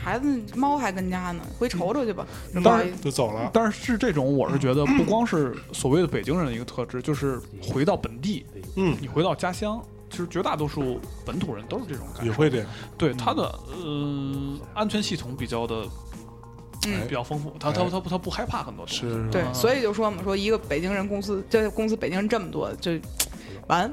Speaker 2: 孩子猫还跟家呢，回瞅瞅去吧。这
Speaker 3: 当
Speaker 2: 猫
Speaker 3: 然
Speaker 2: 一
Speaker 1: 就走了，
Speaker 3: 但是这种，我是觉得不光是所谓的北京人的一个特质，就是回到本地，
Speaker 1: 嗯，
Speaker 3: 你回到家乡，其实绝大多数本土人都是这种感
Speaker 1: 也
Speaker 3: 受。
Speaker 1: 会这样，
Speaker 3: 对他的呃安全系统比较的
Speaker 2: 嗯
Speaker 3: 比较丰富，
Speaker 2: 哎
Speaker 3: 他他他不他不害怕很多东西。
Speaker 1: 是，
Speaker 2: 对，所以就说嘛，说一个北京人公司，这公司北京人这么多，就完。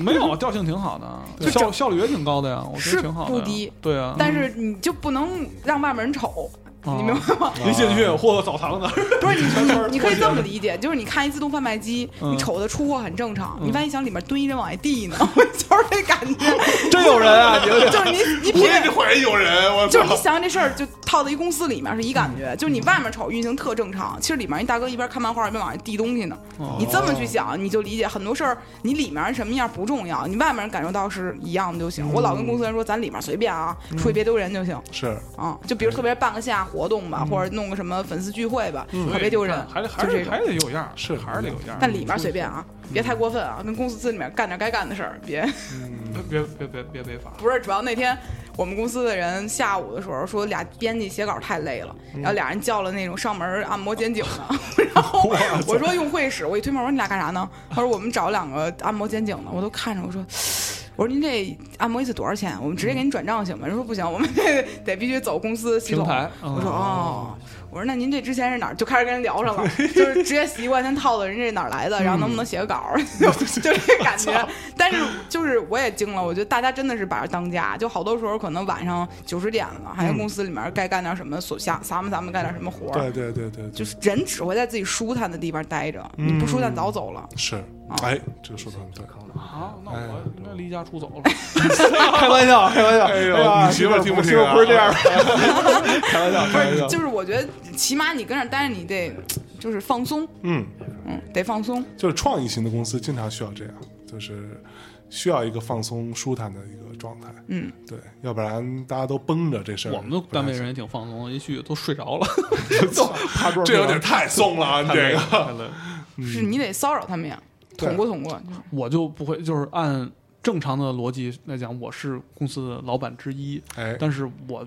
Speaker 3: 没有调性挺好的，效效率也挺高的呀，我觉得
Speaker 2: 是
Speaker 3: 挺好的呀。
Speaker 2: 不低
Speaker 3: 对啊，
Speaker 2: 但是你就不能让外面人瞅，你明白吗？
Speaker 3: 离进去或澡堂子，
Speaker 2: 不是你，你可以这么理解，就是你看一自动贩卖机，
Speaker 3: 嗯
Speaker 2: 你瞅它出货很正常，你万一想里面蹲一人往外递呢， *laughs* 就是这感觉，
Speaker 3: 真有人 *laughs* 啊！
Speaker 2: 就是你你品
Speaker 1: 我也
Speaker 2: 味，
Speaker 1: 怀疑有人，我操
Speaker 2: 就是你想想这事儿，就套到一公司里面是一感
Speaker 3: 嗯
Speaker 2: 觉，就是你外面瞅运行特正常，其实里面一大哥一边看漫画一边往外递东西呢，
Speaker 3: 哦
Speaker 2: 你这么去想，你就理解很多事儿，你里面什么样不重要，你外面人感受到是一样的就行。我老
Speaker 3: 嗯
Speaker 2: 跟公司人说，咱里面随便啊，出去别丢人就行。
Speaker 1: 是，
Speaker 2: 啊，就
Speaker 3: 嗯
Speaker 2: 比如特别办个线下活动吧，或者弄个什么粉丝聚会吧，特别丢人，
Speaker 3: 嗯还得还
Speaker 2: 就这
Speaker 3: 得
Speaker 2: 种
Speaker 3: 还。得有样儿，
Speaker 1: 是
Speaker 3: 还是得有样儿。
Speaker 2: 但里面随便啊，别太过分啊，跟公司里面干点该干的事儿，别 *laughs*
Speaker 3: 嗯别别别别违法。
Speaker 2: 不是。主要那天我们公司的人下午的时候说，俩编辑写稿太累了，然后俩人叫了那种上门按摩肩颈的，然后我说用会室，我一推门我说你俩干啥呢？他说我们找两个按摩肩颈的，我都看着我说。我说您这按摩一次多少钱？我们直接给你转账行吗？人说不行，我们得得必须走公司系统。
Speaker 3: 平台
Speaker 2: 我说哦，我说那您这之前是哪儿？就开始跟人聊
Speaker 1: *laughs*
Speaker 2: 上了，就是直接习惯先套到人这哪儿来的，然后能不能写个稿，
Speaker 1: 嗯
Speaker 2: 就 *laughs* 就这感觉。 *laughs* 但是就是我也惊了，我觉得大家真的是把这当家，就好多时候可能晚上九十点了，还在公司里面该干点什么，所下咱们咱们干点什么活儿。
Speaker 1: 嗯对对对对，对
Speaker 2: 就是人只会在自己舒坦的地方待着，你不
Speaker 1: 嗯
Speaker 2: 舒坦早走了。
Speaker 4: 啊
Speaker 1: 是，哎，这个说的很对，
Speaker 3: 啊，那
Speaker 1: 哎
Speaker 3: 我应该离家出走了。
Speaker 4: 开玩笑，开玩笑。
Speaker 1: 哎呦
Speaker 4: 呀
Speaker 1: 你媳妇儿听不听
Speaker 4: 媳妇
Speaker 1: 啊
Speaker 4: 儿不是这样的，开玩笑，
Speaker 2: 不
Speaker 1: 哎
Speaker 4: 开玩
Speaker 2: 是，
Speaker 4: 笑。
Speaker 2: *laughs* 就是我觉得起码你跟这儿待着，你得就是放松，
Speaker 1: 嗯，
Speaker 2: 嗯，得放松。
Speaker 1: 就是创意型的公司经常需要这样，就是需要一个放松舒坦的一个状态，
Speaker 2: 嗯，
Speaker 1: 对，要不然大家都绷着这事儿，
Speaker 3: *laughs* 我们的单
Speaker 1: *laughs*
Speaker 3: 位人也挺放松的，一去都睡 *laughs* 着了， *laughs*
Speaker 1: 这有点太松了啊，你这个
Speaker 3: 个
Speaker 1: 嗯
Speaker 2: 是你得骚扰他们呀。捅咕捅咕。就是
Speaker 3: 我就不会，就是按正常的逻辑来讲，我是公司的老板之一，
Speaker 1: *laughs* 哎，
Speaker 3: 但是我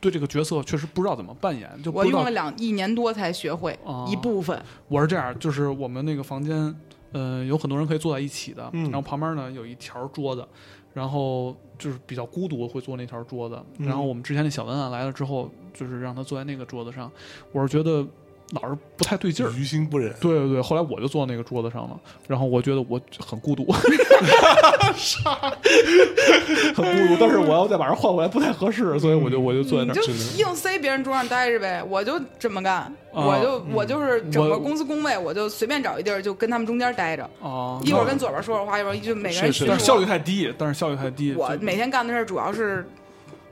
Speaker 3: 对这个角色确实不知道怎么扮演，就不
Speaker 2: 我
Speaker 3: 知道
Speaker 2: 用了两一年多才学会
Speaker 3: 哦
Speaker 2: 一部分，
Speaker 3: 我是这样，就是我们那个房间，呃，有很多人可以坐在一起的，
Speaker 1: 嗯
Speaker 3: 然后旁边呢有一条桌子，然后就是比较孤独会坐那条桌子。
Speaker 1: 嗯
Speaker 3: 然后我们之前那小文案来了之后，就是让他坐在那个桌子上，我是觉得老是不太对劲儿。
Speaker 1: 于心不忍，
Speaker 3: 对对对，后来我就坐那个桌子上了，然后我觉得我很孤独， *laughs* 很孤独。但是我要再把人换回来不太合适，所以我就我就坐在那
Speaker 2: 你
Speaker 3: 儿
Speaker 2: 就。硬塞别人桌上待着呗。我就这么干，
Speaker 3: 哦
Speaker 2: 我就
Speaker 3: 嗯
Speaker 2: 我就是整个公司工位，我就随便找一地儿就跟他们中间待着，
Speaker 3: 哦，
Speaker 2: 一会儿跟左边说会儿话，一会儿就每个人
Speaker 1: 嗯是是
Speaker 2: 巡逻
Speaker 3: 但是效率太低，但是效率太低。
Speaker 2: 我
Speaker 3: 就
Speaker 2: 每天干的事儿主要是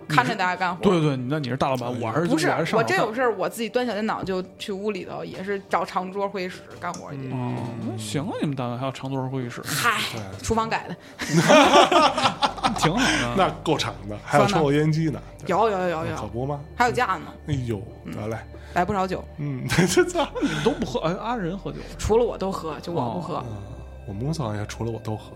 Speaker 2: 看着大家干活。
Speaker 3: 对对，那你是大老
Speaker 1: 哎
Speaker 3: 板，我还是
Speaker 2: 不是
Speaker 3: 还是上
Speaker 2: 我
Speaker 3: 老
Speaker 2: 真
Speaker 3: 板
Speaker 2: 有事儿，我自己端小电脑就去屋里头，也是找长桌会议室干活去。
Speaker 3: 哦，那行啊，你们单位还有长桌会议室，
Speaker 2: 嗨，厨房改的，
Speaker 3: 挺好的。
Speaker 1: 那够长的，还有抽油烟机呢，对
Speaker 2: 有有有有
Speaker 3: 嗯
Speaker 1: 可
Speaker 2: 有，
Speaker 1: 不吗？
Speaker 2: 还有架呢，
Speaker 1: 哎呦，
Speaker 4: 嗯
Speaker 1: 得嘞，
Speaker 2: 来不少酒，
Speaker 1: 嗯， *laughs* 这操，
Speaker 3: 你们都不喝，哎，阿仁喝酒，
Speaker 2: 除了我都喝，就
Speaker 3: 哦
Speaker 2: 我不喝，
Speaker 3: 嗯
Speaker 1: 我们公司好像也除了我都喝，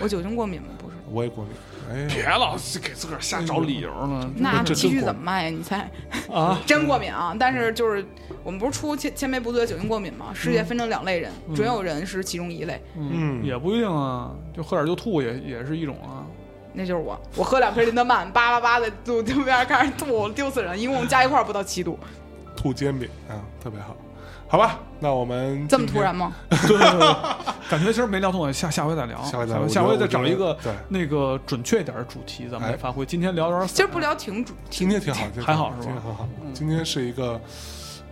Speaker 2: 我酒精过敏吗？不是，
Speaker 1: 我也过敏，哎呦，
Speaker 3: 别老是给自个儿瞎找理由了。
Speaker 2: 那
Speaker 1: 这真
Speaker 2: 继续
Speaker 1: 过嗯
Speaker 2: 怎么卖呀？你猜？
Speaker 3: 啊，
Speaker 2: 真过敏啊！但是就是我们不是出千千杯不醉的酒精过敏吗？世界分成两类人，准有人是其中一类，
Speaker 1: 嗯
Speaker 3: 也不一定啊，就喝点就吐也也是一种 *laughs* 啊。
Speaker 2: 那就是我。我喝两瓶林德曼，叭叭叭的 *laughs* 就对面开始吐，丢死人！一共加一块儿不到七度，
Speaker 1: 嗯吐煎饼啊，特别好，好吧，那我们
Speaker 2: 这么
Speaker 1: 今
Speaker 2: 突
Speaker 1: 天
Speaker 2: 然吗？
Speaker 3: 对，感觉其实没聊通，下下回再聊，
Speaker 1: 下回再
Speaker 3: 下
Speaker 1: 聊
Speaker 3: 回下
Speaker 1: 我
Speaker 3: 回
Speaker 1: 觉得
Speaker 3: 再找
Speaker 1: 我觉
Speaker 3: 一
Speaker 1: 得
Speaker 3: 个
Speaker 1: 对
Speaker 3: 那个准确一点的主题，咱们来
Speaker 1: 哎
Speaker 3: 发挥。今天聊有点
Speaker 2: 今
Speaker 3: 散
Speaker 2: 儿不聊挺主，
Speaker 1: 今天挺
Speaker 3: *laughs*
Speaker 1: 好，今天挺
Speaker 3: 还好是吧嗯
Speaker 1: 今天很好，今天是一个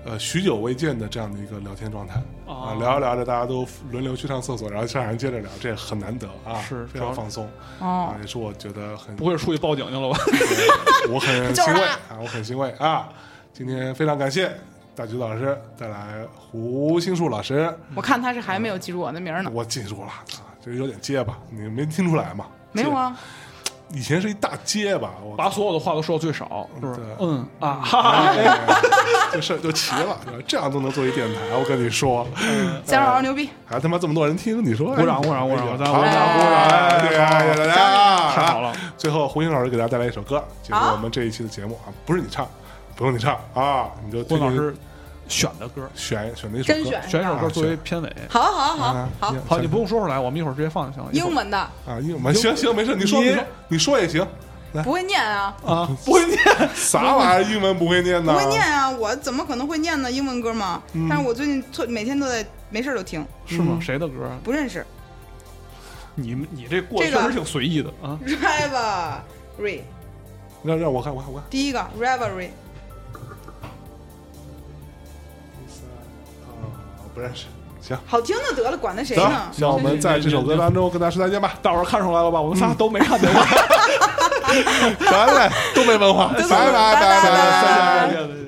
Speaker 1: 呃许久未见的这样的一个聊天状态啊
Speaker 3: 哦，
Speaker 1: 聊着聊着大家都轮流去上厕所，然后上人接着聊，这也很难得啊，
Speaker 3: 是
Speaker 1: 非
Speaker 3: 主
Speaker 1: 常
Speaker 3: 要
Speaker 1: 放松
Speaker 2: 哦
Speaker 1: 啊，，也是我觉得很
Speaker 3: *laughs* 不会是出去报警去了吧？ *laughs*
Speaker 1: 我
Speaker 2: *laughs*
Speaker 1: 很
Speaker 2: 就
Speaker 1: 欣
Speaker 2: 是
Speaker 1: 慰
Speaker 2: 他
Speaker 1: 啊，我很欣慰啊，今天非常感谢大菊老师，再来胡杏树老师，
Speaker 2: 我看他是还没有记住我的名儿呢。
Speaker 1: 我记住了啊，就是有点结巴，你没听出来吗？
Speaker 2: 没有啊，
Speaker 1: 结，以前是一大结巴，我
Speaker 3: 把所有的话都说到最少，是不是
Speaker 1: 对？
Speaker 3: 嗯啊，哈哈，
Speaker 1: 哎这事儿 *laughs* 就齐了，这样都能做一电台，我跟你说，哎
Speaker 2: 姜老师牛逼，
Speaker 1: 还他妈这么多人听，你说？
Speaker 3: 嗯鼓掌鼓掌鼓掌
Speaker 1: 哎呦
Speaker 3: 咱
Speaker 1: 好
Speaker 3: 鼓
Speaker 2: 掌
Speaker 1: 哎
Speaker 2: 鼓掌
Speaker 1: 哎谢谢大家，啊
Speaker 3: 太好了。
Speaker 1: 最后，胡英老师给大家带来一首歌，结束我们这一期的节目啊，不是你唱，不用你唱啊，你就
Speaker 3: 郭老师选的歌，
Speaker 1: 选选那首歌
Speaker 2: 甄选
Speaker 3: 选一首歌作为
Speaker 1: 啊
Speaker 3: 片尾。
Speaker 2: 好好好
Speaker 1: 啊
Speaker 2: 好，
Speaker 3: 好，你不用说出来，我们一会儿直接放就行了。一会儿
Speaker 2: 英文的
Speaker 1: 啊，英文行行没事，你说你说你说也行，来
Speaker 2: 不会念啊，
Speaker 3: 啊，不会念。
Speaker 1: 啥玩意儿英文不会念
Speaker 2: 不
Speaker 1: 呢？
Speaker 2: 会念啊，我怎么可能会念呢？英文歌嘛，
Speaker 1: 嗯
Speaker 2: 但是我最近特每天都在没事儿就听，
Speaker 3: 是吗？谁的歌啊？
Speaker 2: 不认识
Speaker 3: 你们你这过
Speaker 2: 这
Speaker 3: 得
Speaker 2: 个
Speaker 3: 确实挺随意的啊。
Speaker 2: Reverie
Speaker 1: 让让我看我看我看，
Speaker 2: 第一个 Reverie，
Speaker 1: 啊，不认识，行。
Speaker 2: 好听的得了，管他谁
Speaker 1: 行
Speaker 2: 呢，？
Speaker 1: 那我们在这首歌当中跟大家说再见吧。
Speaker 3: 大伙儿看出来了吧？我们仨都没看见。 *laughs*
Speaker 1: 咱们东北文化，拜拜拜拜
Speaker 3: 哎
Speaker 1: 拜
Speaker 2: 啊
Speaker 1: 拜。
Speaker 3: 见，再见。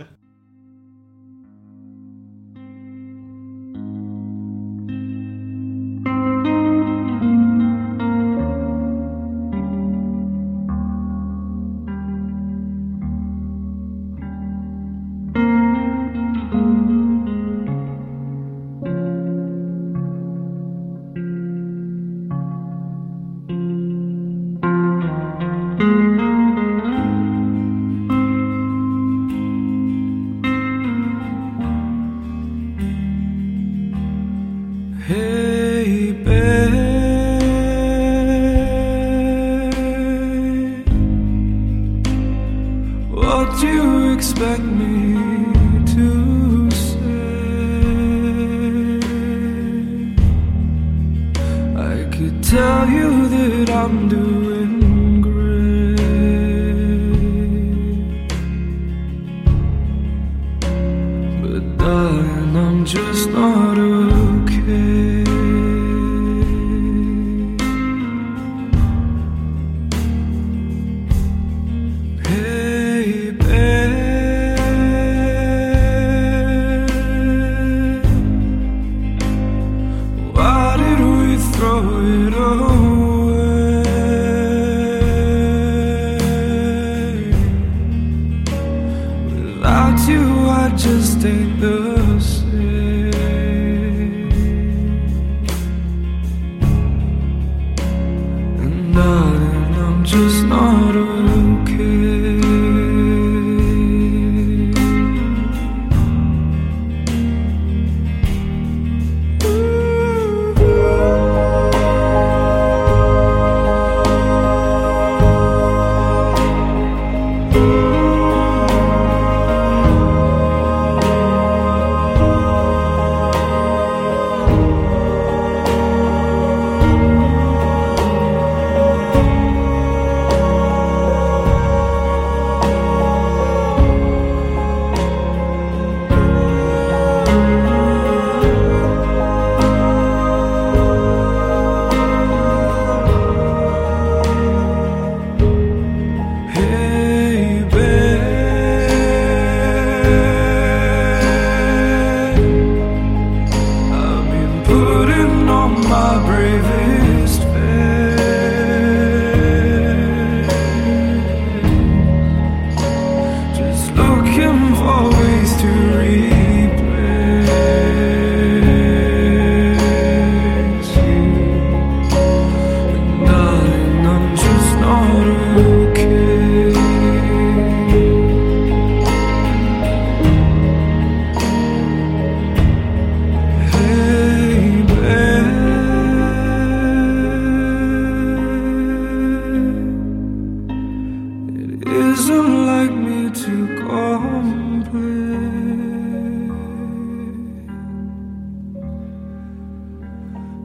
Speaker 5: Hey babe, what do you expect me to say? I could tell you that I'm doing great. But darling, I'm just not okay. Hey, babe, why did we throw it away? Without you, I just ain't the same.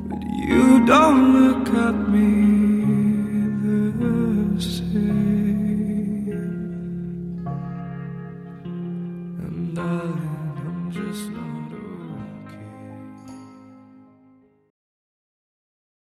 Speaker 5: that you don't look at me.